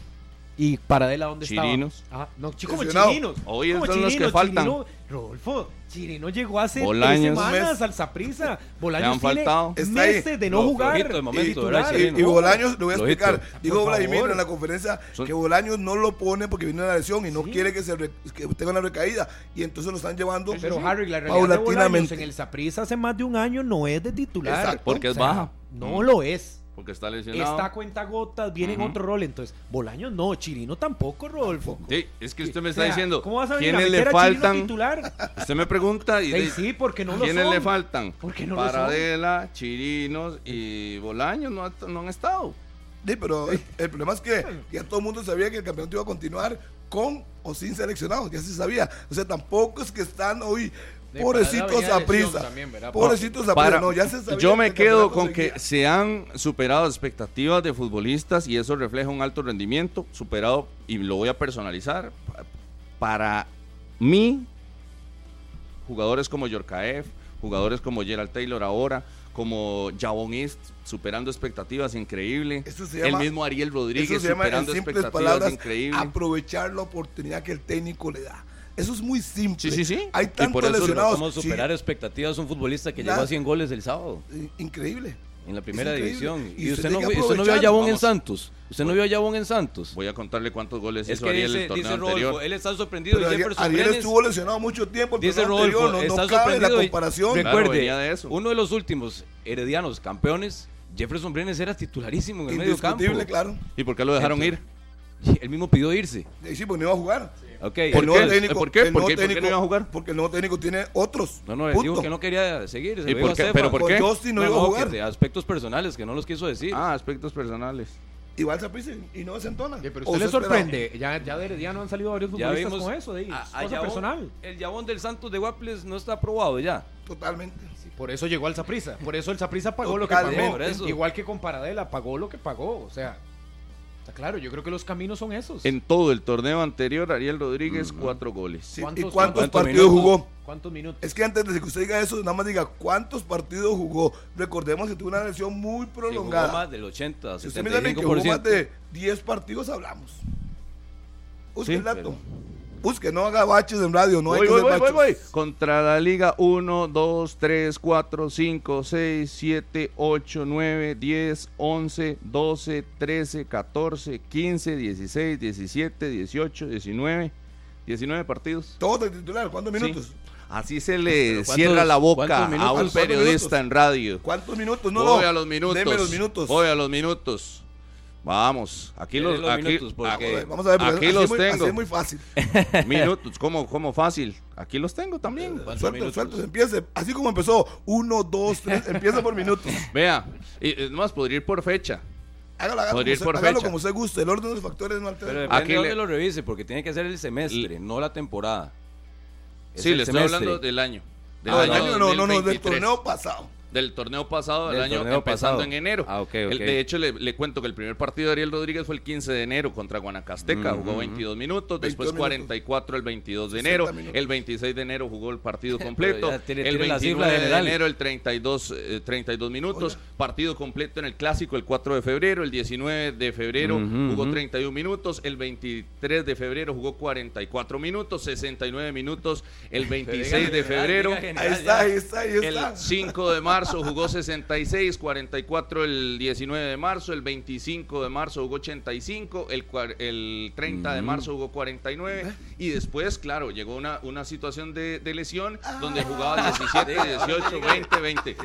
Speaker 5: Y Paradela, ¿dónde
Speaker 2: Chirinos.
Speaker 5: estaba? Ajá, No, chicos, como
Speaker 4: Lesionado.
Speaker 5: chirinos.
Speaker 2: Hoy
Speaker 5: como
Speaker 2: son los que
Speaker 5: chirinos,
Speaker 2: faltan.
Speaker 5: Chirino- Rodolfo, Chirino llegó hace
Speaker 2: Bolaños.
Speaker 5: tres
Speaker 4: Mes.
Speaker 5: semanas al Saprisa.
Speaker 2: Le
Speaker 5: Bolaños
Speaker 2: han
Speaker 5: tiene
Speaker 2: faltado.
Speaker 4: Está ahí.
Speaker 5: meses de no,
Speaker 3: Lo-
Speaker 5: jugar.
Speaker 3: flojito de momento, ¿verdad,
Speaker 5: titular.
Speaker 3: Chirino?
Speaker 4: Y Bolaños, le voy a
Speaker 3: Lo
Speaker 4: explicar.
Speaker 3: hizo.
Speaker 4: Dijo
Speaker 5: Por
Speaker 4: Vladimir
Speaker 5: favor.
Speaker 4: en la conferencia
Speaker 2: Son-
Speaker 4: que Bolaños no lo pone porque viene una lesión y no
Speaker 5: Sí.
Speaker 4: quiere que, se re- que tenga una recaída. Y entonces lo están llevando
Speaker 5: Pero Harry, la realidad de Bolaños
Speaker 4: paulatinamente.
Speaker 5: en el Saprisa hace más de un año no es de titular.
Speaker 4: Exacto.
Speaker 2: Porque es baja.
Speaker 5: No lo es.
Speaker 2: Porque está lesionado.
Speaker 5: Está a cuenta gotas, viene en
Speaker 2: Ujú.
Speaker 5: otro rol. Entonces, Bolaños no, Chirino tampoco, Rodolfo.
Speaker 2: Sí, es que usted me
Speaker 5: O
Speaker 2: está
Speaker 5: sea,
Speaker 2: diciendo
Speaker 5: ¿Cómo vas a venir a
Speaker 2: quiénes le
Speaker 5: meter a Chirino
Speaker 2: faltan.
Speaker 5: titular?
Speaker 2: Usted me pregunta y
Speaker 5: Ey,
Speaker 2: de-
Speaker 5: sí, porque no lo
Speaker 2: quiénes le
Speaker 5: son.
Speaker 2: faltan.
Speaker 5: ¿Por qué no lo son?
Speaker 2: Paradela, Chirinos y Bolaños no, ha- no han estado.
Speaker 4: Sí, pero el, el problema es que ya todo el mundo sabía que el campeonato iba a continuar con o sin seleccionados, ya se sabía. O sea, tampoco es que están hoy
Speaker 6: Sí, para
Speaker 4: pobrecitos
Speaker 6: la
Speaker 4: a prisa.
Speaker 6: lesión también, ¿verdad?
Speaker 4: pobrecitos a prisa,
Speaker 2: Para-
Speaker 4: no, ya se sabía.
Speaker 2: yo
Speaker 4: que
Speaker 2: me
Speaker 4: el
Speaker 2: quedo
Speaker 4: campeonato
Speaker 2: con que
Speaker 4: seguía.
Speaker 2: se han superado expectativas de futbolistas y eso refleja un alto rendimiento superado y lo voy a personalizar pa- para mí jugadores como Yorkaev, jugadores como Gerald Taylor ahora, como Javon East superando expectativas increíble,
Speaker 4: Eso se
Speaker 2: el
Speaker 4: llama-
Speaker 2: mismo Ariel
Speaker 4: Eso
Speaker 2: Rodríguez
Speaker 4: se llama, en
Speaker 2: superando
Speaker 4: simples
Speaker 2: expectativas
Speaker 4: palabras,
Speaker 2: increíble.
Speaker 4: aprovechar la oportunidad que el técnico le da. Eso es muy simple.
Speaker 2: Sí, sí, sí.
Speaker 4: Hay
Speaker 3: Y por
Speaker 4: tantos
Speaker 3: eso no
Speaker 4: lesionados.
Speaker 3: podemos
Speaker 4: sí,
Speaker 3: superar expectativas un futbolista que llegó
Speaker 4: Nada.
Speaker 3: a 100 goles el sábado
Speaker 4: in- increíble.
Speaker 3: en la primera
Speaker 4: increíble.
Speaker 3: división.
Speaker 4: Y
Speaker 3: Y,
Speaker 4: usted
Speaker 3: usted, no,
Speaker 4: tiene que
Speaker 3: usted no vio a
Speaker 4: aprovechar.
Speaker 3: Jabón en
Speaker 2: Vamos.
Speaker 3: Santos. Usted no vio a Jabón en Santos.
Speaker 2: Voy a contarle cuántos goles
Speaker 3: Es
Speaker 2: hizo
Speaker 3: que
Speaker 2: Ariel
Speaker 3: dice,
Speaker 2: el torneo
Speaker 3: dice
Speaker 2: anterior.
Speaker 3: Rodolfo, él está sorprendido.
Speaker 4: Pero
Speaker 3: de
Speaker 4: Ariel,
Speaker 3: Jefferson
Speaker 4: Ariel
Speaker 3: Brenes.
Speaker 4: estuvo lesionado mucho tiempo. el
Speaker 3: Dice
Speaker 4: torneo anterior,
Speaker 3: Rodolfo,
Speaker 4: no-
Speaker 3: está
Speaker 4: no cabe la
Speaker 3: sorprendido. y-
Speaker 4: comparación.
Speaker 2: Claro,
Speaker 3: Recuerde,
Speaker 2: venía de eso.
Speaker 3: uno de los últimos heredianos campeones, Jefferson Brenes era titularísimo en el medio campo.
Speaker 4: Indiscutible, claro.
Speaker 2: ¿Y por qué lo dejaron ir?
Speaker 3: Y Él mismo pidió irse.
Speaker 4: Y sí, porque no iba a jugar.
Speaker 3: Ok,
Speaker 4: El
Speaker 2: ¿Por
Speaker 4: nuevo
Speaker 2: qué?
Speaker 4: técnico-
Speaker 2: ¿Por qué?
Speaker 4: el
Speaker 2: ¿Por
Speaker 4: nuevo
Speaker 2: qué? ¿Por qué no
Speaker 4: técnico-
Speaker 2: iba a jugar?
Speaker 4: Porque el nuevo técnico tiene otros.
Speaker 3: No, no, él
Speaker 4: Punto.
Speaker 3: dijo que no quería seguir. se
Speaker 2: ¿Y por
Speaker 3: lo dijo a
Speaker 2: qué?
Speaker 3: Cefa.
Speaker 2: ¿Pero por
Speaker 4: Porque
Speaker 2: qué?
Speaker 4: Austin no, iba a
Speaker 3: que
Speaker 4: jugar.
Speaker 3: de aspectos personales que no los quiso decir.
Speaker 2: Ah, aspectos personales.
Speaker 4: Igual Saprissa y no se entona.
Speaker 5: Pero
Speaker 4: O
Speaker 5: usted le
Speaker 4: se esperaba.
Speaker 5: sorprende. Ya, ya de Herediano han salido varios
Speaker 3: ya
Speaker 5: futbolistas
Speaker 3: vimos
Speaker 5: con eso, de ahí,
Speaker 3: a-
Speaker 5: es
Speaker 3: a
Speaker 5: cosa
Speaker 3: Jabón-
Speaker 5: personal.
Speaker 3: El jabón del Santos de Guaples no está aprobado ya.
Speaker 4: Totalmente.
Speaker 5: Por eso llegó al Zaprisa. Por eso el Zaprisa pagó lo que
Speaker 4: Totalmente,
Speaker 5: pagó.
Speaker 3: por eso.
Speaker 5: Igual que con Paradela, pagó lo que pagó. O sea, está claro, yo creo que los caminos son esos.
Speaker 2: En todo el torneo anterior, Ariel Rodríguez, cuatro goles.
Speaker 4: Sí, ¿Y
Speaker 5: ¿Cuántos-
Speaker 4: cuántos,
Speaker 3: cuántos
Speaker 4: partidos
Speaker 3: minutos?
Speaker 4: jugó?
Speaker 5: ¿Cuántos minutos?
Speaker 4: Es que antes de que usted diga eso, nada más diga cuántos partidos jugó. Recordemos que tuvo una lesión muy
Speaker 3: Se jugó
Speaker 4: prolongada.
Speaker 3: más del 80,
Speaker 4: si usted me dice que jugó
Speaker 3: 75%.
Speaker 4: más de 10 partidos, hablamos. Busque
Speaker 3: Sí,
Speaker 4: el dato. Busque, no haga baches en radio, no hay
Speaker 2: Voy,
Speaker 4: que
Speaker 2: voy,
Speaker 4: hacer
Speaker 2: voy,
Speaker 4: baches.
Speaker 2: voy, voy. Contra la Liga 1, 2, 3, 4, 5, 6, 7, 8, 9, 10, 11, 12, 13, 14, 15, 16, 17, 18, 19. 19 partidos.
Speaker 4: Todos de titular, ¿cuántos minutos?
Speaker 2: Sí. Así se le
Speaker 3: ¿cuántos-
Speaker 2: cierra la boca
Speaker 3: cuántos
Speaker 2: a
Speaker 3: minutos?
Speaker 2: un
Speaker 4: ¿Cuántos
Speaker 2: periodista
Speaker 4: minutos?
Speaker 2: en radio.
Speaker 4: ¿Cuántos minutos? No,
Speaker 2: voy
Speaker 4: no.
Speaker 2: a los minutos.
Speaker 4: Deme los minutos.
Speaker 2: Voy a los minutos. Vamos, aquí
Speaker 3: Dele
Speaker 2: los,
Speaker 3: los
Speaker 2: aquí-
Speaker 3: minutos, porque-
Speaker 2: aquí-
Speaker 4: Joder, Vamos a ver, porque
Speaker 2: aquí
Speaker 4: así
Speaker 2: los
Speaker 4: es muy-
Speaker 2: tengo.
Speaker 4: Así es muy fácil.
Speaker 2: Minutos, como, como fácil. Aquí los tengo también.
Speaker 3: ¿Cuántos
Speaker 4: Sueltos,
Speaker 3: minutos?
Speaker 4: sueltos, empiece. Así como empezó, uno, dos, tres, empieza por minutos.
Speaker 2: Vea, y es más, podría ir por fecha.
Speaker 4: Hágalo, hágalo,
Speaker 2: Podría ir
Speaker 4: como
Speaker 2: por
Speaker 4: usted, hágalo
Speaker 2: fecha.
Speaker 4: como usted guste. El orden de los factores no
Speaker 3: Pero
Speaker 4: altera.
Speaker 3: depende
Speaker 2: Aquí
Speaker 3: de dónde
Speaker 2: le-
Speaker 3: lo revise, porque tiene que ser el semestre, no la temporada. Es
Speaker 2: sí,
Speaker 3: el
Speaker 2: le estoy
Speaker 3: semestre.
Speaker 2: hablando del año. Del
Speaker 4: no,
Speaker 3: Ah,
Speaker 4: del año no, no, no, del
Speaker 2: 2023,
Speaker 4: torneo pasado.
Speaker 2: Del torneo pasado, del,
Speaker 3: Del
Speaker 2: año
Speaker 3: torneo
Speaker 2: empezando
Speaker 3: pasado.
Speaker 2: en enero.
Speaker 3: Ah, ok,
Speaker 2: El-
Speaker 3: ok.
Speaker 2: de hecho, le, le cuento que el primer partido de Ariel Rodríguez fue el 15 de enero contra Guanacasteca.
Speaker 3: Ujú,
Speaker 2: Jugó
Speaker 3: ujú.
Speaker 2: 22 minutos,
Speaker 4: 22
Speaker 2: después
Speaker 4: minutos.
Speaker 2: 44 el 22 de
Speaker 4: 60
Speaker 2: enero.
Speaker 4: minutos.
Speaker 2: El 26 de enero jugó el partido completo.
Speaker 3: ya tiene-
Speaker 2: el
Speaker 3: tiene la
Speaker 2: 29
Speaker 3: cifra
Speaker 2: de
Speaker 3: general.
Speaker 2: enero, el 32, eh, 32 minutos. Partido completo en el Clásico el 4 de febrero. El 19 de febrero
Speaker 3: Ujú,
Speaker 2: jugó
Speaker 3: ujú.
Speaker 2: 31 minutos. El 23 de febrero jugó 44 minutos. 69 minutos. El 26 de febrero.
Speaker 4: Ahí está, ahí está, ahí
Speaker 2: El
Speaker 4: está.
Speaker 2: 5 de marzo jugó 66, 44 el 19 de marzo, el 25 de marzo jugó 85, el, cuar- el 30 de marzo jugó 49 y después, claro, llegó una, una situación de, de lesión donde jugaba
Speaker 4: Ah.
Speaker 2: 17, 18, 20, 20.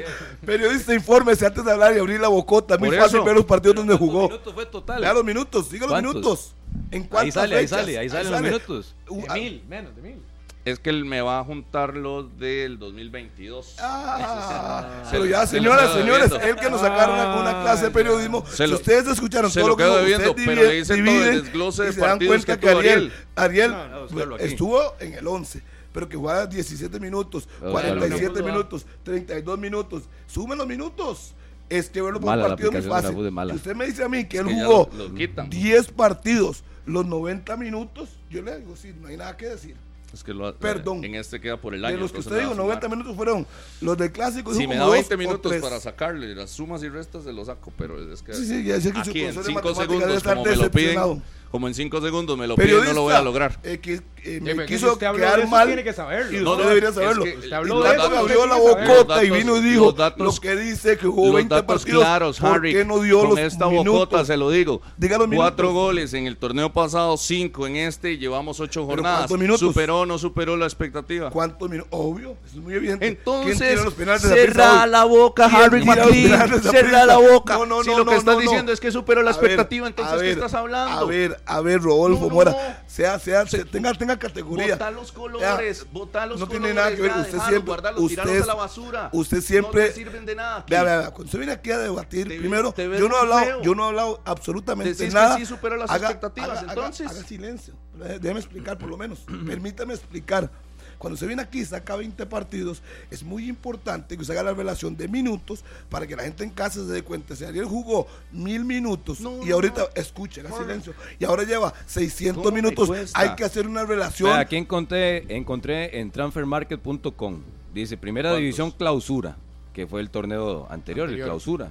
Speaker 4: Periodista, infórmese antes de hablar y abrir la bocota. Muy
Speaker 2: Por
Speaker 4: fácil
Speaker 2: eso.
Speaker 4: ver los partidos donde jugó.
Speaker 3: minutos fue total?
Speaker 4: Vea los minutos, diga los
Speaker 3: ¿Cuántos?
Speaker 4: minutos. ¿En cuántas
Speaker 3: ahí sale, ahí
Speaker 4: fechas?
Speaker 3: sale, ahí salen los minutos.
Speaker 4: Uh,
Speaker 5: de
Speaker 4: ah,
Speaker 5: mil, menos de mil.
Speaker 2: Es que él me va a juntar los del 2022.
Speaker 4: Ah,
Speaker 2: Se
Speaker 4: pero
Speaker 2: lo-
Speaker 4: ya,
Speaker 2: se lo
Speaker 4: señoras,
Speaker 2: quedo
Speaker 4: señores,
Speaker 2: debiendo. Ah,
Speaker 4: el que nos sacaron una, una clase de periodismo,
Speaker 2: Se
Speaker 4: si
Speaker 2: lo-
Speaker 4: ustedes escucharon
Speaker 2: se
Speaker 4: todo
Speaker 2: lo
Speaker 4: lo que
Speaker 2: quedo
Speaker 4: ustedes
Speaker 2: debiendo, pero le hice todo el
Speaker 4: dividen
Speaker 2: desglose
Speaker 4: y
Speaker 2: de
Speaker 4: se dan
Speaker 2: partidos
Speaker 4: cuenta
Speaker 2: que
Speaker 4: que
Speaker 2: tuvo
Speaker 4: Ariel, Ariel
Speaker 5: No, no, búscalo aquí.
Speaker 4: estuvo en el 11, pero que jugaba 17 minutos,
Speaker 3: Búscalo.
Speaker 4: 47
Speaker 5: No, no, no.
Speaker 4: minutos, 32 minutos, sumen los minutos. Es que verlo por
Speaker 3: Mala
Speaker 4: un
Speaker 3: la
Speaker 4: partido muy
Speaker 3: aplicación de la
Speaker 4: fácil.
Speaker 3: FUDE, mala.
Speaker 4: Si usted me dice a mí que él
Speaker 2: que ya
Speaker 4: jugó
Speaker 2: los- los quitan.
Speaker 4: 10 partidos, los 90 minutos, yo le digo, sí, no hay nada que decir.
Speaker 2: Es que lo-
Speaker 4: Perdón.
Speaker 2: En este queda por el año.
Speaker 4: De los que
Speaker 2: entonces
Speaker 4: usted
Speaker 2: me va
Speaker 4: dijo,
Speaker 2: a sumar.
Speaker 4: 90 minutos fueron los del clásico.
Speaker 2: Si
Speaker 4: dijo
Speaker 2: me
Speaker 4: como
Speaker 2: da
Speaker 4: dos
Speaker 2: 20
Speaker 4: o
Speaker 2: minutos
Speaker 4: tres.
Speaker 2: para sacarle las sumas y restas, se lo saco, pero es que...
Speaker 4: Sí, sí, ya sé que su
Speaker 2: Aquí en
Speaker 4: profesor de
Speaker 2: 5
Speaker 4: matemáticas debe
Speaker 2: segundos,
Speaker 4: estar
Speaker 2: como me lo piden,
Speaker 4: decepcionado.
Speaker 2: como en cinco segundos me lo pide, no lo voy a lograr.
Speaker 4: eh, que, eh, me
Speaker 5: Sí, pero que si
Speaker 4: quiso
Speaker 5: usted habló
Speaker 4: quedar
Speaker 5: de eso,
Speaker 4: mal.
Speaker 5: tiene que saberlo.
Speaker 4: y
Speaker 2: No,
Speaker 4: usted
Speaker 2: no,
Speaker 4: debería
Speaker 2: es
Speaker 4: saberlo.
Speaker 2: que
Speaker 5: usted habló
Speaker 4: y
Speaker 5: de
Speaker 4: luego
Speaker 5: eso,
Speaker 4: que
Speaker 5: usted
Speaker 4: abrió la
Speaker 5: tiene que saberlo.
Speaker 4: bocota y
Speaker 2: Los
Speaker 4: vino y
Speaker 2: datos-
Speaker 4: dijo
Speaker 2: los datos-
Speaker 4: lo que dice que jugó
Speaker 2: Los
Speaker 4: 20
Speaker 2: datos
Speaker 4: partidos.
Speaker 2: claros,
Speaker 4: ¿Por
Speaker 2: Harry.
Speaker 4: qué no dio
Speaker 2: con
Speaker 4: los
Speaker 2: esta
Speaker 4: minutos?
Speaker 2: bocota se lo digo.
Speaker 4: Diga los
Speaker 2: Cuatro
Speaker 4: minutos.
Speaker 2: goles en el torneo pasado, cinco en este y llevamos ocho jornadas.
Speaker 4: ¿cuántos minutos?
Speaker 2: ¿Superó o no superó la expectativa?
Speaker 4: ¿Cuántos minutos? Obvio, es muy evidente.
Speaker 2: Entonces,
Speaker 4: cierra
Speaker 2: cerra la boca,
Speaker 4: ¿Quién
Speaker 2: Harry
Speaker 4: tira los penales
Speaker 2: McLean.
Speaker 4: de
Speaker 2: Cerra
Speaker 4: Zaprisa?
Speaker 2: la boca.
Speaker 4: No, no,
Speaker 2: si
Speaker 4: no,
Speaker 2: lo que
Speaker 4: no,
Speaker 2: estás
Speaker 4: no,
Speaker 2: diciendo
Speaker 4: no.
Speaker 2: es que superó la
Speaker 4: A ver,
Speaker 2: expectativa, entonces,
Speaker 4: a
Speaker 2: ¿qué
Speaker 4: ver,
Speaker 2: estás hablando?
Speaker 4: A ver, a ver, Rodolfo
Speaker 2: No, no,
Speaker 4: Mora,
Speaker 2: no.
Speaker 4: sea, sea, se- tenga, tenga categoría.
Speaker 2: Botar los colores,
Speaker 4: Ya,
Speaker 2: botar los
Speaker 4: no
Speaker 2: colores.
Speaker 4: tiene nada que ver,
Speaker 2: ya,
Speaker 4: usted
Speaker 2: dejarlos,
Speaker 4: siempre-
Speaker 2: guardarlos,
Speaker 4: usted
Speaker 2: tirarlos a la
Speaker 4: es-
Speaker 2: basura.
Speaker 4: usted
Speaker 2: No
Speaker 4: siempre-
Speaker 2: te sirven de nada. aquí.
Speaker 4: Vea, vea, vea, cuando usted viene aquí a debatir,
Speaker 2: Te-
Speaker 4: primero,
Speaker 2: te ves
Speaker 4: yo no he
Speaker 2: muy
Speaker 4: hablado,
Speaker 2: feo.
Speaker 4: yo no he hablado absolutamente
Speaker 2: Decís que
Speaker 4: nada.
Speaker 2: sí superó las expectativas, entonces.
Speaker 4: Haga, silencio, Eh, déjeme explicar por lo menos, permítame explicar. Cuando usted viene aquí y saca 20 partidos, es muy importante que usted haga la relación de minutos para que la gente en casa se dé cuenta. Si ayer jugó mil minutos
Speaker 2: No,
Speaker 4: y ahorita,
Speaker 2: no.
Speaker 4: escuche, haga silencio, y ahora lleva 600
Speaker 2: ¿Cómo me
Speaker 4: minutos,
Speaker 2: cuesta?
Speaker 4: hay que hacer una relación.
Speaker 3: Vea, aquí encontré, encontré en transfermarket.com. Dice, primera
Speaker 2: ¿Cuántos?
Speaker 3: división clausura, que fue el torneo anterior,
Speaker 5: Anterior.
Speaker 3: el clausura.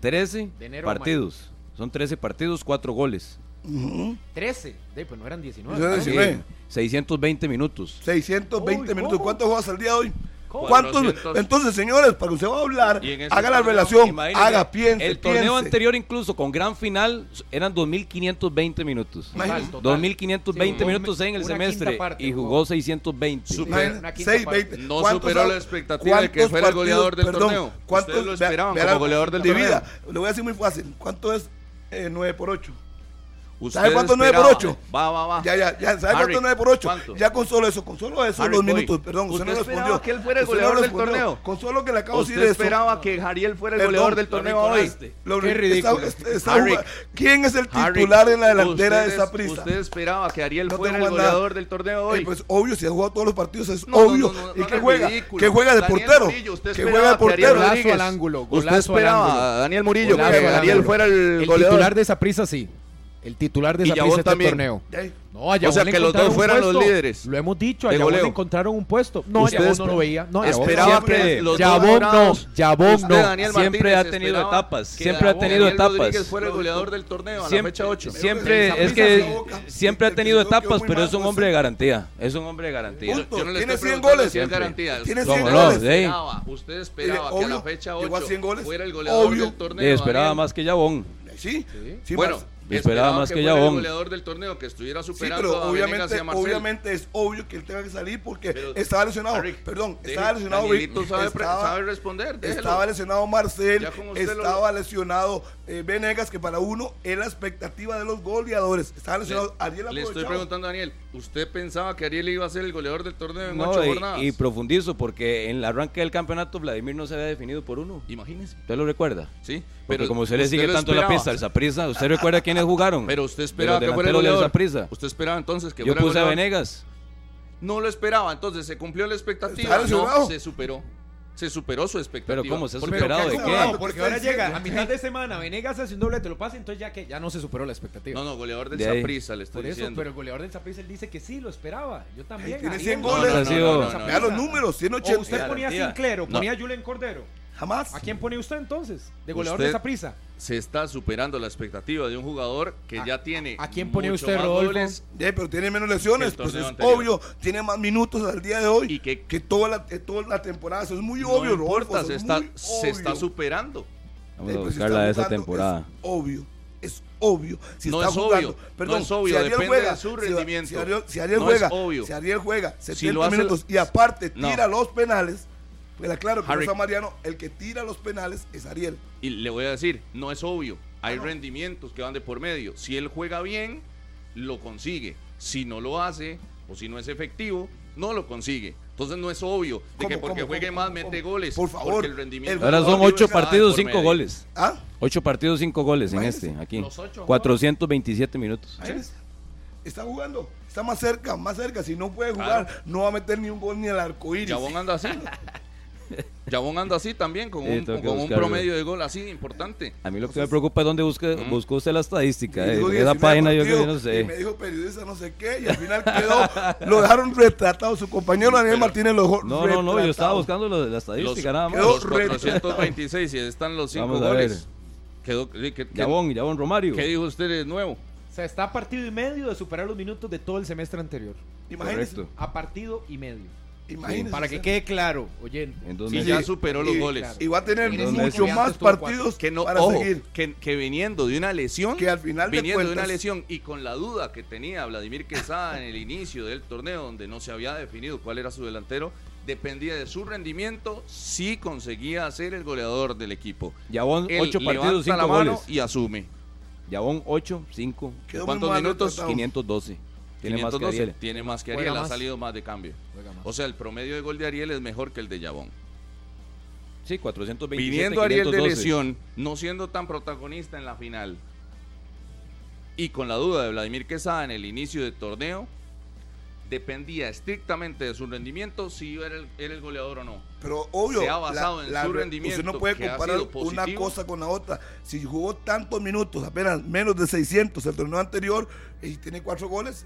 Speaker 3: 13
Speaker 5: De enero a
Speaker 3: partidos. Son 13 partidos, 4 goles.
Speaker 4: Ujú.
Speaker 5: 13. De, pues no eran 19.
Speaker 4: Yo
Speaker 5: ¿no?
Speaker 4: decía-
Speaker 3: Así,
Speaker 4: 19.
Speaker 3: 620 Eh, minutos.
Speaker 4: 620
Speaker 5: Uy,
Speaker 4: minutos.
Speaker 5: ¿cómo?
Speaker 4: ¿Cuántos juegas al día de hoy?
Speaker 5: ¿Cómo?
Speaker 4: ¿Cuántos?
Speaker 2: 400.
Speaker 4: Entonces, señores, para que usted va a hablar,
Speaker 2: Y en este
Speaker 4: haga la
Speaker 2: torneo,
Speaker 4: relación,
Speaker 3: Imagínese,
Speaker 4: haga, piense.
Speaker 3: El torneo
Speaker 4: piense.
Speaker 3: anterior incluso con gran final eran 2.520 minutos.
Speaker 4: Imagínese.
Speaker 5: Total, total.
Speaker 3: 2.520
Speaker 5: Sí,
Speaker 3: minutos en el
Speaker 5: una
Speaker 3: semestre
Speaker 5: quinta parte,
Speaker 3: y
Speaker 5: jugó.
Speaker 3: jugó 620.
Speaker 2: Su-
Speaker 4: Imagínese,
Speaker 5: Una quinta
Speaker 4: 620.
Speaker 2: parte. No
Speaker 4: ¿Cuántos
Speaker 2: superó la
Speaker 4: ha-
Speaker 2: expectativa de que
Speaker 4: cuántos
Speaker 2: fuera el
Speaker 4: partidos-
Speaker 2: goleador del
Speaker 4: perdón,
Speaker 2: torneo?
Speaker 4: ¿Cuántos
Speaker 2: Ustedes lo
Speaker 4: vea-
Speaker 2: esperaban
Speaker 4: vea
Speaker 2: como
Speaker 4: la-
Speaker 2: goleador del
Speaker 4: de
Speaker 2: torneo.
Speaker 4: vida. Le voy a decir muy fácil. ¿Cuánto es 9 por 8?
Speaker 2: Usted
Speaker 4: ¿Sabe cuánto es nueve por
Speaker 2: esperaba.
Speaker 4: ocho?
Speaker 2: Va, va, va.
Speaker 4: Ya, ya, ya. ¿Sabe
Speaker 2: Ah. Harry,
Speaker 4: cuánto es 9 por 8?
Speaker 2: ¿cuánto?
Speaker 4: Ya con solo eso, con solo eso,
Speaker 2: Harry,
Speaker 4: los
Speaker 2: voy.
Speaker 4: minutos. Perdón, usted,
Speaker 2: ¿Usted
Speaker 4: no
Speaker 2: esperaba
Speaker 4: respondió.
Speaker 2: que él fuera el
Speaker 4: Usted no
Speaker 2: goleador del
Speaker 4: respondió.
Speaker 2: torneo?
Speaker 4: Con solo que le acabo de decir
Speaker 2: Usted
Speaker 4: eso.
Speaker 2: esperaba que Jariel fuera el
Speaker 4: Perdón,
Speaker 2: goleador del
Speaker 4: lo
Speaker 2: torneo hoy.
Speaker 3: recordaste.
Speaker 4: Lo-
Speaker 5: Qué
Speaker 4: está-
Speaker 5: ridículo.
Speaker 4: está- está
Speaker 2: Harry,
Speaker 4: jugando- ¿Quién es el
Speaker 2: Harry,
Speaker 4: titular en la delantera de
Speaker 2: ustedes-
Speaker 4: esa prisa?
Speaker 2: Usted esperaba que Ariel
Speaker 4: No
Speaker 2: fuera el
Speaker 4: tengo más nada.
Speaker 2: goleador del torneo hoy.
Speaker 4: Eh, pues obvio, si ha jugado todos los partidos es
Speaker 2: No,
Speaker 4: obvio.
Speaker 2: no, no, no,
Speaker 4: ¿Y
Speaker 2: no
Speaker 4: qué
Speaker 2: hagas
Speaker 4: juega?
Speaker 2: ridículo.
Speaker 4: ¿Qué juega de
Speaker 2: Daniel
Speaker 4: portero?
Speaker 2: Murillo, usted
Speaker 4: ¿Qué
Speaker 2: esperaba
Speaker 4: juega de
Speaker 2: que Ariel
Speaker 4: portero?
Speaker 2: Rodríguez-
Speaker 5: Golazo al ángulo,
Speaker 2: Usted
Speaker 5: golazo al
Speaker 2: esperaba
Speaker 5: ángulo.
Speaker 2: a Daniel Murillo
Speaker 5: Golazo
Speaker 2: que
Speaker 5: al
Speaker 2: Ariel
Speaker 5: ángulo.
Speaker 2: fuera el,
Speaker 5: El
Speaker 2: goleador.
Speaker 5: titular de esa prisa, sí. El titular de
Speaker 2: Y
Speaker 5: esa
Speaker 2: Yabón
Speaker 5: prisa este
Speaker 2: también.
Speaker 5: torneo.
Speaker 4: Ya,
Speaker 5: No, a
Speaker 2: sea,
Speaker 5: Yabón le
Speaker 2: que los
Speaker 5: encontraron
Speaker 2: dos
Speaker 5: un
Speaker 2: fueran los
Speaker 5: puesto.
Speaker 2: líderes.
Speaker 5: Lo hemos dicho, a
Speaker 2: De
Speaker 5: Yabón le
Speaker 2: goleo.
Speaker 5: encontraron un puesto. No, a
Speaker 2: Usted
Speaker 5: Yabón
Speaker 2: esper-
Speaker 5: no lo veía. No, a Yabón
Speaker 2: esperaba
Speaker 5: siempre-
Speaker 2: que los dos
Speaker 5: Yabón no,
Speaker 2: dorados-
Speaker 5: Yabón
Speaker 2: Usted,
Speaker 5: no.
Speaker 2: Daniel
Speaker 3: Siempre
Speaker 2: Martínez,
Speaker 3: ha tenido
Speaker 2: esperaba
Speaker 3: etapas,
Speaker 2: que
Speaker 3: siempre ha tenido
Speaker 2: Daniel
Speaker 3: etapas.
Speaker 2: Rodríguez fuera el goleador del torneo a la fecha 8.
Speaker 3: Siempre es
Speaker 4: Saprissa
Speaker 3: que
Speaker 4: se equivoca.
Speaker 3: siempre ha
Speaker 4: El
Speaker 3: tenido
Speaker 4: Quindío quedó
Speaker 3: etapas,
Speaker 4: muy
Speaker 3: pero
Speaker 4: mal,
Speaker 3: es un
Speaker 4: pues,
Speaker 3: hombre de garantía, es un hombre de garantía.
Speaker 4: Punto.
Speaker 2: Yo no le
Speaker 4: Tiene
Speaker 2: estoy
Speaker 4: 100
Speaker 2: preguntando
Speaker 4: goles.
Speaker 2: si es
Speaker 3: Siempre.
Speaker 2: garantía.
Speaker 4: Tiene
Speaker 2: Usted
Speaker 4: 100
Speaker 3: no?
Speaker 4: goles.
Speaker 3: De-
Speaker 2: esperaba, Usted esperaba
Speaker 4: Tiene-
Speaker 2: que a la
Speaker 4: obvio,
Speaker 2: fecha
Speaker 4: llegó a
Speaker 2: 8
Speaker 4: 100 goles.
Speaker 2: fuera el goleador
Speaker 4: Obvio.
Speaker 2: del torneo.
Speaker 3: Y esperaba
Speaker 2: Daniel.
Speaker 3: más que Yabón.
Speaker 4: Sí, sí,
Speaker 2: bueno,
Speaker 4: Marce-
Speaker 3: Esperaba más que Yabón.
Speaker 2: fuera el goleador del torneo, que estuviera
Speaker 4: Sí,
Speaker 2: superando
Speaker 4: pero
Speaker 2: a Venegas y
Speaker 4: obviamente,
Speaker 2: a Marcel.
Speaker 4: obviamente es obvio que él tenga que salir porque
Speaker 2: Pero-
Speaker 4: estaba lesionado.
Speaker 2: Harry,
Speaker 4: Perdón,
Speaker 2: deje-
Speaker 4: estaba lesionado. Vic,
Speaker 2: Danielito sabe, pre-
Speaker 4: estaba-
Speaker 2: sabe responder. déjelo.
Speaker 4: Estaba lesionado Marcel,
Speaker 2: Ya como usted lo-
Speaker 4: estaba lesionado eh, Venegas, que para uno es la expectativa de los goleadores. Estaba lesionado Ariel
Speaker 2: Le estoy
Speaker 4: aprovechado.
Speaker 2: preguntando a Daniel, ¿usted pensaba que Ariel iba a ser el goleador del torneo en
Speaker 3: No,
Speaker 2: ocho
Speaker 3: y-
Speaker 2: jornadas?
Speaker 3: y, profundizo porque en el arranque del campeonato Vladimir no se había definido por uno.
Speaker 2: Imagínese.
Speaker 3: ¿Usted lo recuerda?
Speaker 2: Sí,
Speaker 3: Pero como usted le
Speaker 2: usted
Speaker 3: sigue
Speaker 2: lo
Speaker 3: tanto la
Speaker 2: esperaba.
Speaker 3: pista al Saprissa, ¿usted recuerda quiénes jugaron?
Speaker 2: Pero usted
Speaker 3: De los
Speaker 2: esperaba que fuera el
Speaker 3: delanteros del
Speaker 2: goleador.
Speaker 3: Saprissa.
Speaker 2: Usted esperaba entonces que
Speaker 3: Yo
Speaker 2: fuera el
Speaker 3: puse a
Speaker 2: goleador.
Speaker 3: Venegas.
Speaker 2: No lo esperaba, entonces se cumplió la expectativa.
Speaker 4: Está
Speaker 2: No,
Speaker 4: lesionado.
Speaker 2: se superó. Se superó su expectativa.
Speaker 3: Pero ¿cómo se ha
Speaker 2: Porque-
Speaker 3: superado de
Speaker 4: ¿cómo?
Speaker 3: qué?
Speaker 5: No, porque
Speaker 4: ¿Qué
Speaker 5: ahora
Speaker 4: está diciendo?
Speaker 5: llega a mitad de semana, Venegas hace un doble, te lo pasa, entonces ya que ya no se superó la expectativa.
Speaker 2: No, no, goleador del
Speaker 3: De ahí.
Speaker 2: Saprissa, le estoy
Speaker 5: Por eso,
Speaker 2: diciendo.
Speaker 5: pero el goleador del Saprissa él dice que sí, lo esperaba. Yo también.
Speaker 4: tiene
Speaker 5: Ariel,
Speaker 4: 100
Speaker 5: no,
Speaker 4: goles.
Speaker 5: no, no,
Speaker 3: Ha sido-
Speaker 5: no, no, no,
Speaker 4: Vea los
Speaker 5: no.
Speaker 4: números,
Speaker 5: O
Speaker 2: Oh,
Speaker 4: 180.
Speaker 5: usted ponía a
Speaker 3: garantía.
Speaker 5: Sinclair o
Speaker 2: No.
Speaker 5: ponía a Julen Cordero.
Speaker 4: Jamás.
Speaker 5: ¿A quién pone usted entonces? De goleador
Speaker 2: Usted-
Speaker 5: de esa prisa.
Speaker 2: se está superando la expectativa de un jugador que
Speaker 5: ¿A-
Speaker 2: ya tiene.
Speaker 5: a quién ponía
Speaker 2: mucho
Speaker 5: usted,
Speaker 2: más
Speaker 5: Rodolfo?
Speaker 2: goles
Speaker 4: Ya, pero tiene menos lesiones,
Speaker 2: Que el
Speaker 4: pues
Speaker 2: torneo
Speaker 4: es
Speaker 2: anterior.
Speaker 4: obvio, tiene más minutos al día de hoy
Speaker 2: Y que-
Speaker 4: toda, la, eh, toda la temporada. Eso es muy
Speaker 2: No
Speaker 4: obvio,
Speaker 2: importa,
Speaker 4: Rodolfo. eso
Speaker 2: se,
Speaker 4: es
Speaker 2: está,
Speaker 4: muy
Speaker 2: se está
Speaker 4: obvio.
Speaker 2: superando.
Speaker 3: Vamos a
Speaker 4: Eh, pues, si
Speaker 3: buscar
Speaker 4: está
Speaker 3: la de esa
Speaker 4: jugando,
Speaker 3: temporada.
Speaker 4: Es obvio, es obvio. Si
Speaker 2: No
Speaker 4: está
Speaker 2: es obvio,
Speaker 4: jugando,
Speaker 2: no
Speaker 4: perdón,
Speaker 2: es obvio,
Speaker 4: si Ariel
Speaker 2: depende
Speaker 4: juega,
Speaker 2: de su
Speaker 4: si-
Speaker 2: rendimiento.
Speaker 4: Si, Ariel, si Ariel
Speaker 2: No
Speaker 4: juega,
Speaker 2: es obvio.
Speaker 4: si Ariel juega 70
Speaker 2: lo hace-
Speaker 4: minutos y aparte
Speaker 2: No.
Speaker 4: tira los penales, pues claro, que no
Speaker 2: Harry.
Speaker 4: está Mariano, el que tira los penales es Ariel.
Speaker 2: Y le voy a decir, no es obvio.
Speaker 4: Ah,
Speaker 2: Hay rendimientos que van de por medio. Si él juega bien, lo consigue. Si no lo hace, o si no es efectivo, no lo consigue. Entonces no es obvio de que
Speaker 4: ¿Cómo,
Speaker 2: porque
Speaker 4: cómo,
Speaker 2: juegue
Speaker 4: cómo,
Speaker 2: más
Speaker 4: cómo,
Speaker 2: mete
Speaker 4: cómo?
Speaker 2: goles.
Speaker 4: Por favor,
Speaker 2: Porque el rendimiento
Speaker 4: el
Speaker 3: Ahora son
Speaker 2: no
Speaker 3: ocho
Speaker 2: está de
Speaker 3: partidos,
Speaker 2: por
Speaker 3: cinco
Speaker 2: medio.
Speaker 3: goles.
Speaker 4: ¿Ah?
Speaker 3: Ocho partidos, cinco goles en este, aquí.
Speaker 5: Los ocho, ¿no?
Speaker 3: 427 minutos.
Speaker 4: Ahí ves. Está jugando, está más cerca, más cerca. Si no puede jugar,
Speaker 2: Claro.
Speaker 4: no va a meter ni un gol ni el arco iris.
Speaker 2: Yabón anda así. Yabón anda así también, con,
Speaker 3: Sí,
Speaker 2: un,
Speaker 3: tengo que
Speaker 2: con un
Speaker 3: buscarlo.
Speaker 2: promedio de gol así importante.
Speaker 3: A mí lo que me preocupa es dónde busca, buscó usted la estadística. eh,
Speaker 4: Y dijo
Speaker 3: porque esa
Speaker 4: 19
Speaker 3: página yo, yo
Speaker 4: partidos,
Speaker 3: no
Speaker 4: y me
Speaker 3: sé.
Speaker 4: dijo periodista no sé qué y al final quedó, lo dejaron retratado. Su compañero Daniel Martínez lo dejó
Speaker 3: No, no, no, yo estaba
Speaker 4: retratado.
Speaker 3: buscando lo de la
Speaker 2: Los,
Speaker 3: estadística nada más.
Speaker 4: quedó
Speaker 2: los 426 y están los cinco
Speaker 3: Vamos a ver.
Speaker 2: goles. Quedó, ¿qué, qué-
Speaker 3: Yabón, Yabón Romario.
Speaker 2: qué dijo usted de nuevo?
Speaker 5: O sea, está a partido y medio de superar los minutos de todo el semestre anterior.
Speaker 4: Imagínese.
Speaker 3: Correcto.
Speaker 5: A partido y medio.
Speaker 4: imagínese
Speaker 5: Para que
Speaker 4: usted.
Speaker 5: quede claro, oyente.
Speaker 3: En dos
Speaker 2: Y
Speaker 3: meses.
Speaker 2: ya superó los
Speaker 4: Y-
Speaker 2: goles.
Speaker 4: Y va a tener
Speaker 5: Entonces,
Speaker 4: mucho
Speaker 5: Julián
Speaker 4: más
Speaker 5: estuvo cuatro.
Speaker 4: partidos
Speaker 2: que no,
Speaker 4: para
Speaker 2: ojo,
Speaker 4: seguir.
Speaker 2: Que, que viniendo de una lesión,
Speaker 4: Que al final de
Speaker 2: viniendo de, una
Speaker 4: cuentas-
Speaker 2: lesión y con la duda que tenía Vladimir Quesada en el inicio del torneo, donde no se había definido cuál era su delantero, dependía de su rendimiento si conseguía ser el goleador del equipo.
Speaker 3: Ya van
Speaker 2: Él
Speaker 3: ocho partidos,
Speaker 2: levanta la
Speaker 3: cinco
Speaker 2: mano
Speaker 3: goles.
Speaker 2: y asume.
Speaker 3: Ya van ocho, cinco.
Speaker 4: Quedó muy
Speaker 2: ¿Cuántos
Speaker 4: mal
Speaker 2: minutos?
Speaker 4: retratado.
Speaker 3: 512. Tiene más
Speaker 2: 512.
Speaker 3: que Ariel.
Speaker 2: Tiene más que
Speaker 5: Juega
Speaker 2: Ariel, ha
Speaker 5: más.
Speaker 2: salido más de cambio. O sea, el promedio de gol de Ariel es mejor que el de Yabón.
Speaker 3: Sí, 427.
Speaker 2: Viniendo Ariel de
Speaker 3: 512.
Speaker 2: lesión, no siendo tan protagonista en la final y con la duda de Vladimir Quesada en el inicio del torneo, dependía estrictamente de su rendimiento si era el, era el goleador o no.
Speaker 4: Pero obvio,
Speaker 2: Se ha basado en su
Speaker 4: re-
Speaker 2: rendimiento,
Speaker 4: Usted no puede
Speaker 2: que ha
Speaker 4: comparar
Speaker 2: sido positivo.
Speaker 4: una cosa con la otra. Si jugó tantos minutos, apenas menos de 600 el torneo anterior y tiene cuatro goles,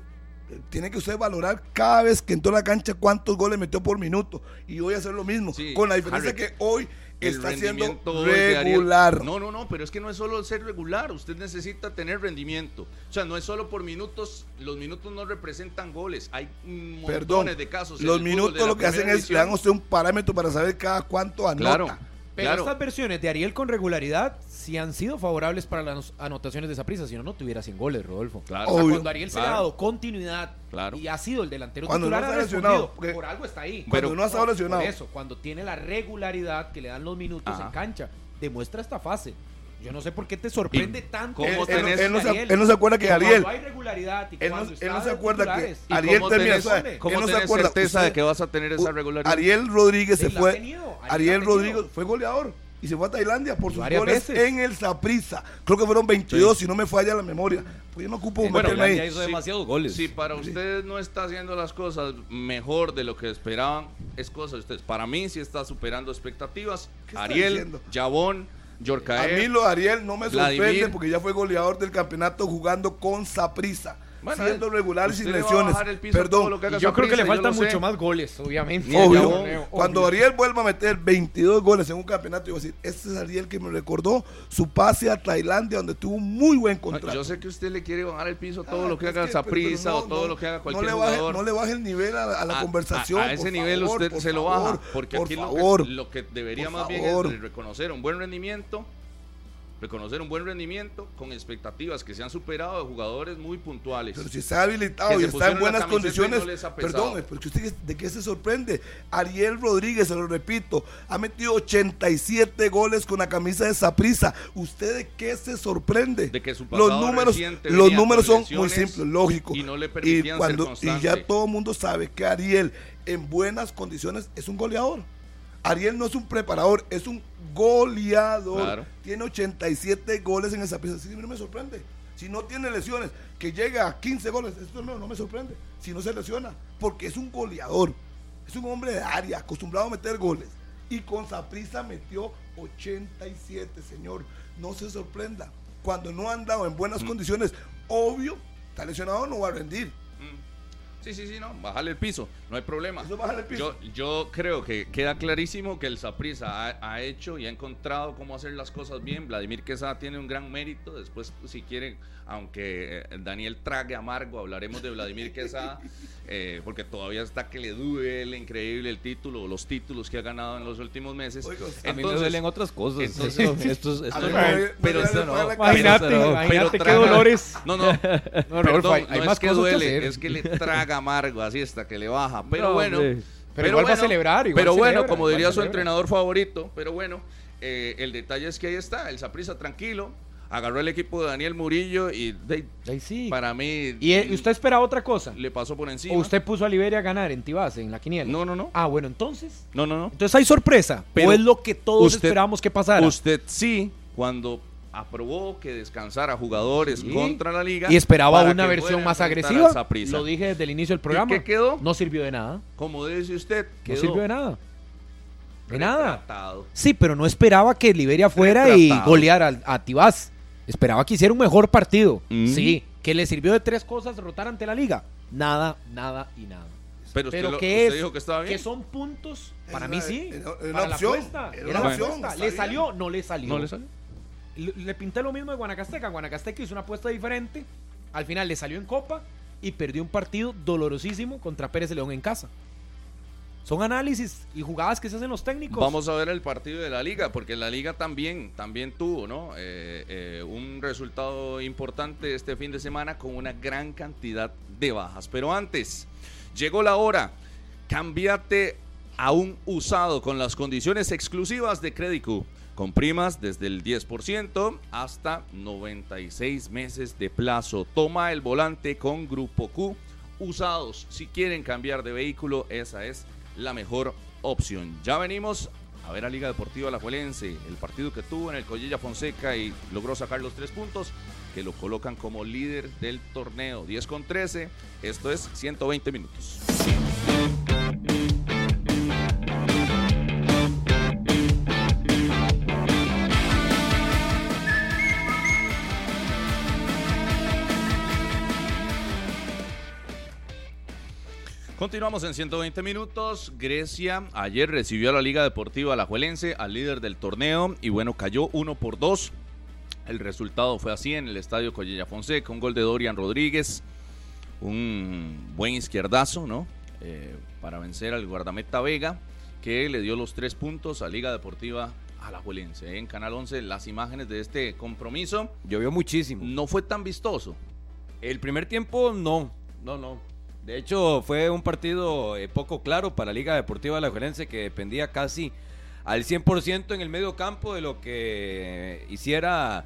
Speaker 4: eh, tiene que usted valorar cada vez que entró a la cancha cuántos goles metió por minuto. Y hoy hacer lo mismo,
Speaker 2: Sí,
Speaker 4: con la diferencia
Speaker 2: Harry,
Speaker 4: que hoy
Speaker 2: El
Speaker 4: está siendo
Speaker 2: rendimiento de Ariel-
Speaker 4: regular.
Speaker 2: No, no, no, pero es que no es solo el ser regular, usted necesita tener rendimiento. O sea, no es solo por minutos, los minutos no representan goles, hay montones
Speaker 4: Perdón,
Speaker 2: de casos. en
Speaker 4: los
Speaker 2: el fútbol de
Speaker 4: minutos
Speaker 2: la
Speaker 4: lo que hacen
Speaker 2: primera
Speaker 4: es le dan a
Speaker 2: división.
Speaker 4: usted un parámetro para saber cada cuánto anota.
Speaker 2: Claro,
Speaker 5: Pero
Speaker 2: claro.
Speaker 5: estas versiones de Ariel con regularidad sí han sido favorables para las anotaciones de esa prisa, si no, no tuviera 100 goles, Rodolfo.
Speaker 2: Claro.
Speaker 5: O sea,
Speaker 4: Obvio.
Speaker 5: cuando Ariel se le ha
Speaker 2: Claro.
Speaker 5: dado continuidad
Speaker 2: Claro.
Speaker 5: y ha sido el delantero
Speaker 4: Cuando
Speaker 5: titular,
Speaker 4: no
Speaker 5: ha
Speaker 4: está lesionado,
Speaker 5: respondido.
Speaker 4: porque-
Speaker 5: por algo está ahí.
Speaker 4: Cuando
Speaker 2: Pero-
Speaker 4: no ha estado
Speaker 5: Por-
Speaker 4: lesionado.
Speaker 5: Por eso, cuando tiene la regularidad que le dan los minutos
Speaker 2: Ajá.
Speaker 5: en cancha, demuestra esta fase. Yo no sé por qué te sorprende
Speaker 2: ¿Y
Speaker 5: tanto.
Speaker 2: cómo
Speaker 5: el
Speaker 4: él,
Speaker 2: Vos
Speaker 4: él no-
Speaker 5: rendimiento
Speaker 2: tenés-
Speaker 5: de
Speaker 4: él no se,
Speaker 5: Ariel.
Speaker 4: él no se acuerda que
Speaker 5: Cuando
Speaker 4: Ariel.
Speaker 5: hay regularidad y
Speaker 4: Él no,
Speaker 5: cuando
Speaker 4: él
Speaker 5: está
Speaker 4: no se
Speaker 5: de
Speaker 4: acuerda que
Speaker 5: titulares,
Speaker 2: ¿Y
Speaker 4: Ariel
Speaker 2: cómo
Speaker 4: termina.
Speaker 2: tenés-
Speaker 4: o sea,
Speaker 5: hombre?
Speaker 2: ¿Cómo
Speaker 4: él no se
Speaker 2: tenés
Speaker 4: acuerda.
Speaker 2: certeza
Speaker 4: Usted-
Speaker 2: de que vas a tener esa
Speaker 4: U-
Speaker 2: regularidad?
Speaker 4: Uh, Ariel Rodríguez
Speaker 5: Sí,
Speaker 4: se
Speaker 5: la ha
Speaker 4: fue.
Speaker 5: tenido, Ariel la ha
Speaker 4: Ariel
Speaker 5: tenido.
Speaker 4: Rodríguez fue goleador y se fue a Tailandia por sus
Speaker 5: Varias
Speaker 4: goles
Speaker 5: veces.
Speaker 4: en el Saprissa. Creo que fueron 22, si no me falla la memoria. Pues yo no
Speaker 2: Eh,
Speaker 4: ocupo
Speaker 3: Bueno,
Speaker 4: meterme
Speaker 3: ya
Speaker 4: ahí.
Speaker 3: hizo
Speaker 2: Sí.
Speaker 3: demasiados goles.
Speaker 2: Pues, Si para ustedes no está haciendo las cosas mejor de lo que esperaban, es cosa de ustedes. Para mí sí está superando expectativas.
Speaker 4: ¿Qué está
Speaker 2: Ariel,
Speaker 4: diciendo?
Speaker 2: Yabón,
Speaker 4: A mí
Speaker 2: Yorcaer.
Speaker 4: lo de Ariel no me sorprende
Speaker 2: eh, Vladimir.
Speaker 4: porque ya fue goleador del campeonato jugando con Saprissa.
Speaker 2: Bueno,
Speaker 4: siendo
Speaker 2: eh,
Speaker 4: regular y
Speaker 2: usted
Speaker 4: sin
Speaker 2: le va a
Speaker 4: lesiones.
Speaker 2: bajar el piso a todo lo
Speaker 4: Perdón.
Speaker 2: que haga
Speaker 5: yo creo que
Speaker 2: Saprissa,
Speaker 5: le faltan
Speaker 2: lo sé.
Speaker 5: mucho más goles, obviamente.
Speaker 2: Ni el
Speaker 4: Obvio.
Speaker 2: Gabón,
Speaker 5: Obvio.
Speaker 4: Cuando Ariel vuelva a meter 22 goles en un campeonato, yo voy a decir, este es Ariel que me recordó su pase a Tailandia donde tuvo un muy buen contrato.
Speaker 2: Ah, Yo sé que usted le quiere bajar el piso a todo
Speaker 4: Ah,
Speaker 2: lo que
Speaker 4: es
Speaker 2: haga
Speaker 4: que, pero-
Speaker 2: Saprissa
Speaker 4: pero
Speaker 2: o
Speaker 4: no,
Speaker 2: todo
Speaker 4: no,
Speaker 2: lo que haga
Speaker 4: no
Speaker 2: cualquier
Speaker 4: le baje,
Speaker 2: jugador.
Speaker 4: No le baje el nivel a la, a la
Speaker 2: A-
Speaker 4: conversación.
Speaker 2: A, a ese
Speaker 4: por
Speaker 2: nivel
Speaker 4: favor,
Speaker 2: usted
Speaker 4: por
Speaker 2: se lo
Speaker 4: favor,
Speaker 2: baja. Porque
Speaker 4: por
Speaker 2: aquí lo que-
Speaker 4: favor.
Speaker 2: Lo, que, debería
Speaker 4: Por
Speaker 2: más
Speaker 4: favor.
Speaker 2: bien es reconocer un buen rendimiento. Reconocer un buen rendimiento con expectativas que se han superado de jugadores muy puntuales.
Speaker 4: Pero si está
Speaker 2: Que
Speaker 4: habilitado y
Speaker 2: se
Speaker 4: está
Speaker 2: pusieron la
Speaker 4: en buenas
Speaker 2: camiseta y
Speaker 4: condiciones.
Speaker 2: no les ha pesado.
Speaker 4: perdón, porque usted de qué se sorprende. Ariel Rodríguez, se lo repito, ha metido 87 goles con la camisa de Saprisa. ¿Usted de qué se sorprende?
Speaker 2: De que su pasado
Speaker 4: los números,
Speaker 2: reciente
Speaker 4: los
Speaker 2: venía
Speaker 4: números
Speaker 2: con
Speaker 4: son muy
Speaker 2: lesiones
Speaker 4: simples, lógicos.
Speaker 2: y no le permitían ser
Speaker 4: y
Speaker 2: constante.
Speaker 4: ya todo el mundo sabe que Ariel en buenas condiciones es un goleador. Ariel no es un preparador, es un goleador.
Speaker 2: Claro.
Speaker 4: Tiene 87 goles en esa pieza. Sí, no me sorprende. Si no tiene lesiones, que llega a 15 goles, esto no, no me sorprende. Si no se lesiona, porque es un goleador. Es un hombre de área, acostumbrado a meter goles. Y con Saprissa metió 87, señor. No se sorprenda. Cuando no han dado en
Speaker 3: Mm.
Speaker 4: buenas condiciones, obvio, está lesionado, no va a rendir.
Speaker 2: Sí, sí, sí, no, bájale el piso, no hay problema.
Speaker 4: Eso, bájale el piso.
Speaker 2: Yo, yo creo que queda clarísimo que el Saprisa ha, ha hecho y ha encontrado cómo hacer las cosas bien. Vladimir Quesada tiene un gran mérito. Después, si quieren, aunque eh, Daniel trague amargo, hablaremos de Vladimir Quesada, eh, porque todavía está que le duele increíble el título o los títulos que ha ganado en los últimos meses.
Speaker 4: Oiga, usted-
Speaker 3: A mí me duelen otras cosas.
Speaker 2: entonces-
Speaker 3: esto, esto, esto
Speaker 4: A mí
Speaker 3: no,
Speaker 4: me duele-
Speaker 3: pero
Speaker 4: me duele
Speaker 3: esto
Speaker 4: el fuego
Speaker 3: no.
Speaker 4: de la
Speaker 3: pero esto
Speaker 5: Imagínate,
Speaker 3: no.
Speaker 5: imagínate qué
Speaker 2: traga-
Speaker 5: dolores.
Speaker 2: No, no.
Speaker 5: No,
Speaker 2: Perdón,
Speaker 5: Rodolfo, hay,
Speaker 2: no
Speaker 5: hay
Speaker 2: es
Speaker 5: más
Speaker 2: que
Speaker 5: cosas
Speaker 2: duele,
Speaker 5: que hacer.
Speaker 2: es que le traga amargo así hasta que le baja. Pero
Speaker 3: No,
Speaker 2: bueno,
Speaker 3: hombre.
Speaker 5: Pero igual va a celebrar, igual
Speaker 2: pero bueno,
Speaker 5: celebra,
Speaker 2: como
Speaker 5: igual
Speaker 2: diría su
Speaker 5: celebra.
Speaker 2: entrenador favorito, pero bueno, eh, el detalle es que ahí está, el Saprisa tranquilo, agarró el equipo de Daniel Murillo y de-
Speaker 5: Ahí sí.
Speaker 2: para mí
Speaker 5: ¿Y eh, usted espera otra cosa?
Speaker 2: le pasó por encima.
Speaker 5: ¿O usted puso a Liberia a ganar en Tibás, en la quiniela?
Speaker 2: No, no, no.
Speaker 5: Ah, bueno, entonces.
Speaker 2: No, no, no.
Speaker 5: Entonces hay sorpresa.
Speaker 2: Pero
Speaker 5: o es lo que todos
Speaker 2: usted-
Speaker 5: esperábamos que pasara.
Speaker 2: Usted sí, cuando aprobó que descansara jugadores
Speaker 5: Sí.
Speaker 2: contra la liga
Speaker 5: y esperaba
Speaker 2: para
Speaker 5: una
Speaker 2: que
Speaker 5: versión
Speaker 2: fuera a
Speaker 5: más
Speaker 2: enfrentar
Speaker 5: agresiva.
Speaker 2: al Saprissa.
Speaker 5: Lo dije desde el inicio del programa.
Speaker 2: qué quedó?
Speaker 5: No sirvió de nada.
Speaker 2: Como dice usted,
Speaker 5: No
Speaker 2: quedó
Speaker 5: sirvió de nada. De nada.
Speaker 2: retratado.
Speaker 5: Sí, pero no esperaba que Liberia fuera y
Speaker 2: Retratado.
Speaker 5: goleara al- a Tibás. Esperaba que hiciera un mejor partido.
Speaker 2: Mm.
Speaker 5: Sí, que le sirvió de tres cosas rotar ante la liga. Nada, nada y nada.
Speaker 2: Pero usted,
Speaker 5: Pero
Speaker 2: lo-
Speaker 5: que
Speaker 2: usted
Speaker 5: es
Speaker 2: dijo que estaba bien.
Speaker 5: que son puntos
Speaker 4: Es
Speaker 5: para
Speaker 4: una-
Speaker 5: mí sí.
Speaker 4: era- era
Speaker 5: para
Speaker 4: opción,
Speaker 5: la apuesta.
Speaker 4: era
Speaker 5: Era,
Speaker 4: una
Speaker 5: la
Speaker 4: opción,
Speaker 5: apuesta.
Speaker 4: está
Speaker 5: ¿Le
Speaker 4: bien.
Speaker 5: salió? No le salió.
Speaker 2: No le salió.
Speaker 5: Le, le pinté lo mismo de Guanacasteca. Guanacasteca hizo una apuesta diferente. Al final le salió en Copa y perdió un partido dolorosísimo contra Pérez de León en casa. Son análisis y jugadas que se hacen los técnicos.
Speaker 2: Vamos a ver el partido de la liga, porque la liga también, también tuvo ¿no? Eh, eh, un resultado importante este fin de semana con una gran cantidad de bajas. Pero antes, llegó la hora, cambiate a un usado con las condiciones exclusivas de Credicu, con primas desde el 10% hasta 96 meses de plazo. Toma el volante con Grupo Q. Usados, si quieren cambiar de vehículo, esa es la mejor opción. Ya venimos a ver a Liga Deportiva Alajuelense, el partido que tuvo en el Collella Fonseca y logró sacar los tres puntos que lo colocan como líder del torneo. 10 con 13, esto es 120 minutos. Continuamos en 120 minutos. Grecia ayer recibió a la Liga Deportiva Alajuelense, al líder del torneo, y bueno, cayó uno por dos. El resultado fue así en el estadio Collella Fonseca, un gol de Dorian Rodríguez, un buen izquierdazo, ¿no? Eh, para vencer al guardameta Vega, que le dio los tres puntos a Liga Deportiva Alajuelense. En Canal 11 las imágenes de este compromiso
Speaker 3: Llovió muchísimo.
Speaker 2: no fue tan vistoso.
Speaker 3: El primer tiempo, no. No, no. De hecho, fue un partido eh, poco claro para Liga Deportiva Alajuelense que dependía casi al 100% en el medio campo de lo que eh, hiciera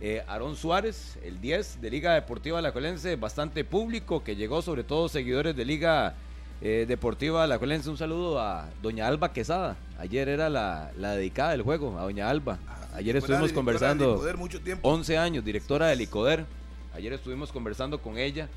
Speaker 3: eh, Aarón Suárez, el 10 de Liga Deportiva Alajuelense, bastante público, que llegó sobre todo seguidores de Liga eh, Deportiva Alajuelense. Un saludo a doña Alba Quesada. Ayer era la, la dedicada del juego, a doña Alba. Ayer
Speaker 4: Fue la
Speaker 3: estuvimos
Speaker 4: directora
Speaker 3: conversando.
Speaker 4: de Licoder mucho tiempo.
Speaker 3: 11 años, directora del ICODER. Ayer estuvimos conversando con ella.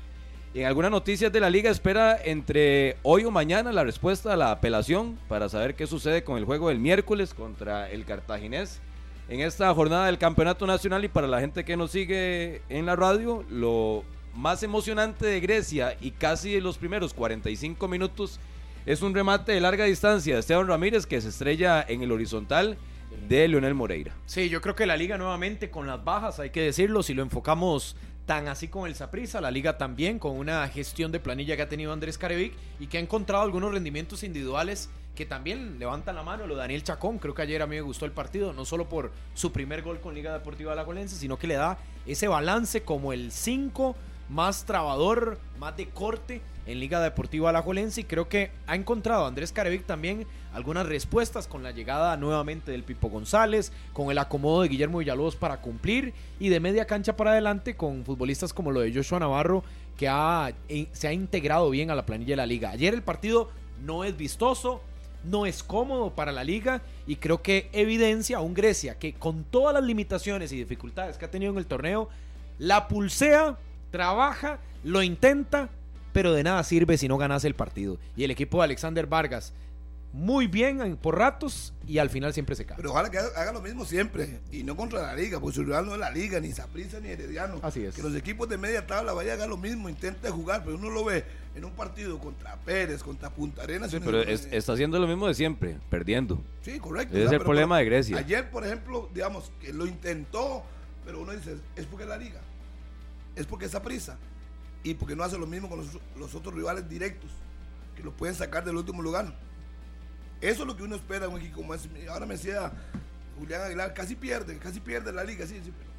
Speaker 3: En algunas noticias de la liga espera entre hoy o mañana la respuesta a la apelación para saber qué sucede con el juego del miércoles contra el cartaginés en esta jornada del Campeonato Nacional y para la gente que nos sigue en la radio, lo más emocionante de Grecia y casi de los primeros 45 minutos es un remate de larga distancia de Esteban Ramírez que se estrella en el horizontal de Leonel Moreira.
Speaker 5: Sí, yo creo que la liga nuevamente con las bajas, hay que decirlo, si lo enfocamos tan así con el Saprissa, la liga también con una gestión de planilla que ha tenido Andrés Carevic y que ha encontrado algunos rendimientos individuales que también levantan la mano, lo de Daniel Chacón, creo que ayer a mí me gustó el partido, no solo por su primer gol con Liga Deportiva Alajuelense, sino que le da ese balance como el 5 más trabador, más de corte en Liga Deportiva Alajuelense y creo que ha encontrado Andrés Carevic también algunas respuestas con la llegada nuevamente del Pipo González, con el acomodo de Guillermo Villalobos para cumplir y de media cancha para adelante con futbolistas como lo de Joshua Navarro que ha- eh, se ha integrado bien a la planilla de la liga. Ayer el partido no es vistoso, no es cómodo para la liga y creo que evidencia a un Grecia que con todas las limitaciones y dificultades que ha tenido en el torneo, la pulsea, trabaja, lo intenta, pero de nada sirve si no ganas el partido. Y el equipo de Alexander Vargas, muy bien en- por ratos y al final siempre se cae.
Speaker 4: Pero ojalá que haga, haga lo mismo siempre y no contra la liga, porque su rival no es la liga, ni Saprissa ni Herediano.
Speaker 5: Así es.
Speaker 4: Que los equipos de media tabla vayan a hacer lo mismo, intenten jugar, pero uno lo ve en un partido contra Pérez, contra Punta Arenas. y uno
Speaker 3: Pero
Speaker 4: dice, "Eh,
Speaker 3: es- está haciendo lo mismo de siempre, perdiendo.
Speaker 4: Sí, correcto.
Speaker 3: Ese
Speaker 4: o sea,
Speaker 3: es el
Speaker 4: pero-
Speaker 3: problema de
Speaker 4: pero
Speaker 3: Grecia.
Speaker 4: Ayer, por ejemplo, digamos que lo intentó, pero uno dice, es porque es la liga, es porque esa prisa y porque no hace lo mismo con los, los otros rivales directos que lo pueden sacar del último lugar. Eso es lo que uno espera de un equipo como ese. Ahora me decía Julián Aguilar, casi pierde, casi pierde la liga, sí, sí, pero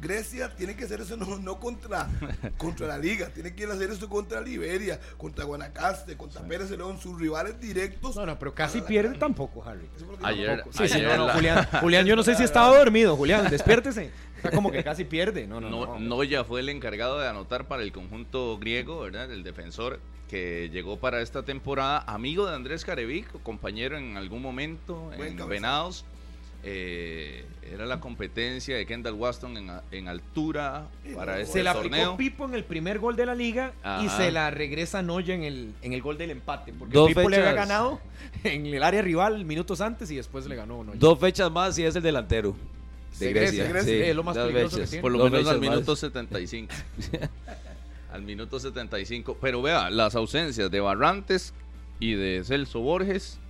Speaker 4: Grecia tiene que hacer eso no, no contra, contra la liga, tiene que hacer eso contra Liberia, contra Guanacaste, contra Pérez de León, sus rivales directos.
Speaker 5: No, no, pero casi pierde tampoco, Harry.
Speaker 4: Eso fue lo que
Speaker 2: Ayer,
Speaker 4: tampoco-
Speaker 5: Sí, sí,
Speaker 2: ayer
Speaker 5: no, no,
Speaker 2: la-
Speaker 5: Julián, Julián, yo no sé si estaba dormido, Julián, despiértese. Está como que casi pierde. No, no, no.
Speaker 2: No, Noya fue el encargado de anotar para el conjunto griego, ¿verdad? El defensor que llegó para esta temporada, amigo de Andrés Carevic, compañero en algún momento
Speaker 4: Buen
Speaker 2: en
Speaker 4: cabezazo.
Speaker 2: Venados. Eh, era la competencia de Kendall Waston en, a- en altura para este
Speaker 5: Eh, Se la aplicó
Speaker 2: torneo.
Speaker 5: Pipo en el primer gol de la liga y
Speaker 3: Ajá.
Speaker 5: se la regresa Noya en el, en el gol del empate. Porque
Speaker 3: Dos
Speaker 5: Pipo le había
Speaker 3: fechas.
Speaker 5: ganado en el área rival minutos antes y después le ganó Noya.
Speaker 3: Dos fechas más y es el delantero. De
Speaker 5: Sí,
Speaker 3: Grecia.
Speaker 5: Grecia, Grecia,
Speaker 3: sí,
Speaker 5: es lo más
Speaker 3: dos
Speaker 5: peligroso que
Speaker 3: fechas.
Speaker 5: tiene.
Speaker 2: Por lo
Speaker 3: Dos
Speaker 2: menos al
Speaker 3: fechas más.
Speaker 2: minuto 75. al minuto 75. Pero vea, las ausencias de Barrantes y de Celso Borges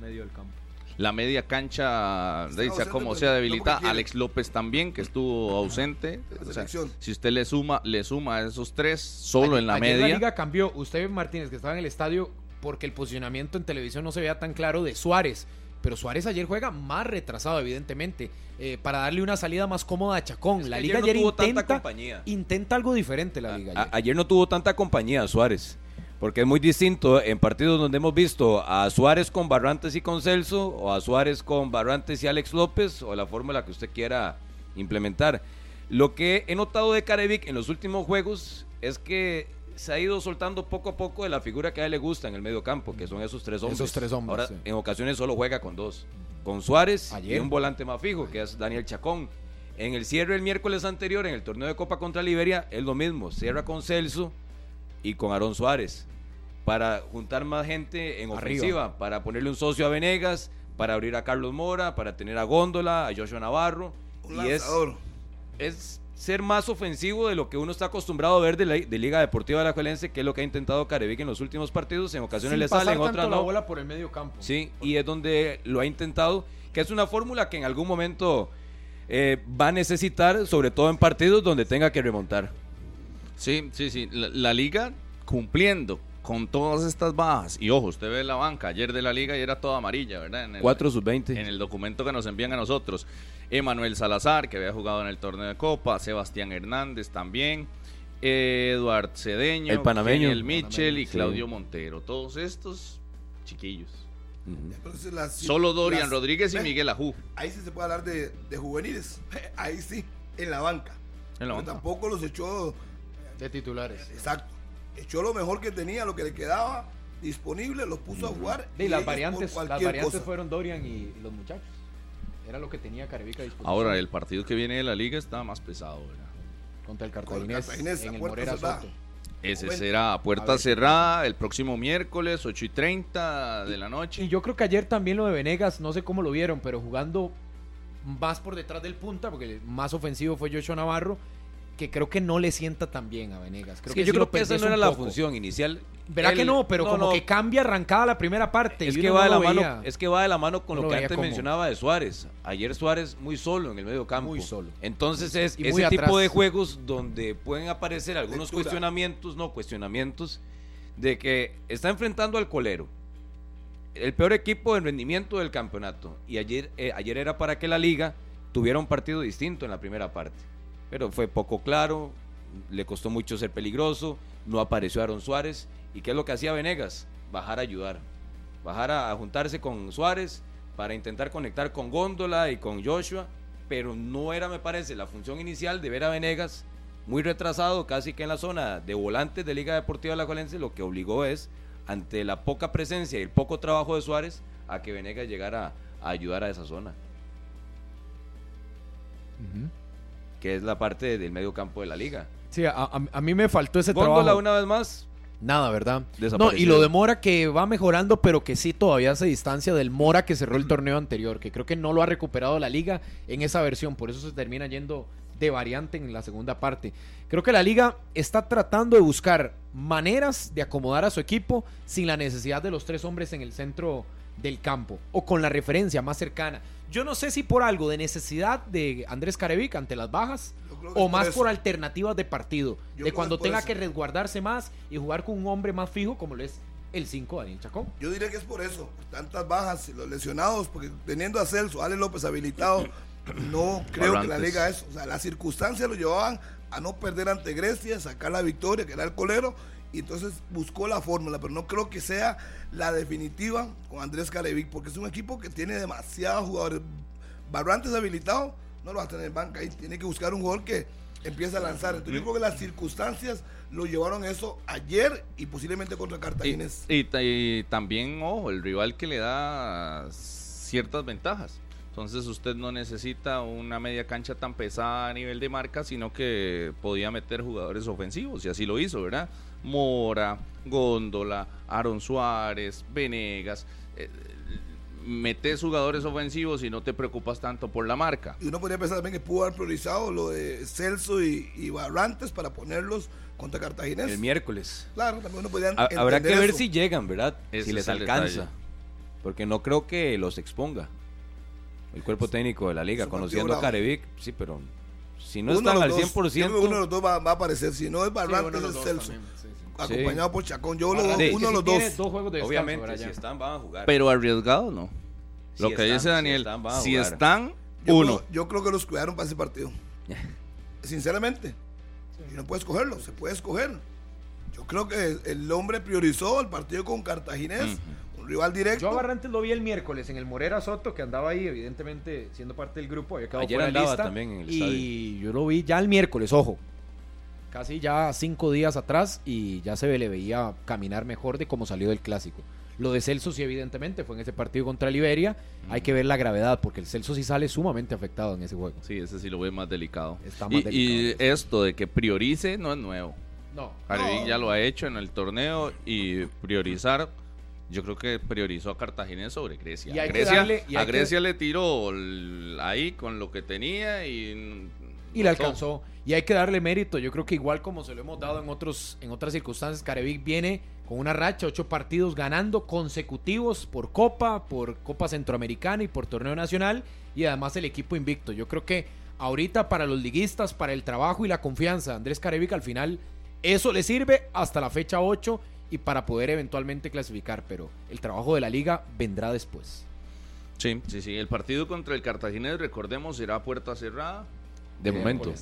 Speaker 5: Medio del campo.
Speaker 2: La media cancha, dice,
Speaker 4: ausente
Speaker 2: como
Speaker 4: también,
Speaker 2: sea
Speaker 4: no porque
Speaker 2: debilitada.
Speaker 4: quiere.
Speaker 2: Alex López también, que estuvo ausente.
Speaker 4: La
Speaker 2: O sea,
Speaker 4: selección.
Speaker 2: si usted le suma, le suma a esos tres solo en la
Speaker 5: Ayer
Speaker 2: media.
Speaker 5: La liga cambió. Usted, Martínez, que estaba en el estadio, porque el posicionamiento en televisión no se vea tan claro de Suárez. Pero Suárez ayer juega más retrasado, evidentemente, eh, para darle una salida más cómoda a Chacón.
Speaker 3: Es
Speaker 5: la
Speaker 3: que
Speaker 5: liga
Speaker 3: ayer no
Speaker 5: ayer,
Speaker 3: tuvo tanta
Speaker 5: intenta,
Speaker 3: compañía.
Speaker 5: intenta algo diferente. La liga
Speaker 3: A-
Speaker 5: ayer.
Speaker 3: ayer no tuvo tanta compañía Suárez, porque es muy distinto en partidos donde hemos visto a Suárez con Barrantes y con Celso, o a Suárez con Barrantes y Alex López, o la fórmula que usted quiera implementar. Lo que he notado de Carevic en los últimos juegos es que se ha ido soltando poco a poco de la figura que a él le gusta en el medio campo, que son esos tres hombres.
Speaker 5: Esos tres hombres,
Speaker 3: Ahora,
Speaker 5: sí.
Speaker 3: en ocasiones solo juega con dos. Con Suárez y
Speaker 5: Ayer.
Speaker 3: un volante más fijo, que es Daniel Chacón. En el cierre el miércoles anterior, en el torneo de Copa contra Liberia, es lo mismo. Cierra con Celso y con Aarón Suárez. Para juntar más gente en
Speaker 5: Arriba.
Speaker 3: ofensiva, para ponerle un socio a Venegas, para abrir a Carlos Mora, para tener a Góndola, a Joshua Navarro.
Speaker 4: Un
Speaker 3: y es,
Speaker 4: lanzador.
Speaker 3: es ser más ofensivo de lo que uno está acostumbrado a ver de, la, de Liga Deportiva de la que es lo que ha intentado Carevic en los últimos partidos. En ocasiones
Speaker 5: Sin
Speaker 3: le
Speaker 5: pasar
Speaker 3: salen,
Speaker 5: tanto
Speaker 3: otras
Speaker 5: la
Speaker 3: no.
Speaker 5: bola por el medio campo.
Speaker 3: Sí, y es donde lo ha intentado, que es una fórmula que en algún momento eh, va a necesitar, sobre todo en partidos donde tenga que remontar.
Speaker 2: Sí, sí, sí. La, la liga cumpliendo con todas estas bajas. Y ojo, usted ve la banca ayer de la liga y era toda amarilla, ¿verdad? En el-
Speaker 3: 4 sub 20.
Speaker 2: en el documento que nos envían a nosotros. Emanuel Salazar, que había jugado en el torneo de Copa, Sebastián Hernández también, Eduard Cedeño,
Speaker 3: El panameño.
Speaker 2: El Mitchell y
Speaker 3: sí.
Speaker 2: Claudio Montero. Todos estos chiquillos.
Speaker 4: Entonces, las-
Speaker 2: Solo Dorian
Speaker 4: las-
Speaker 2: Rodríguez y
Speaker 4: Ve,
Speaker 2: Miguel Ajú.
Speaker 4: Ahí sí se puede hablar de, de juveniles. Ahí sí, en la banca.
Speaker 2: En la
Speaker 4: Pero
Speaker 2: banca.
Speaker 4: tampoco los echó
Speaker 5: De titulares.
Speaker 4: Exacto. Echó lo mejor que tenía, lo que le quedaba disponible, los puso a jugar.
Speaker 5: Y
Speaker 4: ellos
Speaker 5: las
Speaker 4: por
Speaker 5: variantes, las
Speaker 4: cualquier
Speaker 5: variantes
Speaker 4: cosa.
Speaker 5: fueron Dorian y los muchachos. Era lo que tenía Carevica a disposición.
Speaker 2: Ahora, el partido que viene de la liga está más pesado, ¿verdad?
Speaker 5: Contra el
Speaker 4: Con el
Speaker 5: Cartaginés,
Speaker 4: Cartaginés,
Speaker 5: en
Speaker 4: a
Speaker 5: el
Speaker 4: puerta
Speaker 5: Morera
Speaker 4: cerrada.
Speaker 5: Soto.
Speaker 2: Ese
Speaker 4: Bueno,
Speaker 2: será a puerta
Speaker 5: a ver.
Speaker 2: cerrada el próximo miércoles, 8 y 30 de la noche.
Speaker 5: Y yo creo que ayer también lo de Venegas, no sé cómo lo vieron, pero jugando más por detrás del punta, porque el más ofensivo fue Joshua Navarro, que creo que no le sienta tan bien a Venegas. Creo
Speaker 3: Es que yo
Speaker 5: sí
Speaker 3: creo
Speaker 5: lo
Speaker 3: que esa
Speaker 5: perdés
Speaker 3: no
Speaker 5: un
Speaker 3: era la
Speaker 5: poco.
Speaker 3: función inicial.
Speaker 5: Verá
Speaker 3: Él-
Speaker 5: que no, pero como
Speaker 3: no.
Speaker 5: que cambia arrancada la primera parte.
Speaker 3: Es
Speaker 5: y
Speaker 3: que,
Speaker 5: uno
Speaker 3: va de
Speaker 5: no
Speaker 3: la
Speaker 5: lo
Speaker 3: mano,
Speaker 5: veía.
Speaker 3: es que va de la mano con
Speaker 5: no
Speaker 3: lo
Speaker 5: lo
Speaker 3: que
Speaker 5: veía
Speaker 3: antes
Speaker 5: como-
Speaker 3: mencionaba de Suárez. Ayer Suárez muy solo en el medio campo.
Speaker 5: Muy solo.
Speaker 3: Entonces es
Speaker 5: Y muy
Speaker 3: ese tipo
Speaker 5: atrás.
Speaker 3: de juegos donde pueden aparecer algunos
Speaker 4: Lectura.
Speaker 3: cuestionamientos, no cuestionamientos, de que está enfrentando al colero. El peor equipo de rendimiento del campeonato. Y ayer, eh, ayer era para que la liga tuviera un partido distinto en la primera parte. Pero fue poco claro, le costó mucho ser peligroso, no apareció Aaron Suárez. ¿Y qué es lo que hacía Venegas? Bajar a ayudar. Bajar a, a juntarse con Suárez para intentar conectar con Góndola y con Joshua. Pero no era, me parece, la función inicial de ver a Venegas muy retrasado, casi que en la zona de volantes de Liga Deportiva Alajuelense, lo que obligó es, ante la poca presencia y el poco trabajo de Suárez, a que Venegas llegara a ayudar a esa zona. Que es la parte del medio campo de la liga.
Speaker 5: Sí, a, a- a mí me faltó ese
Speaker 3: Góndola
Speaker 5: trabajo.
Speaker 3: una vez más.
Speaker 5: Nada, ¿verdad? No, y
Speaker 3: Desaparecido.
Speaker 5: lo de Mora que va mejorando, pero que sí todavía se distancia del Mora que cerró el torneo anterior, que creo que no lo ha recuperado la liga en esa versión, por eso se termina yendo de variante en la segunda parte. Creo que la liga está tratando de buscar maneras de acomodar a su equipo sin la necesidad de los tres hombres en el centro del campo o con la referencia más cercana. Yo no sé si por algo de necesidad de Andrés Carevic ante las bajas
Speaker 4: Yo creo que
Speaker 5: o
Speaker 4: es
Speaker 5: más
Speaker 4: por eso.
Speaker 5: por alternativas de partido,
Speaker 4: creo que
Speaker 5: de
Speaker 4: es
Speaker 5: cuando
Speaker 4: por
Speaker 5: tenga
Speaker 4: eso.
Speaker 5: que resguardarse más y jugar con un hombre más fijo como lo es el 5 Daniel Chacón.
Speaker 4: Yo diría que es por eso, por tantas bajas, y los lesionados, porque teniendo a Celso, Ale López habilitado, no creo que la
Speaker 2: Barrantes.
Speaker 4: liga eso. O sea, las circunstancias lo llevaban a no perder ante Grecia, sacar la victoria, que era el colero, y entonces buscó la fórmula, pero no creo que sea la definitiva con Andrés Carevic, porque es un equipo que tiene demasiados jugadores. Barrantes habilitado, no lo va a tener en banca ahí, tiene que buscar un jugador que empiece a lanzar. Entonces yo creo que las circunstancias lo llevaron a eso ayer y posiblemente contra
Speaker 2: Y,
Speaker 4: Cartagena.
Speaker 2: y ta- y también, ojo, el rival que le da ciertas ventajas. Entonces usted no necesita una media cancha tan pesada a nivel de marca, sino que podía meter jugadores ofensivos, y así lo hizo, ¿verdad? Mora, Góndola, Aaron Suárez, Venegas. eh, metes jugadores ofensivos y no te preocupas tanto por la marca.
Speaker 4: Y uno podría pensar también que pudo haber priorizado lo de Celso y, y Barrantes para ponerlos contra Cartaginés.
Speaker 3: El miércoles.
Speaker 4: Claro, también uno podría
Speaker 3: Ha- habrá que
Speaker 4: entender
Speaker 3: ver
Speaker 4: eso.
Speaker 3: si llegan, ¿verdad?
Speaker 2: Ese
Speaker 3: si les
Speaker 2: es el
Speaker 3: alcanza.
Speaker 2: detalle.
Speaker 3: Porque no creo que los exponga el cuerpo técnico de la liga.
Speaker 4: Es un
Speaker 3: Conociendo
Speaker 4: partido
Speaker 3: a
Speaker 4: bravo.
Speaker 3: Carevic, sí, pero si no
Speaker 4: Uno
Speaker 3: están
Speaker 4: de
Speaker 3: al
Speaker 4: los dos, yo creo que Uno de
Speaker 3: 100%,
Speaker 4: los dos va, va a aparecer. Si no es Barrantes,
Speaker 5: uno de los
Speaker 4: es
Speaker 5: dos
Speaker 4: Celso.
Speaker 5: también, sí, sí.
Speaker 4: Acompañado por Chacón.
Speaker 3: Ah,
Speaker 4: Yo lo,
Speaker 5: Barrantes, que
Speaker 4: uno
Speaker 5: sí
Speaker 4: de los
Speaker 5: tiene
Speaker 4: dos.
Speaker 5: dos juegos de descanso,
Speaker 3: obviamente,
Speaker 5: Brian.
Speaker 3: si están, van a jugar.
Speaker 2: Pero arriesgado no.
Speaker 3: Si
Speaker 2: Lo que
Speaker 3: están,
Speaker 2: dice
Speaker 3: si
Speaker 2: Daniel,
Speaker 3: están, van a
Speaker 2: si
Speaker 3: jugar.
Speaker 2: están,
Speaker 4: Yo
Speaker 2: uno.
Speaker 4: creo- yo creo que los cuidaron para ese partido. Sinceramente. Y no puedes cogerlo, se puede escoger. Yo creo que el hombre priorizó el partido con Cartaginés, un rival directo.
Speaker 5: Yo a Barrantes lo vi el miércoles en el Morera Soto, que andaba ahí, evidentemente, siendo parte del grupo. Había quedado
Speaker 3: Ayer
Speaker 5: fuera de
Speaker 3: andaba
Speaker 5: lista,
Speaker 3: también en el
Speaker 5: Y yo lo vi ya el miércoles, ojo. Casi ya cinco días atrás y ya se le veía caminar mejor de cómo salió del clásico. Lo de Celso sí, evidentemente, fue en ese partido contra Liberia. Hay que ver la gravedad, porque el Celso sí sale sumamente afectado en ese juego.
Speaker 2: Sí, ese sí lo ve más delicado.
Speaker 5: Está más
Speaker 2: y, y esto de que priorice no es nuevo.
Speaker 5: No.
Speaker 2: Jaredín ya lo ha hecho en el torneo y priorizar. Yo creo que priorizó a Cartagena sobre Grecia.
Speaker 5: Y hay
Speaker 2: a
Speaker 5: que
Speaker 2: Grecia,
Speaker 5: darle- y hay
Speaker 2: a
Speaker 5: que-
Speaker 2: Grecia le tiró el- ahí con lo que tenía y.
Speaker 5: Y le
Speaker 2: mató.
Speaker 5: alcanzó. Y hay que darle mérito. Yo creo que igual como se lo hemos dado en otros en otras circunstancias, Carevic viene con una racha, ocho partidos ganando consecutivos por Copa, por Copa Centroamericana y por Torneo Nacional. Y además el equipo invicto. Yo creo que ahorita para los liguistas, para el trabajo y la confianza de Andrés Carevic al final, eso le sirve hasta la fecha 8 y para poder eventualmente clasificar. Pero el trabajo de la liga vendrá después.
Speaker 2: Sí, sí, sí. El partido contra el Cartagena, recordemos, será a puerta cerrada.
Speaker 3: de momento.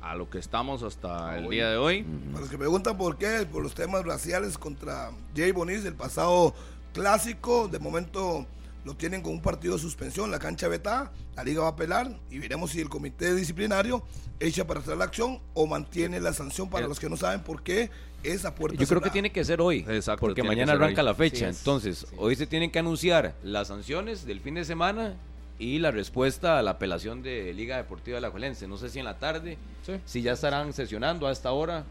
Speaker 2: A lo que estamos hasta el día de hoy.
Speaker 4: Para los que preguntan por qué, por los temas raciales contra Jay Bonis, el pasado clásico, de momento lo tienen con un partido de suspensión, la cancha beta, la liga va a apelar y veremos si el comité disciplinario echa para atrás la acción o mantiene la sanción para
Speaker 2: Eh.
Speaker 4: los que no saben por qué esa puerta
Speaker 3: Yo creo que
Speaker 4: cerrada.
Speaker 3: tiene que ser hoy,
Speaker 2: Exacto,
Speaker 3: porque
Speaker 2: tiene que
Speaker 3: mañana
Speaker 2: ser
Speaker 3: arranca
Speaker 2: hoy.
Speaker 3: la fecha.
Speaker 5: Sí, es-
Speaker 3: Entonces, hoy se tienen que anunciar las sanciones del fin de semana y la respuesta a la apelación de Liga Deportiva de la No sé si en la tarde,
Speaker 5: Sí.
Speaker 3: si ya estarán sesionando a esta hora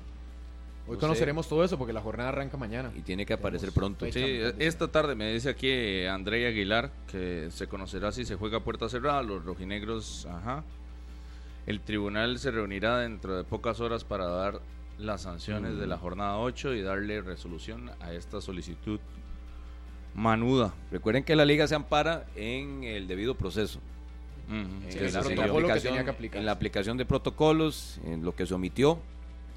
Speaker 3: No
Speaker 5: Hoy
Speaker 3: sé.
Speaker 5: conoceremos todo eso porque la jornada arranca mañana.
Speaker 3: y tiene que aparecer
Speaker 5: Tenemos
Speaker 3: pronto.
Speaker 5: fecha.
Speaker 2: Sí, eh, esta tarde me dice aquí eh, André Aguilar que se conocerá si se juega a puerta cerrada, los rojinegros, ajá. El tribunal se reunirá dentro de pocas horas para dar las sanciones de la jornada 8 y darle resolución a esta solicitud manuda.
Speaker 3: Recuerden que la liga se ampara en el debido proceso.
Speaker 2: Ujú,
Speaker 3: en
Speaker 2: sí,
Speaker 5: el
Speaker 2: sí, sí.
Speaker 5: protocolo que tenía que aplicarse.
Speaker 3: en la aplicación de protocolos, en lo que se omitió.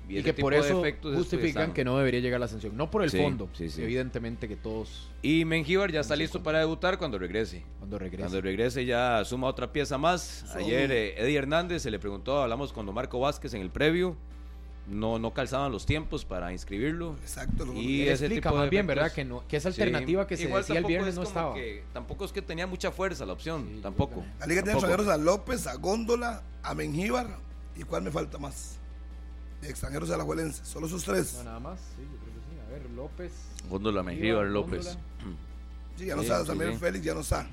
Speaker 5: Y que por eso justifican que no debería llegar la sanción. No por el
Speaker 3: Sí,
Speaker 5: fondo.
Speaker 3: sí, sí.
Speaker 5: Evidentemente que todos
Speaker 3: Y Mengíbar ya está listo para debutar cuando regrese.
Speaker 5: cuando regresen.
Speaker 3: Cuando regrese ya suma otra pieza más. Ayer eh, Eddie Hernández se le preguntó, hablamos con Don Marco Vázquez en el previo, no, no calzaban los tiempos para inscribirlo.
Speaker 4: Exacto, lo-
Speaker 3: Y
Speaker 5: Él
Speaker 3: ese
Speaker 5: explica
Speaker 3: tipo de
Speaker 5: más bien,
Speaker 3: eventos-
Speaker 5: ¿verdad? Que, no, que esa
Speaker 3: Sí.
Speaker 5: alternativa que se
Speaker 3: Igual
Speaker 5: decía el
Speaker 3: tampoco
Speaker 5: viernes
Speaker 3: es
Speaker 5: no
Speaker 3: como
Speaker 5: estaba.
Speaker 3: que- tampoco es que tenía mucha fuerza la opción,
Speaker 5: Sí, yo
Speaker 3: tampoco.
Speaker 5: también.
Speaker 4: la liga tiene
Speaker 3: Tampoco.
Speaker 4: extranjeros a López, a Góndola, a Mengíbar y cuál me falta más. De extranjeros a la solo esos tres.
Speaker 5: No, nada más. Sí, yo creo que sí. A ver, López.
Speaker 2: Góndola Mengíbar
Speaker 5: Iván,
Speaker 2: López.
Speaker 4: Sí, ya no
Speaker 3: Sí,
Speaker 4: está,
Speaker 3: sí,
Speaker 4: también
Speaker 3: sí.
Speaker 4: Félix ya no está.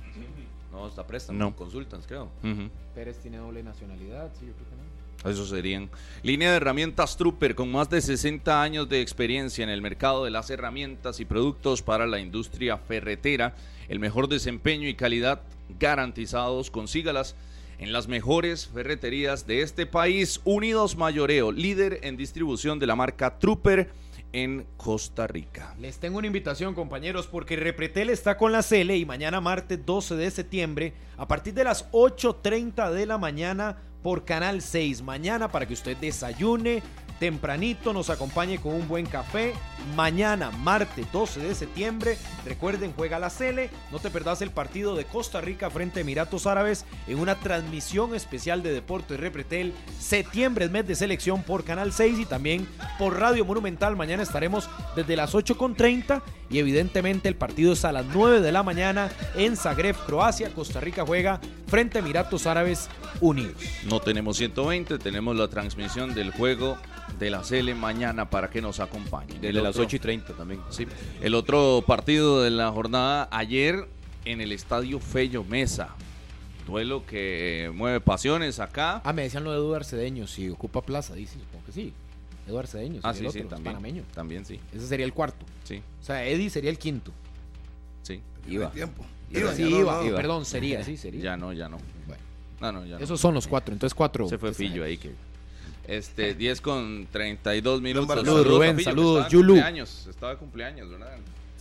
Speaker 3: No, está préstamo,
Speaker 2: No.
Speaker 3: consultas, creo.
Speaker 2: Ujú.
Speaker 5: Pérez tiene doble nacionalidad. Sí, yo creo que no.
Speaker 2: Eso serían. Línea de herramientas Trooper con más de 60 años de experiencia en el mercado de las herramientas y productos para la industria ferretera. El mejor desempeño y calidad garantizados. Consígalas en las mejores ferreterías de este país. Unidos Mayoreo, líder en distribución de la marca Trooper en Costa Rica.
Speaker 5: Les tengo una invitación, compañeros, porque Repretel está con la Cele y mañana martes 12 de septiembre, a partir de las 8.30 de la mañana por Canal 6. Mañana para que usted desayune tempranito, nos acompañe con un buen café. Mañana, martes 12 de septiembre, recuerden, juega la Cele. No te perdás el partido de Costa Rica frente a Emiratos Árabes en una transmisión especial de Deportes Repretel. Septiembre es mes de selección por Canal 6 y también por Radio Monumental. Mañana estaremos desde las 8.30 y evidentemente el partido es a las 9 de la mañana en Zagreb, Croacia. Costa Rica juega frente a Emiratos Árabes Unidos.
Speaker 2: No tenemos 120, tenemos la transmisión del juego de la Cele mañana para que nos acompañen.
Speaker 3: Desde
Speaker 2: El
Speaker 3: las
Speaker 2: otro-
Speaker 3: 8 y 30 también.
Speaker 2: Sí. El otro partido de la jornada ayer en el estadio Fello Mesa. Duelo que mueve pasiones acá.
Speaker 5: Ah, me decían lo de Eduardo Cedeño, si ocupa plaza, dice, supongo que sí. Eduardo Cedeño,
Speaker 2: Ah, sí, sí, también. También sí,
Speaker 5: Ese sería el cuarto.
Speaker 2: sí,
Speaker 5: O sea, Eddie sería el quinto.
Speaker 2: sí.
Speaker 3: Iba.
Speaker 4: Tiempo.
Speaker 3: Iba,
Speaker 4: ya
Speaker 5: Sí,
Speaker 4: no,
Speaker 5: iba,
Speaker 4: no.
Speaker 3: Iba.
Speaker 5: perdón, sería, sí, sería.
Speaker 2: Ya no, ya no.
Speaker 5: Bueno.
Speaker 2: No, no, ya no.
Speaker 5: Esos son los cuatro, entonces cuatro.
Speaker 2: Se fue Fillo ahí que... Este, 10 con 32 minutos.
Speaker 4: Saludos,
Speaker 2: a
Speaker 5: Rubén,
Speaker 2: Fillo, que
Speaker 5: saludos,
Speaker 2: estaba de
Speaker 5: Yulu.
Speaker 2: cumpleaños, Estaba de cumpleaños, ¿verdad?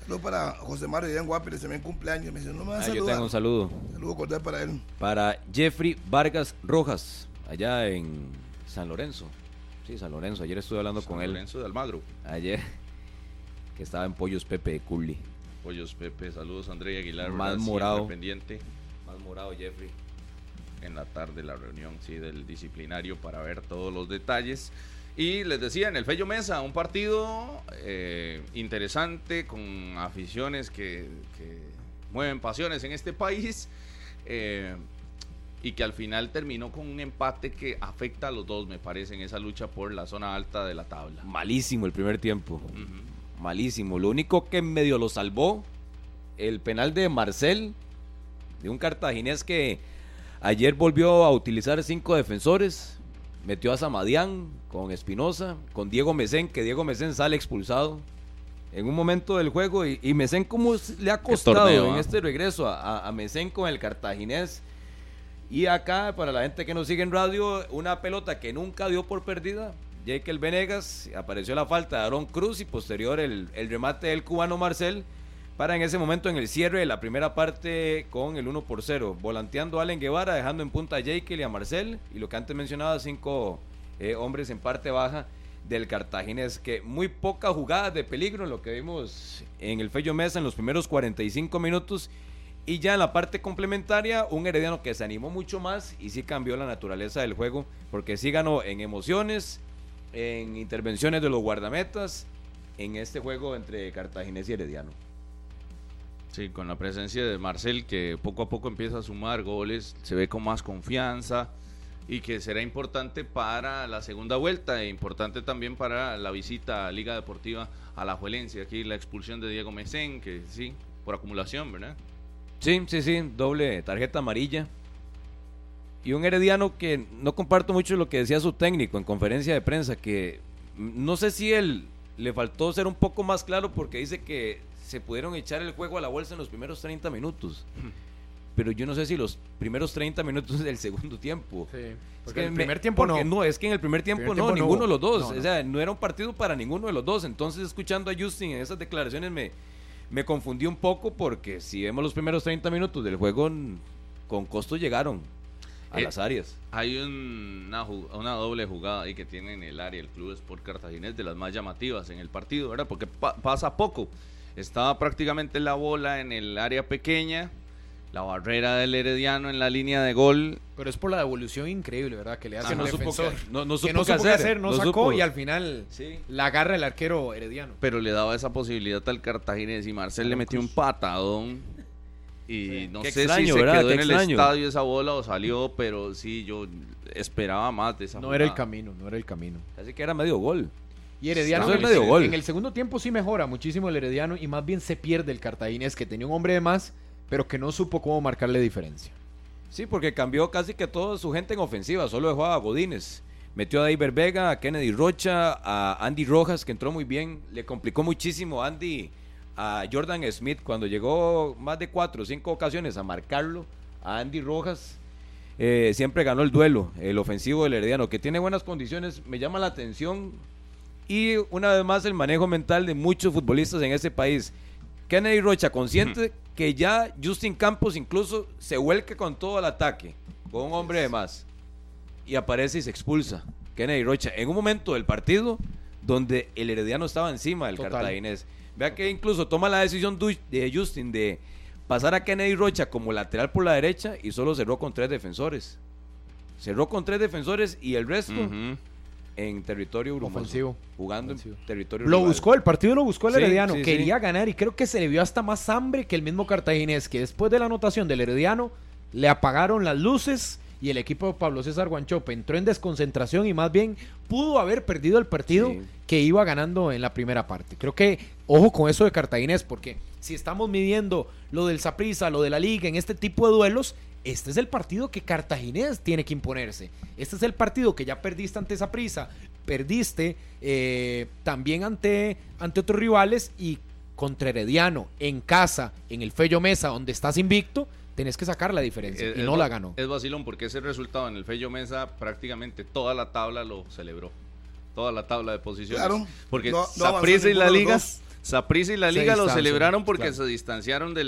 Speaker 4: Luego para José Mario Díaz Guapiles, también cumpleaños. Me dice, no me vas a
Speaker 3: Ah, yo
Speaker 4: saludar.
Speaker 3: tengo un saludo
Speaker 4: Saludo cordial para él.
Speaker 3: para Jeffrey Vargas Rojas, allá en San Lorenzo. Sí, San Lorenzo. Ayer estuve hablando con él.
Speaker 2: Lorenzo de Almagro.
Speaker 3: Ayer, que estaba en Pollos Pepe de Curly.
Speaker 2: Pollos Pepe, saludos André Aguilar.
Speaker 3: Más
Speaker 2: ¿verdad? Siempre
Speaker 3: morado.
Speaker 2: Pendiente
Speaker 3: Más morado, Jeffrey.
Speaker 2: en la tarde la reunión sí, del disciplinario para ver todos los detalles. Y les decía, en el Fello Mesa, un partido eh, interesante con aficiones que, que mueven pasiones en este país eh, y que al final terminó con un empate que afecta a los dos, me parece, en esa lucha por la zona alta de la tabla.
Speaker 3: Malísimo el primer tiempo.
Speaker 2: Ujú.
Speaker 3: Malísimo. Lo único que medio lo salvó, el penal de Marcel, de un cartaginés que ayer volvió a utilizar cinco defensores. Metió a Samadián con Espinosa, con Diego Mesén, que Diego Mesén sale expulsado en un momento del juego. Y, y Mesén, ¿cómo s- le ha costado
Speaker 2: torneo,
Speaker 3: en
Speaker 2: ah?
Speaker 3: este regreso a, a- a Mesén con el cartaginés? Y acá, para la gente que nos sigue en radio, una pelota que nunca dio por perdida. Jekyll Venegas, apareció la falta de Aaron Cruz y posterior el, el remate del cubano Marcel para en ese momento en el cierre de la primera parte con el 1 por 0. Volanteando a Allen Guevara, dejando en punta a Jekyll y a Marcel. Y lo que antes mencionaba, cinco eh, hombres en parte baja del Cartaginés, que muy pocas jugadas de peligro, lo que vimos en el Fello Mesa en los primeros 45 minutos. Y ya en la parte complementaria, un Herediano que se animó mucho más y sí cambió la naturaleza del juego, porque sí ganó en emociones, en intervenciones de los guardametas, en este juego entre Cartaginés y Herediano.
Speaker 2: Sí, con la presencia de Marcel, que poco a poco empieza a sumar goles, se ve con más confianza y que será importante para la segunda vuelta e importante también para la visita a Liga Deportiva a la Juelencia. Aquí la expulsión de Diego Mesén, que sí, por acumulación, ¿verdad?
Speaker 3: Sí, sí, sí, doble tarjeta amarilla. Y un herediano que no comparto mucho lo que decía su técnico en conferencia de prensa, que mm, no sé si él le faltó ser un poco más claro porque dice que se pudieron echar el juego a la bolsa en los primeros 30 minutos. Pero yo no sé si los primeros 30 minutos del segundo tiempo.
Speaker 5: Sí,
Speaker 3: Es
Speaker 5: porque
Speaker 3: que
Speaker 5: el
Speaker 3: me-
Speaker 5: primer tiempo no.
Speaker 3: porque es que en el primer tiempo
Speaker 5: Primer
Speaker 3: no,
Speaker 5: tiempo no
Speaker 3: ninguno
Speaker 5: hubo.
Speaker 3: de los dos.
Speaker 5: No, no.
Speaker 3: O sea, no era un partido para ninguno de los dos. Entonces, escuchando a Justin en esas declaraciones me, me confundí un poco porque si vemos los primeros 30 minutos del juego, n- con costo llegaron a
Speaker 2: Eh,
Speaker 3: las áreas.
Speaker 2: Hay un- una, ju- una doble jugada ahí que tiene en el área el Club Sport Cartaginés de las más llamativas en el partido, ¿verdad? Porque pa- pasa poco. Estaba prácticamente la bola en el área pequeña, la barrera del Herediano en la línea de gol
Speaker 5: Pero es por la devolución increíble, ¿verdad? Que le hace
Speaker 3: Que
Speaker 5: al
Speaker 3: Ah, no supo
Speaker 5: defensor.
Speaker 3: qué- no- no
Speaker 5: que
Speaker 3: supo
Speaker 5: no
Speaker 3: qué
Speaker 5: supo qué
Speaker 3: hacer,
Speaker 5: hacer, no,
Speaker 3: no
Speaker 5: sacó
Speaker 3: supo.
Speaker 5: y al final
Speaker 3: Sí.
Speaker 5: la agarra el arquero herediano.
Speaker 2: pero le daba esa posibilidad al Cartaginés y Marcel le metió un patadón. Y no
Speaker 3: Qué
Speaker 2: sé si
Speaker 3: extraño,
Speaker 2: se
Speaker 3: ¿verdad?
Speaker 2: quedó
Speaker 3: Qué
Speaker 2: en el
Speaker 3: extraño.
Speaker 2: estadio esa bola o salió, pero sí, yo esperaba más de esa
Speaker 5: No era el
Speaker 2: jugada.
Speaker 5: camino, no era el camino.
Speaker 3: Así que era medio gol.
Speaker 5: Y Herediano
Speaker 3: Eso
Speaker 5: en
Speaker 3: es
Speaker 5: el,
Speaker 3: medio
Speaker 5: se-
Speaker 3: gol.
Speaker 5: en el segundo tiempo sí mejora muchísimo el Herediano y más bien se pierde el Cartaginés que tenía un hombre de más, pero que no supo cómo marcarle diferencia.
Speaker 3: Sí, porque cambió casi que toda su gente en ofensiva, solo dejó a Godínez. Metió a David Vega, a Kennedy Rocha, a Andy Rojas, que entró muy bien. Le complicó muchísimo Andy a Jordan Smith cuando llegó más de cuatro o cinco ocasiones a marcarlo. A Andy Rojas eh, siempre ganó el duelo, el ofensivo del Herediano, que tiene buenas condiciones. Me llama la atención y una vez más el manejo mental de muchos futbolistas en este país. Kennedy Rocha, consciente que ya Justin Campos incluso se vuelca con todo el ataque, con un hombre de más, y aparece y se expulsa. Kennedy Rocha, en un momento del partido donde el herediano estaba encima del
Speaker 5: Total.
Speaker 3: cartaginés. Vea que incluso toma la decisión du- de Justin de pasar a Kennedy Rocha como lateral por la derecha y solo cerró con tres defensores. Cerró con tres defensores y el resto
Speaker 2: Ujú.
Speaker 3: en territorio uruguayo.
Speaker 5: Ofensivo.
Speaker 3: Jugando
Speaker 5: Ofensivo.
Speaker 3: en territorio
Speaker 5: Lo
Speaker 3: rival.
Speaker 5: buscó, el partido lo buscó el
Speaker 3: Sí,
Speaker 5: Herediano,
Speaker 3: sí, sí.
Speaker 5: quería ganar y creo que se le vio hasta más hambre que el mismo Cartaginés, que después de la anotación del Herediano le apagaron las luces y el equipo de Pablo César Guanchope entró en desconcentración y más bien pudo haber perdido el partido
Speaker 3: Sí.
Speaker 5: que iba ganando en la primera parte. Creo que ojo con eso de Cartaginés porque si estamos midiendo lo del Saprissa, lo de la liga en este tipo de duelos, este es el partido que Cartaginés tiene que imponerse. Este es el partido que ya perdiste ante Saprissa, perdiste eh, también ante, ante otros rivales y contra Herediano, en casa, en el Fello Mesa, donde estás invicto, tenés que sacar la diferencia
Speaker 2: Es-
Speaker 5: y
Speaker 2: es
Speaker 5: no
Speaker 2: va-
Speaker 5: la ganó.
Speaker 2: Es vacilón porque ese resultado en el Fello Mesa prácticamente toda la tabla lo celebró. Toda la tabla de posiciones.
Speaker 4: Claro.
Speaker 2: Porque
Speaker 4: No- no avanzó
Speaker 2: Saprissa y la
Speaker 4: ninguno de los
Speaker 2: Liga,
Speaker 4: dos.
Speaker 2: Saprissa y la Liga lo
Speaker 5: distancian,
Speaker 2: celebraron porque
Speaker 5: claro.
Speaker 2: se distanciaron de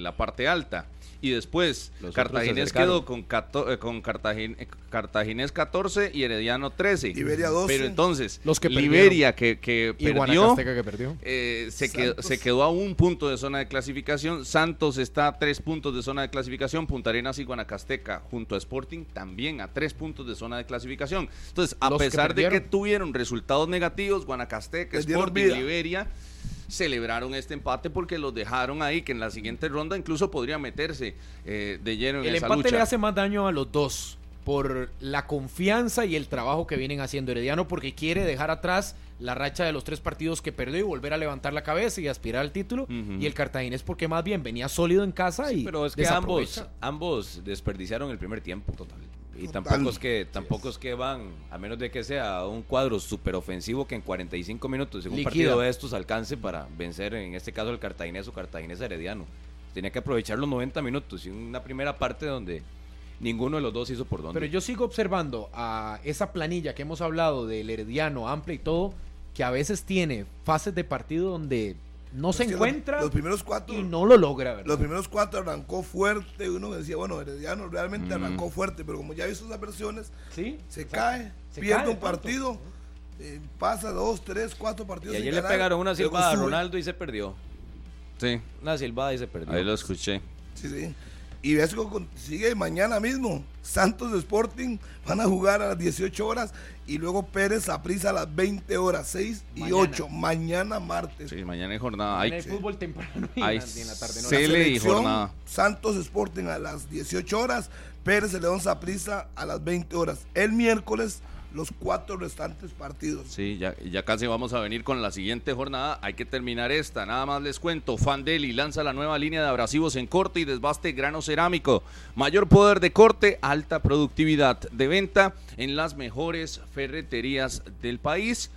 Speaker 2: la parte alta. Y después,
Speaker 3: Los otros se
Speaker 2: Cartaginés
Speaker 3: acercaron.
Speaker 2: quedó con, cato- eh, con Cartagin- eh, Cartaginés 14 y Herediano 13.
Speaker 4: Iberia 12.
Speaker 2: Pero entonces,
Speaker 5: Los que perdieron.
Speaker 2: Liberia, que, que
Speaker 6: Y
Speaker 2: perdió,
Speaker 6: Guanacasteca que perdió.
Speaker 2: eh, se, quedó,
Speaker 4: Santos.
Speaker 2: se quedó a un punto de zona de clasificación. Santos está a tres puntos de zona de clasificación. Punta Arenas y Guanacasteca, junto a Sporting, también a tres puntos de zona de clasificación. Entonces, a
Speaker 5: Los que
Speaker 2: pesar de que
Speaker 5: perdieron.
Speaker 2: tuvieron resultados negativos, Guanacasteca,
Speaker 4: Les dieron
Speaker 2: Sporting,
Speaker 4: vida.
Speaker 2: Liberia celebraron este empate porque los dejaron ahí, que en la siguiente ronda incluso podría meterse eh, de lleno en
Speaker 5: El
Speaker 2: esa
Speaker 5: empate
Speaker 2: lucha.
Speaker 5: le hace más daño a los dos por la confianza y el trabajo que vienen haciendo Herediano porque quiere dejar atrás la racha de los tres partidos que perdió y volver a levantar la cabeza y aspirar al título
Speaker 2: Ujú.
Speaker 5: y el Cartaginés porque más bien venía sólido en casa y
Speaker 3: pero es que
Speaker 5: desaprovecha.
Speaker 3: ambos, ambos desperdiciaron el primer tiempo. Total. Y
Speaker 4: Total.
Speaker 3: tampoco es que tampoco es que van, a menos de que sea un cuadro súper ofensivo que en 45 minutos en un
Speaker 5: Liquida.
Speaker 3: partido de estos alcance para vencer, en este caso, el cartaginés o cartaginés herediano. Tenía que aprovechar los 90 minutos y una primera parte donde ninguno de los dos hizo por dónde.
Speaker 5: Pero yo sigo observando a esa planilla que hemos hablado del Herediano amplia y todo, que a veces tiene fases de partido donde no se
Speaker 4: Es que
Speaker 5: encuentra
Speaker 4: Los, los primeros cuatro.
Speaker 5: y no lo logra, ¿verdad?
Speaker 4: Los primeros cuatro arrancó fuerte. Uno decía, bueno, Herediano realmente
Speaker 3: Mm.
Speaker 4: arrancó fuerte, pero como ya hizo esas versiones,
Speaker 5: Sí.
Speaker 4: se cae,
Speaker 5: se
Speaker 4: pierde
Speaker 5: cae
Speaker 4: un
Speaker 5: tanto.
Speaker 4: partido, eh, pasa dos, tres, cuatro
Speaker 3: y
Speaker 4: partidos.
Speaker 3: ayer
Speaker 4: sin
Speaker 3: le
Speaker 4: ganar,
Speaker 3: pegaron una
Speaker 4: luego
Speaker 3: silbada a
Speaker 4: sube.
Speaker 3: Ronaldo y se perdió.
Speaker 2: Sí,
Speaker 3: Una silbada y se perdió.
Speaker 2: ahí lo escuché.
Speaker 4: Sí, sí. Y ves que con- sigue mañana mismo. Santos de Sporting van a jugar a las 18 horas y luego Pérez a a las 20 horas, 6 y
Speaker 5: Mañana.
Speaker 4: 8. Mañana martes.
Speaker 2: Sí, mañana es jornada.
Speaker 5: en
Speaker 2: Hay,
Speaker 5: el fútbol temprano y en
Speaker 2: Ay,
Speaker 5: la- y en la tarde.
Speaker 4: La
Speaker 2: sí. Tele y
Speaker 4: selección,
Speaker 2: jornada.
Speaker 4: Santos Sporting a las 18 horas, Pérez de León Saprissa a las 20 horas. El miércoles, los cuatro restantes partidos.
Speaker 2: Sí, ya, ya casi vamos a venir con la siguiente jornada. Hay que terminar esta. Nada más les cuento. Fandeli lanza la nueva línea de abrasivos en corte y desbaste grano cerámico. Mayor poder de corte, alta productividad de venta en las mejores ferreterías del país.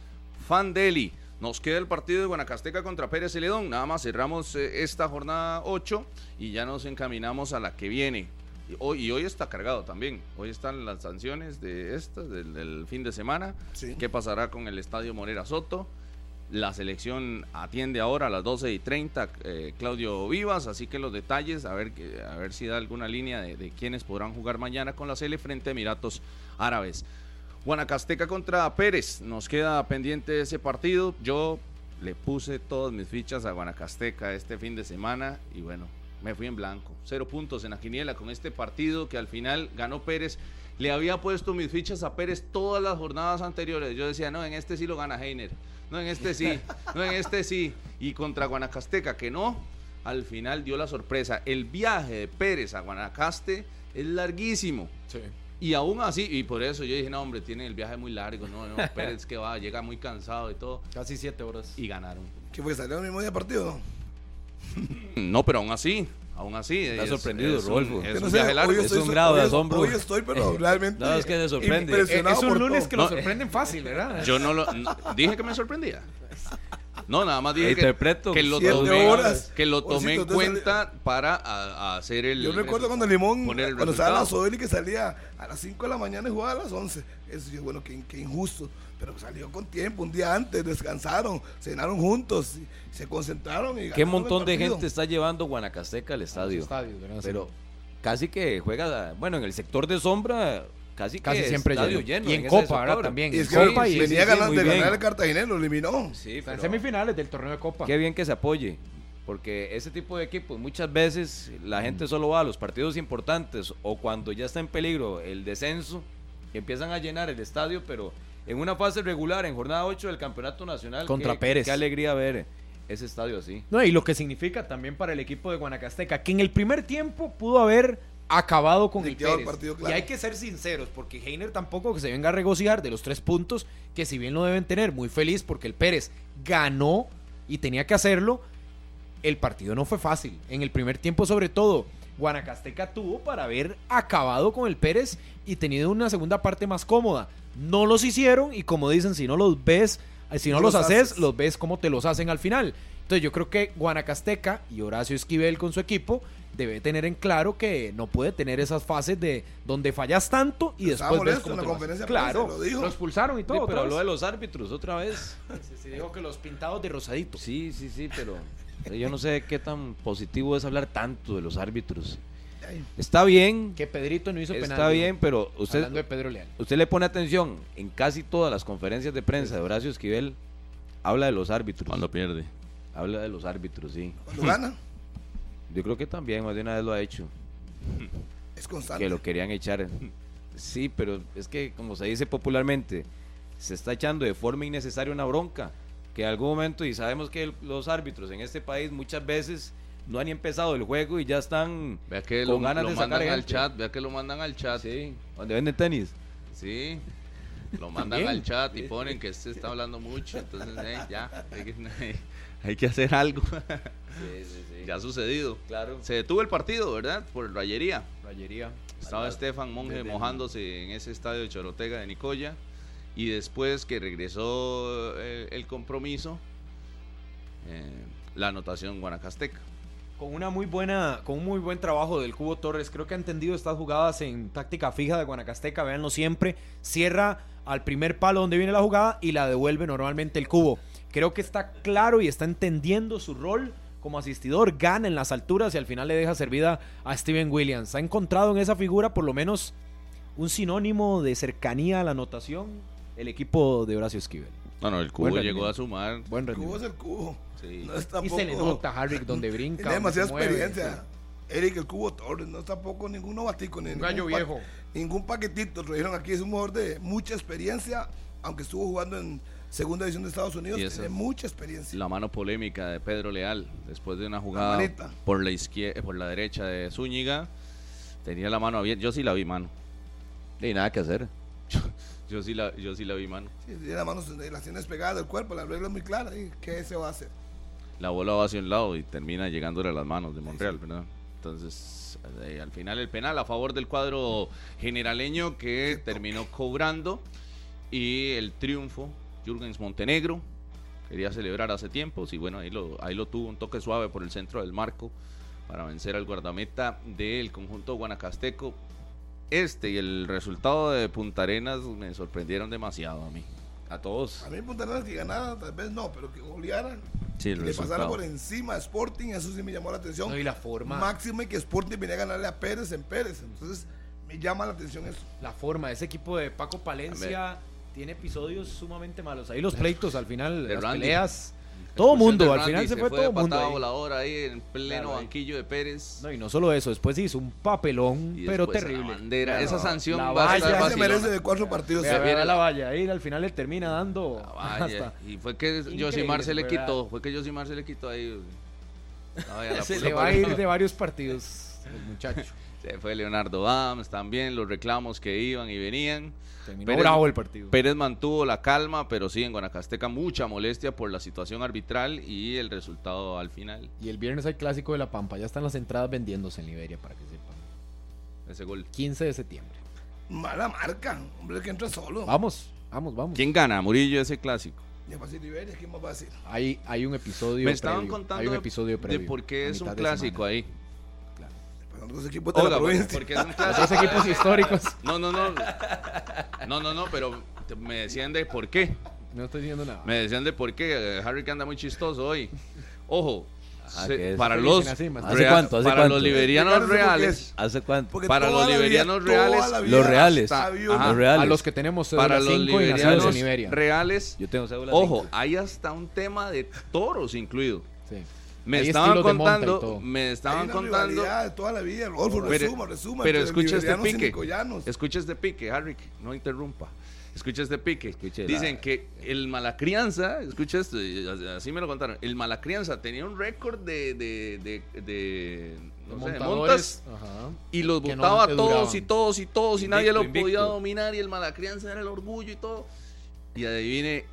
Speaker 2: Fandeli. Nos queda el partido de Guanacasteca contra Pérez Celedón. Nada más cerramos eh, esta jornada 8 y ya nos encaminamos a la que viene. Y hoy, y hoy está cargado también. Hoy están las sanciones de estas, del, del fin de semana.
Speaker 4: Sí.
Speaker 2: ¿Qué pasará con el estadio Morera Soto? La selección atiende ahora a las 12 y 30 eh, Claudio Vivas, así que los detalles, a ver, que- a ver si da alguna línea de, de quienes podrán jugar mañana con la Sele frente a Emiratos Árabes. Guanacasteca contra Pérez, nos queda pendiente ese partido. Yo le puse todas mis fichas a Guanacasteca este fin de semana y bueno, me fui en blanco. Cero puntos en la quiniela con este partido que al final ganó Pérez. Le había puesto mis fichas a Pérez todas las jornadas anteriores. Yo decía, no, en este sí lo gana Heiner. No, en este sí. No, en este sí. Y contra Guanacasteca, que no, al final dio la sorpresa. El viaje de Pérez a Guanacaste es larguísimo. Y aún así, y por eso yo dije, no, hombre, tiene el viaje muy largo, no, no, Pérez que va, llega muy cansado y todo.
Speaker 5: Casi siete horas.
Speaker 2: Y ganaron.
Speaker 4: Que fue salió el mismo día de partido, ¿no?
Speaker 2: No, pero aún así, aún así.
Speaker 3: Está sorprendido,
Speaker 2: un-
Speaker 3: Rodolfo.
Speaker 2: es
Speaker 4: Yo no
Speaker 2: un
Speaker 4: sé,
Speaker 2: viaje largo.
Speaker 4: hoy
Speaker 3: es
Speaker 4: estoy
Speaker 3: un
Speaker 4: so-
Speaker 3: grado de
Speaker 4: hoy es-
Speaker 3: asombro.
Speaker 4: Hoy estoy, pero realmente.
Speaker 3: No, es que te sorprende.
Speaker 5: Eh, Es,
Speaker 4: impresionado
Speaker 5: un
Speaker 4: por
Speaker 5: lunes
Speaker 4: todo.
Speaker 5: que lo
Speaker 2: No,
Speaker 5: sorprenden fácil, ¿verdad?
Speaker 2: Yo no lo. no- dije que me sorprendía. No, nada más dije que,
Speaker 3: Interpreto.
Speaker 2: que lo
Speaker 4: Siete
Speaker 2: tomé,
Speaker 4: horas.
Speaker 2: que lo
Speaker 4: Osito,
Speaker 2: tomé en
Speaker 4: entonces-
Speaker 2: cuenta para a- a hacer el.
Speaker 4: Yo recuerdo cuando Limón,
Speaker 2: poner el
Speaker 4: cuando estaba la
Speaker 2: resultado.
Speaker 4: Sodeli que salía a las 5 de la mañana y jugaba a las 11. Eso yo, bueno, qué, qué injusto. Pero salió con tiempo, un día antes, descansaron, cenaron juntos, y se concentraron y
Speaker 3: Qué
Speaker 4: ganaron el
Speaker 3: montón de
Speaker 4: partido.
Speaker 3: gente está llevando Guanacasteca al estadio.
Speaker 5: estadios, ¿verdad? Ah, Sí.
Speaker 3: Pero casi que juega, bueno, en el sector de sombra, casi, que
Speaker 5: Casi siempre
Speaker 3: estadio
Speaker 5: lleno.
Speaker 3: lleno.
Speaker 5: Y en
Speaker 3: ese
Speaker 5: Copa, ¿verdad?
Speaker 3: sector.
Speaker 5: También.
Speaker 4: Y es que
Speaker 3: Sí,
Speaker 5: Copa y-
Speaker 4: venía
Speaker 3: sí, sí,
Speaker 4: ganando,
Speaker 3: muy
Speaker 4: de
Speaker 3: bien.
Speaker 4: ganar el Cartaginés, lo eliminó.
Speaker 3: Sí,
Speaker 5: Está en
Speaker 3: pero
Speaker 5: semifinales del torneo de Copa.
Speaker 3: qué bien que se apoye. Porque ese tipo de equipos muchas veces la
Speaker 5: Mm.
Speaker 3: gente solo va a los partidos importantes o cuando ya está en peligro el descenso, que empiezan a llenar el estadio, pero en una fase regular, en jornada 8 del Campeonato Nacional.
Speaker 5: Contra
Speaker 3: qué-
Speaker 5: Pérez.
Speaker 3: Qué alegría ver ese estadio así.
Speaker 5: No, y lo que significa también para el equipo de Guanacasteca, que en el primer tiempo pudo haber acabado con el
Speaker 4: Dictado el
Speaker 5: Pérez.
Speaker 4: partido,
Speaker 5: Y
Speaker 4: claro.
Speaker 5: hay que ser sinceros, porque Heiner tampoco que se venga a regocijar de los tres puntos, que si bien lo deben tener, muy feliz porque el Pérez ganó y tenía que hacerlo, el partido no fue fácil. En el primer tiempo, sobre todo, Guanacasteca tuvo para haber acabado con el Pérez y tenido una segunda parte más cómoda. No los hicieron y como dicen, si no los ves eh, Si no los, haces, los ves cómo te los hacen al final. Entonces yo creo que Guanacasteca y Horacio Esquivel con su equipo debe tener en claro que no puede tener esas fases de donde fallas tanto y
Speaker 4: Estaba
Speaker 5: después ves
Speaker 4: molesto
Speaker 5: cómo
Speaker 4: en la
Speaker 5: te lo hacen.
Speaker 4: conferencia de
Speaker 5: Claro,
Speaker 4: prensa, lo dijo.
Speaker 5: expulsaron y todo.
Speaker 3: Sí, pero
Speaker 5: otra
Speaker 3: habló de
Speaker 5: vez.
Speaker 3: los árbitros otra vez.
Speaker 5: Se- se dijo que los pintados de rosadito.
Speaker 3: Sí, sí, sí, pero eh, yo no sé qué tan positivo es hablar tanto de los árbitros.
Speaker 4: Ay.
Speaker 3: Está bien,
Speaker 5: Que Pedrito no hizo penal.
Speaker 3: está bien, pero usted,
Speaker 5: Hablando de Pedro Leal.
Speaker 3: usted le pone atención en casi todas las conferencias de prensa de Horacio Esquivel. Habla de los árbitros.
Speaker 2: Cuando pierde.
Speaker 3: Habla de los árbitros, sí.
Speaker 4: Cuando gana,
Speaker 3: Yo creo que también, más de una vez lo ha hecho.
Speaker 4: es constante.
Speaker 3: que lo querían echar. Sí, pero es que, como se dice popularmente, se está echando de forma innecesaria una bronca. Que en algún momento, y sabemos que el- los árbitros en este país muchas veces no han ni empezado el juego y ya están
Speaker 2: Vea que
Speaker 3: con
Speaker 2: lo,
Speaker 3: ganas
Speaker 2: lo
Speaker 3: de sacar
Speaker 2: mandan al
Speaker 3: gente.
Speaker 2: chat, vea que lo mandan al chat.
Speaker 3: Sí, donde venden tenis.
Speaker 2: Sí, Lo mandan al chat y ponen que este está hablando mucho, entonces eh, ya, hay que, hay que hacer algo.
Speaker 3: Sí, sí, sí.
Speaker 2: ya ha sucedido.
Speaker 3: Claro.
Speaker 2: Se detuvo el partido, ¿verdad? Por rayería.
Speaker 3: Rayería.
Speaker 2: Estaba Estefan Monge
Speaker 3: Desde-
Speaker 2: mojándose en ese estadio de Chorotega de Nicoya. Y después que regresó eh, el compromiso, eh, la anotación guanacasteca.
Speaker 5: Con una muy buena, con un muy buen trabajo del Cubo Torres, creo que ha entendido estas jugadas en táctica fija de Guanacasteca, véanlo siempre, cierra al primer palo donde viene la jugada y la devuelve normalmente el Cubo. Creo que está claro y está entendiendo su rol como asistidor, gana en las alturas y al final le deja servida a Steven Williams. Ha encontrado en esa figura por lo menos un sinónimo de cercanía a la anotación el equipo de Horacio Esquivel.
Speaker 2: No, no, el
Speaker 5: Buen
Speaker 2: cubo llegó
Speaker 5: rendimiento.
Speaker 2: a sumar.
Speaker 5: Buen
Speaker 4: El cubo
Speaker 5: rendimiento.
Speaker 4: es el cubo.
Speaker 2: Sí.
Speaker 4: No es
Speaker 5: Y
Speaker 4: tampoco.
Speaker 5: se le nota a Harrick donde brinca.
Speaker 4: Tiene
Speaker 5: donde se
Speaker 4: demasiada
Speaker 5: mueve, sí.
Speaker 4: experiencia. Eric, el cubo Torres, no es tampoco ningún novatico. Ni
Speaker 6: Un
Speaker 4: ningún
Speaker 6: gallo
Speaker 4: pa-
Speaker 6: viejo.
Speaker 4: Ningún paquetito, lo dijeron aquí, es un jugador de mucha experiencia, aunque estuvo jugando en segunda división de Estados Unidos,
Speaker 2: Y eso
Speaker 4: tiene
Speaker 2: es-
Speaker 4: mucha experiencia.
Speaker 2: La mano polémica de Pedro Leal, después de una jugada
Speaker 4: manita.
Speaker 2: por la izquierda, por la derecha de Zúñiga, tenía la mano abierta. Yo sí la vi mano.
Speaker 3: Y nada que hacer.
Speaker 2: Yo sí la, yo sí la vi mano.
Speaker 4: Sí, tiene las manos, las tienes pegadas del cuerpo, la regla es muy clara, ¿y ¿qué se va a hacer?
Speaker 2: La bola va hacia un lado y termina llegándole a las manos de Monreal, ¿verdad? Entonces, eh, al final el penal a favor del cuadro generaleño que terminó cobrando y el triunfo, Jürgens Montenegro, quería celebrar hace tiempos y bueno, ahí lo, ahí lo tuvo un toque suave por el centro del marco para vencer al guardameta del conjunto guanacasteco. Este y el resultado de Punta Arenas me sorprendieron demasiado a mí.
Speaker 3: A todos.
Speaker 4: A mí Punta Arenas que ganara, tal vez no, pero que golearan,
Speaker 2: Sí,
Speaker 4: y le pasara por encima a Sporting, eso sí me llamó la atención.
Speaker 5: No, y la forma.
Speaker 4: Máximo que Sporting venía a ganarle a Pérez en Pérez, entonces me llama la atención eso.
Speaker 5: la forma. Ese equipo de Paco Palencia tiene episodios sumamente malos. Ahí los pleitos al final,
Speaker 2: De
Speaker 5: las
Speaker 2: Randy.
Speaker 5: peleas. Todo mundo, al final se fue todo mundo.
Speaker 2: patada
Speaker 5: ahí.
Speaker 2: voladora ahí en pleno
Speaker 5: Claro, ahí.
Speaker 2: banquillo de Pérez.
Speaker 5: No, y no solo eso, después hizo un papelón,
Speaker 2: Y
Speaker 5: pero
Speaker 2: después a la
Speaker 5: terrible.
Speaker 2: bandera.
Speaker 5: Claro.
Speaker 2: Esa sanción va
Speaker 5: La
Speaker 2: a
Speaker 5: valla,
Speaker 2: estar
Speaker 4: Ya se
Speaker 2: vacilona.
Speaker 4: merece de cuatro partidos.
Speaker 5: Vea,
Speaker 2: Se
Speaker 5: vea
Speaker 2: viene-
Speaker 5: la valla, ahí al final le termina dando
Speaker 2: Ah, vaya.
Speaker 5: hasta-
Speaker 2: Y fue que
Speaker 5: Increíble,
Speaker 2: Josimar se le
Speaker 5: ¿verdad?
Speaker 2: quitó. Fue que Josimar se le quitó ahí. Ay, a la
Speaker 5: Se
Speaker 2: puta
Speaker 5: le va a
Speaker 2: madre.
Speaker 5: ir de varios partidos el muchacho.
Speaker 2: Se fue Leonardo Adams también, los reclamos que iban y venían.
Speaker 5: Terminó
Speaker 2: Pérez-
Speaker 5: bravo el partido.
Speaker 2: Pérez mantuvo la calma, pero sí, en Guanacasteca mucha molestia por la situación arbitral y el resultado al final.
Speaker 5: y el viernes hay clásico de la Pampa, ya están las entradas vendiéndose en Liberia para que sepan.
Speaker 2: Ese gol.
Speaker 5: 15 de septiembre.
Speaker 4: Mala marca, hombre que entra
Speaker 2: Oh.
Speaker 4: solo.
Speaker 5: Vamos, vamos, vamos.
Speaker 2: ¿Quién gana? Murillo ese clásico.
Speaker 4: Ya pasó Liberia, ¿quién más va a decir?
Speaker 5: Hay, hay un episodio
Speaker 2: Me estaban
Speaker 5: previo,
Speaker 2: contando
Speaker 5: hay un
Speaker 2: de-
Speaker 5: episodio previo,
Speaker 2: de por qué
Speaker 5: a
Speaker 2: es un
Speaker 5: mitad de
Speaker 2: clásico
Speaker 5: semana.
Speaker 2: ahí.
Speaker 4: Pasaron los equipos de
Speaker 2: Oiga,
Speaker 4: la
Speaker 2: porque,
Speaker 4: provincia.
Speaker 2: porque es un
Speaker 5: Los
Speaker 2: clásico.
Speaker 5: dos equipos históricos.
Speaker 2: No, no, no. No, no, no, pero te- me decían de por qué.
Speaker 5: No estoy diciendo nada.
Speaker 2: Me decían de por qué. eh, Harry que anda muy chistoso hoy. Ojo.
Speaker 5: Ah,
Speaker 3: Ajá,
Speaker 2: se-
Speaker 3: que es-
Speaker 2: para
Speaker 5: Dicen
Speaker 2: los
Speaker 5: así, más-
Speaker 3: ¿Hace cuánto? ¿Hace
Speaker 2: para
Speaker 3: cuánto?
Speaker 2: los liberianos
Speaker 4: Claro, sí, porque
Speaker 2: reales
Speaker 3: ¿Hace cuánto?
Speaker 4: Porque
Speaker 2: para
Speaker 4: toda
Speaker 2: los
Speaker 4: la vida,
Speaker 2: liberianos
Speaker 4: toda
Speaker 2: reales,
Speaker 4: la vida
Speaker 3: Los reales.
Speaker 4: hasta había
Speaker 2: Ajá.
Speaker 3: Los
Speaker 5: A
Speaker 3: reales.
Speaker 5: los que tenemos cédula
Speaker 2: para los
Speaker 5: 5 y nacidos en
Speaker 2: liberianos
Speaker 5: Iberia.
Speaker 2: reales
Speaker 3: Yo tengo cédula
Speaker 2: ojo
Speaker 3: cinco.
Speaker 2: hay hasta un tema de toros incluido
Speaker 5: Sí.
Speaker 2: me
Speaker 5: Hay
Speaker 2: estaban
Speaker 5: estilos de monta y
Speaker 2: contando
Speaker 5: todo.
Speaker 2: me
Speaker 4: Hay
Speaker 2: estaban
Speaker 4: una
Speaker 2: contando
Speaker 4: rivalidad de toda la vida, Rodolfo,
Speaker 2: Pero-
Speaker 4: resuma, resuma.
Speaker 2: pero
Speaker 4: entre
Speaker 2: escucha este
Speaker 4: liberianos y
Speaker 2: pique.
Speaker 4: nicoyanos.
Speaker 2: Escucha este pique, Harry, no interrumpa. Escucha este pique.
Speaker 3: Escuche la-
Speaker 2: Dicen que el Malacrianza, escucha esto, y a- así me lo contaron. El Malacrianza tenía un récord de, de, de, de, no sé, de
Speaker 5: Montadores,
Speaker 2: montas
Speaker 5: ajá.
Speaker 2: y los
Speaker 5: que no
Speaker 2: botaba a
Speaker 5: te
Speaker 2: todos
Speaker 5: duraban.
Speaker 2: y todos y todos y
Speaker 3: Invicto,
Speaker 2: nadie lo
Speaker 3: invicto.
Speaker 2: podía dominar y el Malacrianza era el orgullo y todo. Y adivine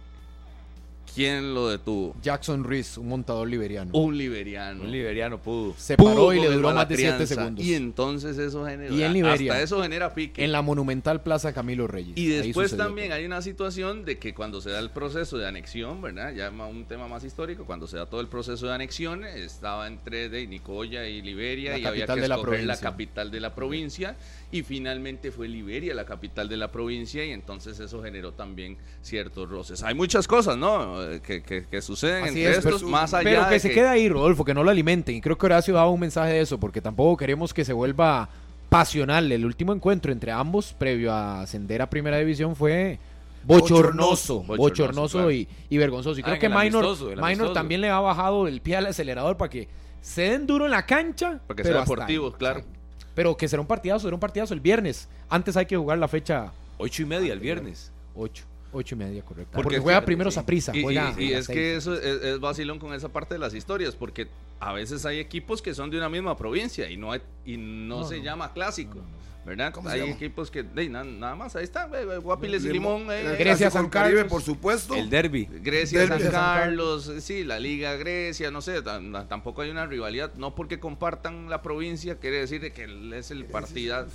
Speaker 2: ¿Quién lo detuvo?
Speaker 5: Jackson Reese, un montador liberiano.
Speaker 2: Un liberiano.
Speaker 3: Un liberiano pudo.
Speaker 5: se
Speaker 2: Pudo
Speaker 5: paró y le
Speaker 2: con
Speaker 5: duró
Speaker 2: la
Speaker 5: más de 7
Speaker 2: crianza,
Speaker 5: segundos.
Speaker 2: Y entonces eso genera.
Speaker 5: Y en Liberia.
Speaker 2: Hasta eso genera pique.
Speaker 5: en la monumental plaza Camilo Reyes.
Speaker 2: Y
Speaker 5: Ahí
Speaker 2: después
Speaker 5: sucedió
Speaker 2: también hay una situación de que cuando se da el proceso de anexión, ¿verdad? Ya ma- un tema más histórico, cuando se da todo el proceso de anexión, estaba entre de Nicoya y Liberia
Speaker 5: La
Speaker 2: y había
Speaker 5: capital
Speaker 2: que
Speaker 5: de la
Speaker 2: escoger la
Speaker 5: provincia.
Speaker 2: capital de la provincia y finalmente fue Liberia la capital de la provincia y entonces eso generó también ciertos roces. Hay muchas cosas, ¿no? Eh, Que, que- que suceden
Speaker 5: Así
Speaker 2: entre
Speaker 5: es,
Speaker 2: estos,
Speaker 5: pero-
Speaker 2: más allá
Speaker 5: Pero que
Speaker 2: de
Speaker 5: se
Speaker 2: que-
Speaker 5: quede ahí, Rodolfo, que no lo alimenten. Y creo que Horacio daba un mensaje de eso, porque tampoco queremos que se vuelva pasional. El último encuentro entre ambos, previo a ascender a Primera División, fue bochornoso,
Speaker 2: Bochornoso,
Speaker 5: bochornoso,
Speaker 2: claro.
Speaker 5: y, y vergonzoso. Y
Speaker 3: Ah,
Speaker 5: creo
Speaker 3: en
Speaker 5: que
Speaker 3: el
Speaker 5: Minor,
Speaker 3: amistoso, el
Speaker 5: Minor
Speaker 3: amistoso.
Speaker 5: también le ha bajado el pie al acelerador para que se den duro en la cancha.
Speaker 2: Para que
Speaker 5: pero
Speaker 2: sea
Speaker 5: hasta
Speaker 2: deportivo,
Speaker 5: ahí.
Speaker 2: claro.
Speaker 5: Pero que será un partidazo, será un partidazo el viernes. Antes hay que jugar la fecha
Speaker 3: Ocho y media el viernes.
Speaker 5: 8. 8 y media, correcto.
Speaker 2: Porque
Speaker 5: Porque, juega
Speaker 2: fíjate,
Speaker 5: primero
Speaker 2: sí.
Speaker 5: Saprissa.
Speaker 2: Y,
Speaker 5: juega
Speaker 2: y- y
Speaker 5: a
Speaker 2: es
Speaker 5: seis.
Speaker 2: que eso es, es vacilón con esa parte de las historias, porque a veces hay equipos que son de una misma provincia y no, hay- y no,
Speaker 5: No,
Speaker 2: se
Speaker 5: no.
Speaker 2: llama clásico. ¿Verdad?
Speaker 4: ¿Cómo se
Speaker 2: Hay
Speaker 4: llama?
Speaker 2: equipos que, de, na- nada más, ahí están, eh, eh, Guapiles y Limón, eh,
Speaker 5: Grecia,
Speaker 4: Grecia
Speaker 5: San
Speaker 4: San Caribe,
Speaker 5: Carlos.
Speaker 4: por supuesto.
Speaker 3: El derby.
Speaker 2: Grecia,
Speaker 4: Derbi
Speaker 2: San
Speaker 4: de San
Speaker 2: Carlos, eh, sí, la Liga Grecia, no sé, tam- na- tampoco hay una rivalidad, no porque compartan la provincia, quiere decir de que es el partida.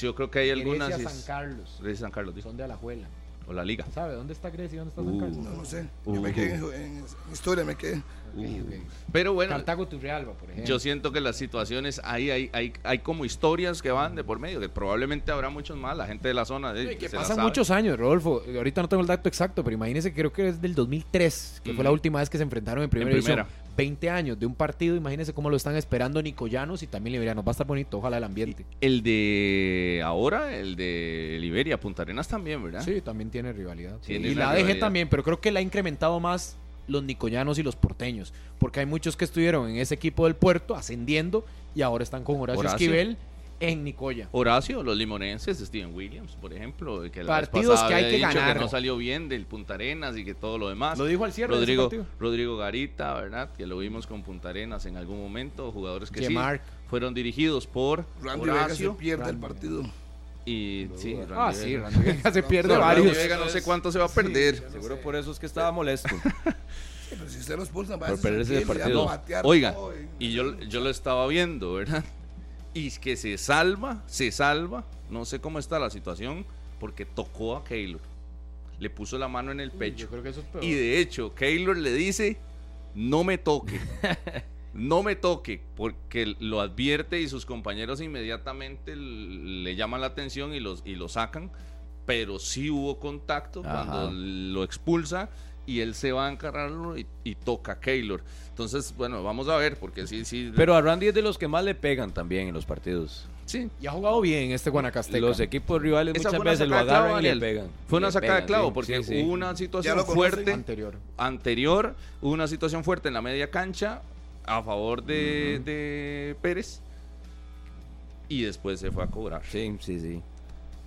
Speaker 2: Yo creo que hay algunas.
Speaker 5: Grecia,
Speaker 2: es-
Speaker 5: San Carlos.
Speaker 2: Grecia, San Carlos, dijo,
Speaker 5: Son de Alajuela.
Speaker 2: o la Liga.
Speaker 5: ¿Sabe dónde está Grecia y dónde está San Carlos?
Speaker 4: no, no sé. Yo me quedé en, en historia, me quedé.
Speaker 2: Pero bueno,
Speaker 5: Cartago Turrialba, por ejemplo.
Speaker 2: Yo siento que las situaciones ahí hay, hay, hay como historias que van de por medio, que probablemente habrá muchos más, la gente de la zona. de-
Speaker 5: Sí, que
Speaker 2: se la
Speaker 5: pasan
Speaker 2: sabe.
Speaker 5: muchos años, Rodolfo. Ahorita no tengo el dato exacto, pero imagínese, creo que es del 2003, que fue la
Speaker 2: Ujú.
Speaker 5: última vez que se enfrentaron Mm. en primera,
Speaker 2: En
Speaker 5: división.
Speaker 2: primera.
Speaker 5: 20 años de un partido, imagínese cómo lo están esperando Nicoyanos y también Liberianos. Va a estar bonito, ojalá el ambiente.
Speaker 2: El de ahora, el de Liberia, Punta Arenas también, ¿verdad?
Speaker 5: Sí, también tiene rivalidad.
Speaker 2: Tiene
Speaker 5: y
Speaker 2: una
Speaker 5: la DG
Speaker 2: rivalidad.
Speaker 5: también, pero creo que la ha incrementado más los nicoyanos y los porteños, porque hay muchos que estuvieron en ese equipo del puerto ascendiendo y ahora están con Horacio,
Speaker 2: Horacio.
Speaker 5: Esquivel en Nicoya.
Speaker 2: Horacio, los limonenses, Steven Williams, por ejemplo, que la vez
Speaker 5: Partidos
Speaker 2: pasada
Speaker 5: que hay
Speaker 2: había
Speaker 5: que
Speaker 2: dicho
Speaker 5: ganar.
Speaker 2: no salió bien del Punta Arenas y que todo lo demás.
Speaker 5: Lo dijo al cierre de ese
Speaker 2: Rodrigo,
Speaker 5: partido.
Speaker 2: Rodrigo Garita, ¿verdad? Que lo vimos con Punta Arenas en algún momento, jugadores que sí
Speaker 5: Yemark.
Speaker 2: fueron dirigidos por
Speaker 4: Randy Vega se
Speaker 2: Horacio
Speaker 4: pierde el
Speaker 5: Randy
Speaker 4: partido.
Speaker 2: y sí, Randy
Speaker 5: Ah, sí,
Speaker 2: Pues Vega.
Speaker 5: Randy Vega se pierde
Speaker 2: No, Randy
Speaker 5: varios.
Speaker 2: Vega no sé cuánto se va a perder.
Speaker 3: Seguro por eso es que estaba molesto.
Speaker 4: Sí, Pero si usted los pulsa, va
Speaker 3: Por perderse el partido.
Speaker 2: No, Oiga, y yo, yo lo estaba viendo, ¿verdad? Y es que se salva, se salva, no sé cómo está la situación, porque tocó a Keylor. Le puso la mano en el pecho.
Speaker 5: creo que eso es peor.
Speaker 2: Y de hecho, Keylor le dice, no me toque. No me toque, porque lo advierte y sus compañeros inmediatamente l- le llaman la atención y, los, y lo sacan, pero sí hubo contacto
Speaker 3: Ajá.
Speaker 2: cuando lo expulsa y él se va a encargarlo y, y toca a Keylor. Entonces, bueno, vamos a ver, porque sí, sí.
Speaker 3: Pero a Randy es de los que más le pegan también en los partidos.
Speaker 2: sí.
Speaker 5: Y ha jugado bien este Guanacasteca.
Speaker 3: Los equipos rivales
Speaker 2: Esa
Speaker 3: muchas
Speaker 2: fue una
Speaker 3: veces lo
Speaker 2: sacada de clavo,
Speaker 3: agarran y le
Speaker 2: Ariel.
Speaker 3: pegan.
Speaker 2: Fue una
Speaker 3: Le
Speaker 2: sacada de
Speaker 3: pegan,
Speaker 2: clavo,
Speaker 3: sí,
Speaker 2: porque
Speaker 3: sí, sí.
Speaker 2: hubo una
Speaker 4: Ya
Speaker 2: situación
Speaker 4: lo conocen.
Speaker 2: fuerte.
Speaker 5: anterior.
Speaker 2: anterior, hubo una situación fuerte en la media cancha a favor de, de Pérez y después se fue a cobrar.
Speaker 3: Sí, sí, sí.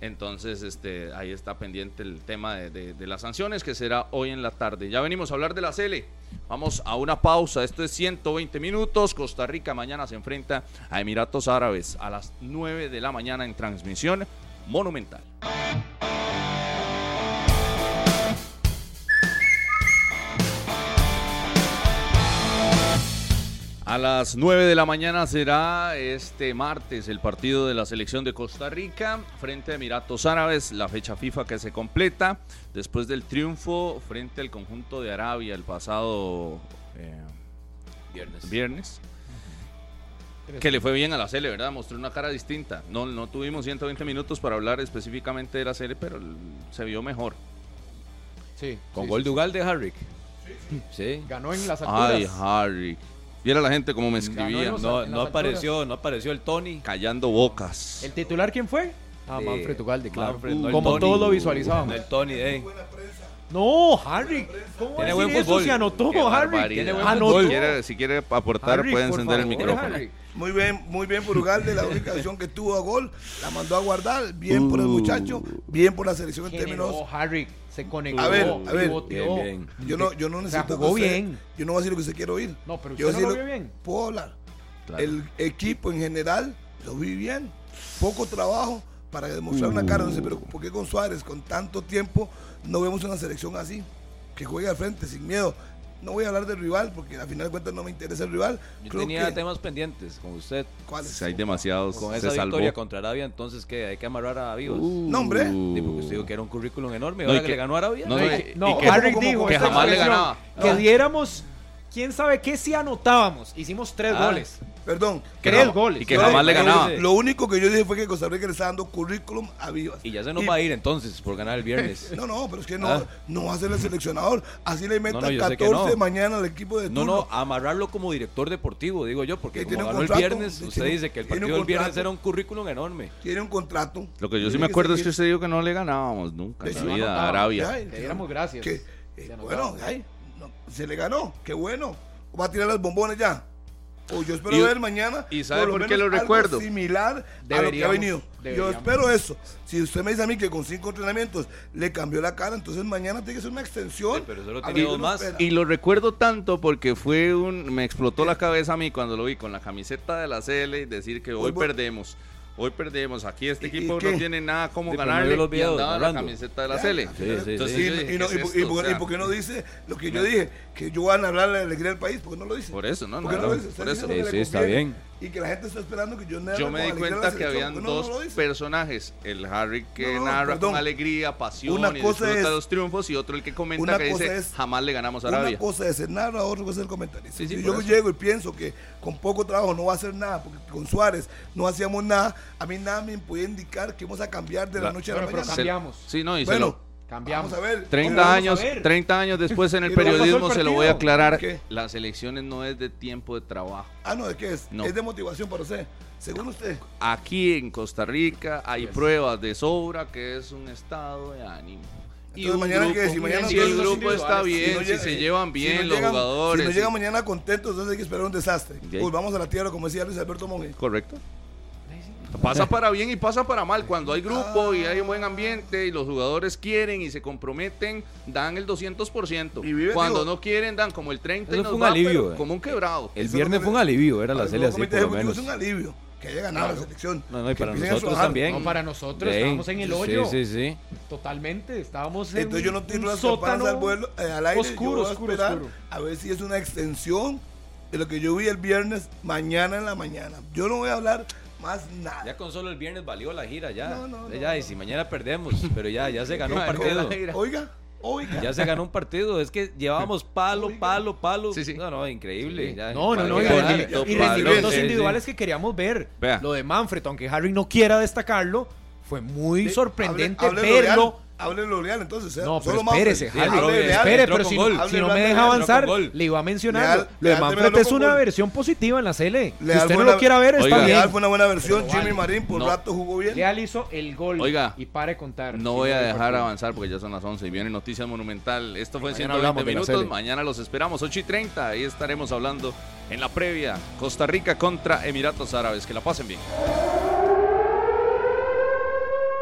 Speaker 2: Entonces, este, ahí está pendiente el tema de, de- de las sanciones que será hoy en la tarde. Ya venimos a hablar de la Cele. Vamos a una pausa. Esto es 120 minutos. Costa Rica mañana se enfrenta a Emiratos Árabes a las 9 de la mañana en transmisión monumental. A las 9 de la mañana será este martes el partido de la selección de Costa Rica frente a Emiratos Árabes, la fecha FIFA que se completa después del triunfo frente al conjunto de Arabia el pasado eh,
Speaker 3: Viernes.
Speaker 2: viernes. Que le fue bien a la Sele, ¿verdad? Mostró una cara distinta. No, no tuvimos 120 minutos para hablar específicamente de la Sele, pero l- se vio mejor.
Speaker 5: Sí,
Speaker 3: Con
Speaker 5: sí,
Speaker 3: gol
Speaker 5: sí.
Speaker 3: de Ugal de Harrick. Sí.
Speaker 5: Ganó en las alturas.
Speaker 2: Ay, Harry. Viera la gente cómo me escribía.
Speaker 5: Ganó en los-
Speaker 3: No,
Speaker 5: en
Speaker 3: no
Speaker 5: las
Speaker 3: apareció, no apareció el Tony.
Speaker 2: Callando bocas.
Speaker 5: ¿El titular quién fue? Ah,
Speaker 3: De-
Speaker 5: Manfred Ugalde, claro.
Speaker 3: Manfred, no el
Speaker 5: Como
Speaker 3: Tony.
Speaker 5: todos lo visualizaban.
Speaker 3: No el Tony, eh.
Speaker 5: No, Harry. ¿Cómo
Speaker 3: Tiene
Speaker 5: decir
Speaker 3: buen
Speaker 5: eso?
Speaker 3: fútbol.
Speaker 5: Se anotó,
Speaker 2: Qué
Speaker 5: Harry.
Speaker 2: barbaridad.
Speaker 3: buen
Speaker 5: Anotó.
Speaker 3: fútbol.
Speaker 2: Si quiere, si quiere aportar,
Speaker 5: Harry,
Speaker 2: puede
Speaker 5: por
Speaker 2: encender el
Speaker 5: favor,
Speaker 2: micrófono.
Speaker 5: Harry.
Speaker 4: Muy bien, muy bien por Ugalde, la única acción que tuvo a gol, la mandó a guardar, bien por el muchacho, bien por la selección en términos.
Speaker 5: Generó, Harry. Se conectó.
Speaker 4: A ver, a ver.
Speaker 5: pivoteó.
Speaker 3: Bien, bien.
Speaker 4: Yo no, yo no
Speaker 5: sea,
Speaker 4: necesito.
Speaker 5: jugó
Speaker 4: que usted-
Speaker 5: bien.
Speaker 4: Yo no voy a decir lo que usted quiere oír.
Speaker 5: No, pero
Speaker 4: Yo
Speaker 5: usted no
Speaker 4: sí
Speaker 5: lo vio bien.
Speaker 4: Puedo hablar.
Speaker 2: Claro.
Speaker 4: El equipo en general lo vi bien. Poco trabajo para
Speaker 5: Uh.
Speaker 4: demostrar una cara. No sé, pero ¿por qué con Suárez, con tanto tiempo, no vemos una selección así? que juegue al frente sin miedo. No voy a hablar del rival porque al final de cuentas no me interesa el rival.
Speaker 3: Yo
Speaker 4: Creo
Speaker 3: tenía
Speaker 4: que-
Speaker 3: temas pendientes con usted.
Speaker 4: ¿Cuáles?
Speaker 2: Hay demasiados.
Speaker 3: Con
Speaker 2: se
Speaker 3: esa
Speaker 2: salvó. Uh.
Speaker 3: victoria contra Arabia, entonces que hay que amarrar a Vivas.
Speaker 4: No, hombre.
Speaker 3: Sí, porque usted dijo que era un currículum enorme.
Speaker 2: No,
Speaker 3: Ahora
Speaker 2: y
Speaker 3: que,
Speaker 2: que-
Speaker 3: le ganó a Arabia.
Speaker 2: no,
Speaker 3: Ay,
Speaker 2: y
Speaker 3: que-
Speaker 2: que- y
Speaker 5: No,
Speaker 2: que-
Speaker 5: Harry
Speaker 4: ¿cómo, cómo,
Speaker 5: dijo
Speaker 4: que
Speaker 5: esta
Speaker 2: jamás le
Speaker 5: expresión,
Speaker 2: ganaba. Ah.
Speaker 5: Que diéramos, quién sabe qué si anotábamos. Hicimos tres
Speaker 3: Ah.
Speaker 5: goles.
Speaker 4: Perdón.
Speaker 2: que
Speaker 5: tres
Speaker 2: jam-
Speaker 5: goles.
Speaker 2: Y que
Speaker 4: Yo-
Speaker 2: jamás le ganaba.
Speaker 4: Lo único que yo dije fue que Costa Rica le está dando currículum a Vivas.
Speaker 3: Y ya se nos va a ir entonces por ganar el viernes.
Speaker 4: No, no, pero es que no,
Speaker 3: Ah.
Speaker 4: no va a ser el seleccionador. Así le
Speaker 3: No,
Speaker 4: meta
Speaker 3: no, yo sé que
Speaker 4: 14
Speaker 3: no.
Speaker 4: mañana al equipo de
Speaker 3: No,
Speaker 4: turno.
Speaker 3: no, amarrarlo como director deportivo, digo yo, porque
Speaker 4: Que
Speaker 3: como
Speaker 4: tiene un
Speaker 3: ganó el
Speaker 4: contrato,
Speaker 3: viernes,
Speaker 4: que
Speaker 3: usted
Speaker 4: tiene-
Speaker 3: dice que el
Speaker 4: tiene un
Speaker 3: partido del viernes
Speaker 4: contrato.
Speaker 3: era un currículum enorme.
Speaker 4: Tiene un contrato.
Speaker 2: Lo que yo sí me
Speaker 4: Tiene
Speaker 2: acuerdo es que
Speaker 4: seguir.
Speaker 2: usted dijo que no le ganábamos nunca en
Speaker 4: Sí,
Speaker 2: la
Speaker 4: no
Speaker 2: vida a
Speaker 5: anotaba.
Speaker 2: Arabia.
Speaker 4: Ay,
Speaker 5: Le
Speaker 4: que-
Speaker 5: diéramos gracias.
Speaker 4: que- eh,
Speaker 5: Se
Speaker 4: bueno,
Speaker 5: anotaba.
Speaker 4: ay, no, se le ganó, qué bueno. Va a tirar las bombones ya. O yo espero
Speaker 2: Y-
Speaker 4: ver mañana.
Speaker 2: ¿y sabe
Speaker 4: lo
Speaker 2: por qué lo
Speaker 4: menos algo
Speaker 2: recuerdo?
Speaker 4: Similar a lo que ha
Speaker 5: Deberíamos-
Speaker 4: venido. Yo
Speaker 5: deberíamos.
Speaker 4: espero eso. Si usted me dice a mí que con cinco entrenamientos le cambió la cara, entonces mañana tiene que ser una extensión.
Speaker 3: Sí, pero solo
Speaker 4: a
Speaker 3: tiene
Speaker 4: lo que
Speaker 3: dos
Speaker 4: uno
Speaker 3: más.
Speaker 4: espera.
Speaker 2: Y lo recuerdo tanto porque fue un. Me explotó la cabeza a mí cuando lo vi con la camiseta de la CL y decir que hoy
Speaker 4: Hoy vo-
Speaker 2: perdemos. Hoy perdemos. Aquí este
Speaker 4: ¿Y- y
Speaker 2: equipo
Speaker 4: qué?
Speaker 2: no tiene nada como
Speaker 3: Sí, pero no
Speaker 2: ganarle.
Speaker 3: vio los
Speaker 2: y
Speaker 3: videos,
Speaker 2: andaba en la
Speaker 3: hablando.
Speaker 2: camiseta de la
Speaker 4: Ya,
Speaker 2: CL.
Speaker 4: al
Speaker 3: Sí, sí,
Speaker 2: Entonces
Speaker 3: sí.
Speaker 2: yo
Speaker 4: Y,
Speaker 2: dije,
Speaker 4: y no-
Speaker 2: ¿qué
Speaker 4: y
Speaker 2: es
Speaker 4: por- y
Speaker 2: esto?
Speaker 4: por-
Speaker 2: O sea,
Speaker 4: y por qué no dice lo que yo dije? Que yo voy a narrar la alegría del país. ¿Por qué no lo dice?
Speaker 2: Por eso, no,
Speaker 4: ¿Por qué
Speaker 2: no,
Speaker 4: lo dice? Está
Speaker 2: por eso.
Speaker 4: diciendo que
Speaker 3: Sí,
Speaker 4: le
Speaker 3: sí, está
Speaker 4: conviene
Speaker 3: bien.
Speaker 4: Y que la gente está esperando que yo narre
Speaker 2: Yo me di
Speaker 4: con alegría la
Speaker 2: cuenta que
Speaker 4: selección.
Speaker 2: habían
Speaker 4: ¿Por qué no-
Speaker 2: dos
Speaker 4: no lo dice?
Speaker 2: personajes. El Harry que
Speaker 4: No, no,
Speaker 2: narra
Speaker 4: perdón.
Speaker 2: con alegría, pasión
Speaker 4: Una
Speaker 2: y
Speaker 4: cosa
Speaker 2: disfruta
Speaker 4: es-
Speaker 2: los triunfos y otro el que comenta
Speaker 4: una
Speaker 2: que
Speaker 4: cosa
Speaker 2: dice
Speaker 4: es-
Speaker 2: jamás le ganamos a
Speaker 4: Una
Speaker 2: Arabia.
Speaker 4: cosa es el narrador, otra cosa es el comentarista.
Speaker 2: Sí, sí,
Speaker 4: si
Speaker 2: por
Speaker 4: yo
Speaker 2: eso.
Speaker 4: llego y pienso que con poco trabajo no va a hacer nada, porque con Suárez no hacíamos nada, a mí nada me podía indicar que íbamos a cambiar de la,
Speaker 2: La-
Speaker 4: noche a la
Speaker 5: Bueno, pero
Speaker 4: mañana.
Speaker 2: Se-
Speaker 5: cambiamos.
Speaker 2: Sí, no, y se
Speaker 4: bueno,
Speaker 2: lo-
Speaker 5: Cambiamos.
Speaker 4: vamos a ver.
Speaker 2: 30
Speaker 4: Vamos a
Speaker 2: años,
Speaker 5: ver.
Speaker 2: 30 años después en el
Speaker 4: ¿Y luego pasó el
Speaker 2: periodismo se lo voy a
Speaker 5: partido?
Speaker 2: aclarar.
Speaker 4: ¿Qué?
Speaker 2: Las elecciones no es de tiempo de trabajo.
Speaker 4: Ah, no, ¿de qué es?
Speaker 2: No.
Speaker 4: Es de motivación para usted. Según usted.
Speaker 2: Aquí en Costa Rica hay
Speaker 4: Pues.
Speaker 2: pruebas de sobra que es un estado de ánimo.
Speaker 4: Entonces,
Speaker 2: un
Speaker 4: mañana, ¿qué? Si mañana
Speaker 2: si el
Speaker 4: entonces-
Speaker 2: grupo está
Speaker 4: Si
Speaker 2: bien,
Speaker 4: no
Speaker 2: si,
Speaker 4: llega- eh,
Speaker 2: se llevan bien
Speaker 4: si no
Speaker 2: los
Speaker 4: llegan-
Speaker 2: jugadores.
Speaker 4: Si no llega
Speaker 2: si-
Speaker 4: mañana contentos, entonces hay que esperar un desastre.
Speaker 2: Ya.
Speaker 4: Volvamos a la tierra, como decía Luis Alberto Monge.
Speaker 2: Correcto. Pasa para bien y pasa para mal. Cuando hay grupo y hay un buen ambiente y los jugadores quieren y se comprometen, dan el 200%.
Speaker 4: Y vive,
Speaker 2: Cuando
Speaker 4: digo-
Speaker 2: no quieren, dan como el 30% y
Speaker 3: Eso
Speaker 2: nos
Speaker 3: fue un
Speaker 2: va,
Speaker 3: alivio,
Speaker 2: pero
Speaker 3: eh.
Speaker 2: como un quebrado.
Speaker 3: El
Speaker 4: Eso
Speaker 3: viernes
Speaker 4: no
Speaker 3: fue un alivio, era la
Speaker 4: Al
Speaker 3: CL así
Speaker 4: comité
Speaker 3: por lo
Speaker 4: ejecutivo
Speaker 3: menos.
Speaker 4: Es un alivio que haya ganado la selección.
Speaker 3: No, no, y
Speaker 4: que
Speaker 3: para
Speaker 4: empiecen a
Speaker 3: nosotros
Speaker 4: trabajar.
Speaker 3: también.
Speaker 5: No, para nosotros
Speaker 3: Bien.
Speaker 5: estábamos en el
Speaker 3: Sí,
Speaker 5: hoyo.
Speaker 3: Sí, sí,
Speaker 5: Totalmente. Estábamos en
Speaker 4: Entonces yo no tiro
Speaker 5: un
Speaker 4: las
Speaker 5: sótano.
Speaker 4: campanas al, vuelo, eh, al aire.
Speaker 5: oscuro,
Speaker 4: yo voy a
Speaker 5: oscuro,
Speaker 4: esperar
Speaker 5: oscuro.
Speaker 4: A ver si es una extensión de lo que yo vi el viernes mañana en la mañana. Yo no voy a hablar más
Speaker 3: Ya
Speaker 4: nada.
Speaker 3: con solo el viernes valió la gira, ya.
Speaker 4: No, no,
Speaker 3: ya, y si mañana perdemos, pero ya, ya se ganó un
Speaker 2: Madre,
Speaker 3: partido.
Speaker 2: la gira.
Speaker 4: Oiga, oiga.
Speaker 3: Ya se ganó un partido, es que llevábamos palo, palo, palo.
Speaker 2: Sí, sí.
Speaker 3: No, no, increíble. ya.
Speaker 5: No, no, no.
Speaker 3: Para
Speaker 5: Y,
Speaker 3: que
Speaker 2: oiga,
Speaker 3: ganar.
Speaker 2: bonito,
Speaker 5: y
Speaker 2: padrón.
Speaker 5: rendimientos
Speaker 3: Sí, sí.
Speaker 5: individuales que queríamos ver.
Speaker 2: Vea.
Speaker 5: Lo de Manfred, aunque Harry no quiera destacarlo, fue muy sorprendente
Speaker 4: Hable- hable
Speaker 5: verlo.
Speaker 4: L'Oreal, Hable L'Oreal, entonces. ¿eh?
Speaker 5: No, pero
Speaker 4: Solo más-
Speaker 5: espérese,
Speaker 4: Sí,
Speaker 5: Harry,
Speaker 4: hable
Speaker 3: Leal,
Speaker 4: L'Oreal.
Speaker 5: espere,
Speaker 3: entró
Speaker 5: pero
Speaker 3: con
Speaker 5: si,
Speaker 3: gol.
Speaker 5: no- si
Speaker 4: Hable
Speaker 5: no me
Speaker 4: Leal,
Speaker 5: deja
Speaker 4: entró
Speaker 5: avanzar,
Speaker 3: con gol.
Speaker 5: le iba a mencionar.
Speaker 4: Leal-
Speaker 5: lo de
Speaker 4: Leal
Speaker 5: Manfred
Speaker 4: terminó
Speaker 5: es
Speaker 4: con
Speaker 5: una
Speaker 4: gol.
Speaker 5: versión positiva en la CL. Si
Speaker 4: Leal
Speaker 5: usted no
Speaker 4: buena-
Speaker 5: lo quiera ver, está
Speaker 2: Oiga,
Speaker 5: bien.
Speaker 4: Leal fue una buena versión.
Speaker 5: Pero
Speaker 4: Jimmy
Speaker 5: vale.
Speaker 4: Marín por
Speaker 2: No.
Speaker 4: rato jugó bien.
Speaker 5: Leal hizo el gol
Speaker 2: Oiga,
Speaker 5: y pare contar.
Speaker 2: No voy a dejar avanzar porque ya son las 11 y viene Noticias Monumental. Esto fue en
Speaker 6: Mañana hablamos
Speaker 2: 120
Speaker 6: de la serie.
Speaker 2: minutos. Mañana los esperamos, 8 y 30. Ahí estaremos hablando en la previa. Costa Rica contra Emiratos Árabes. Que la pasen bien.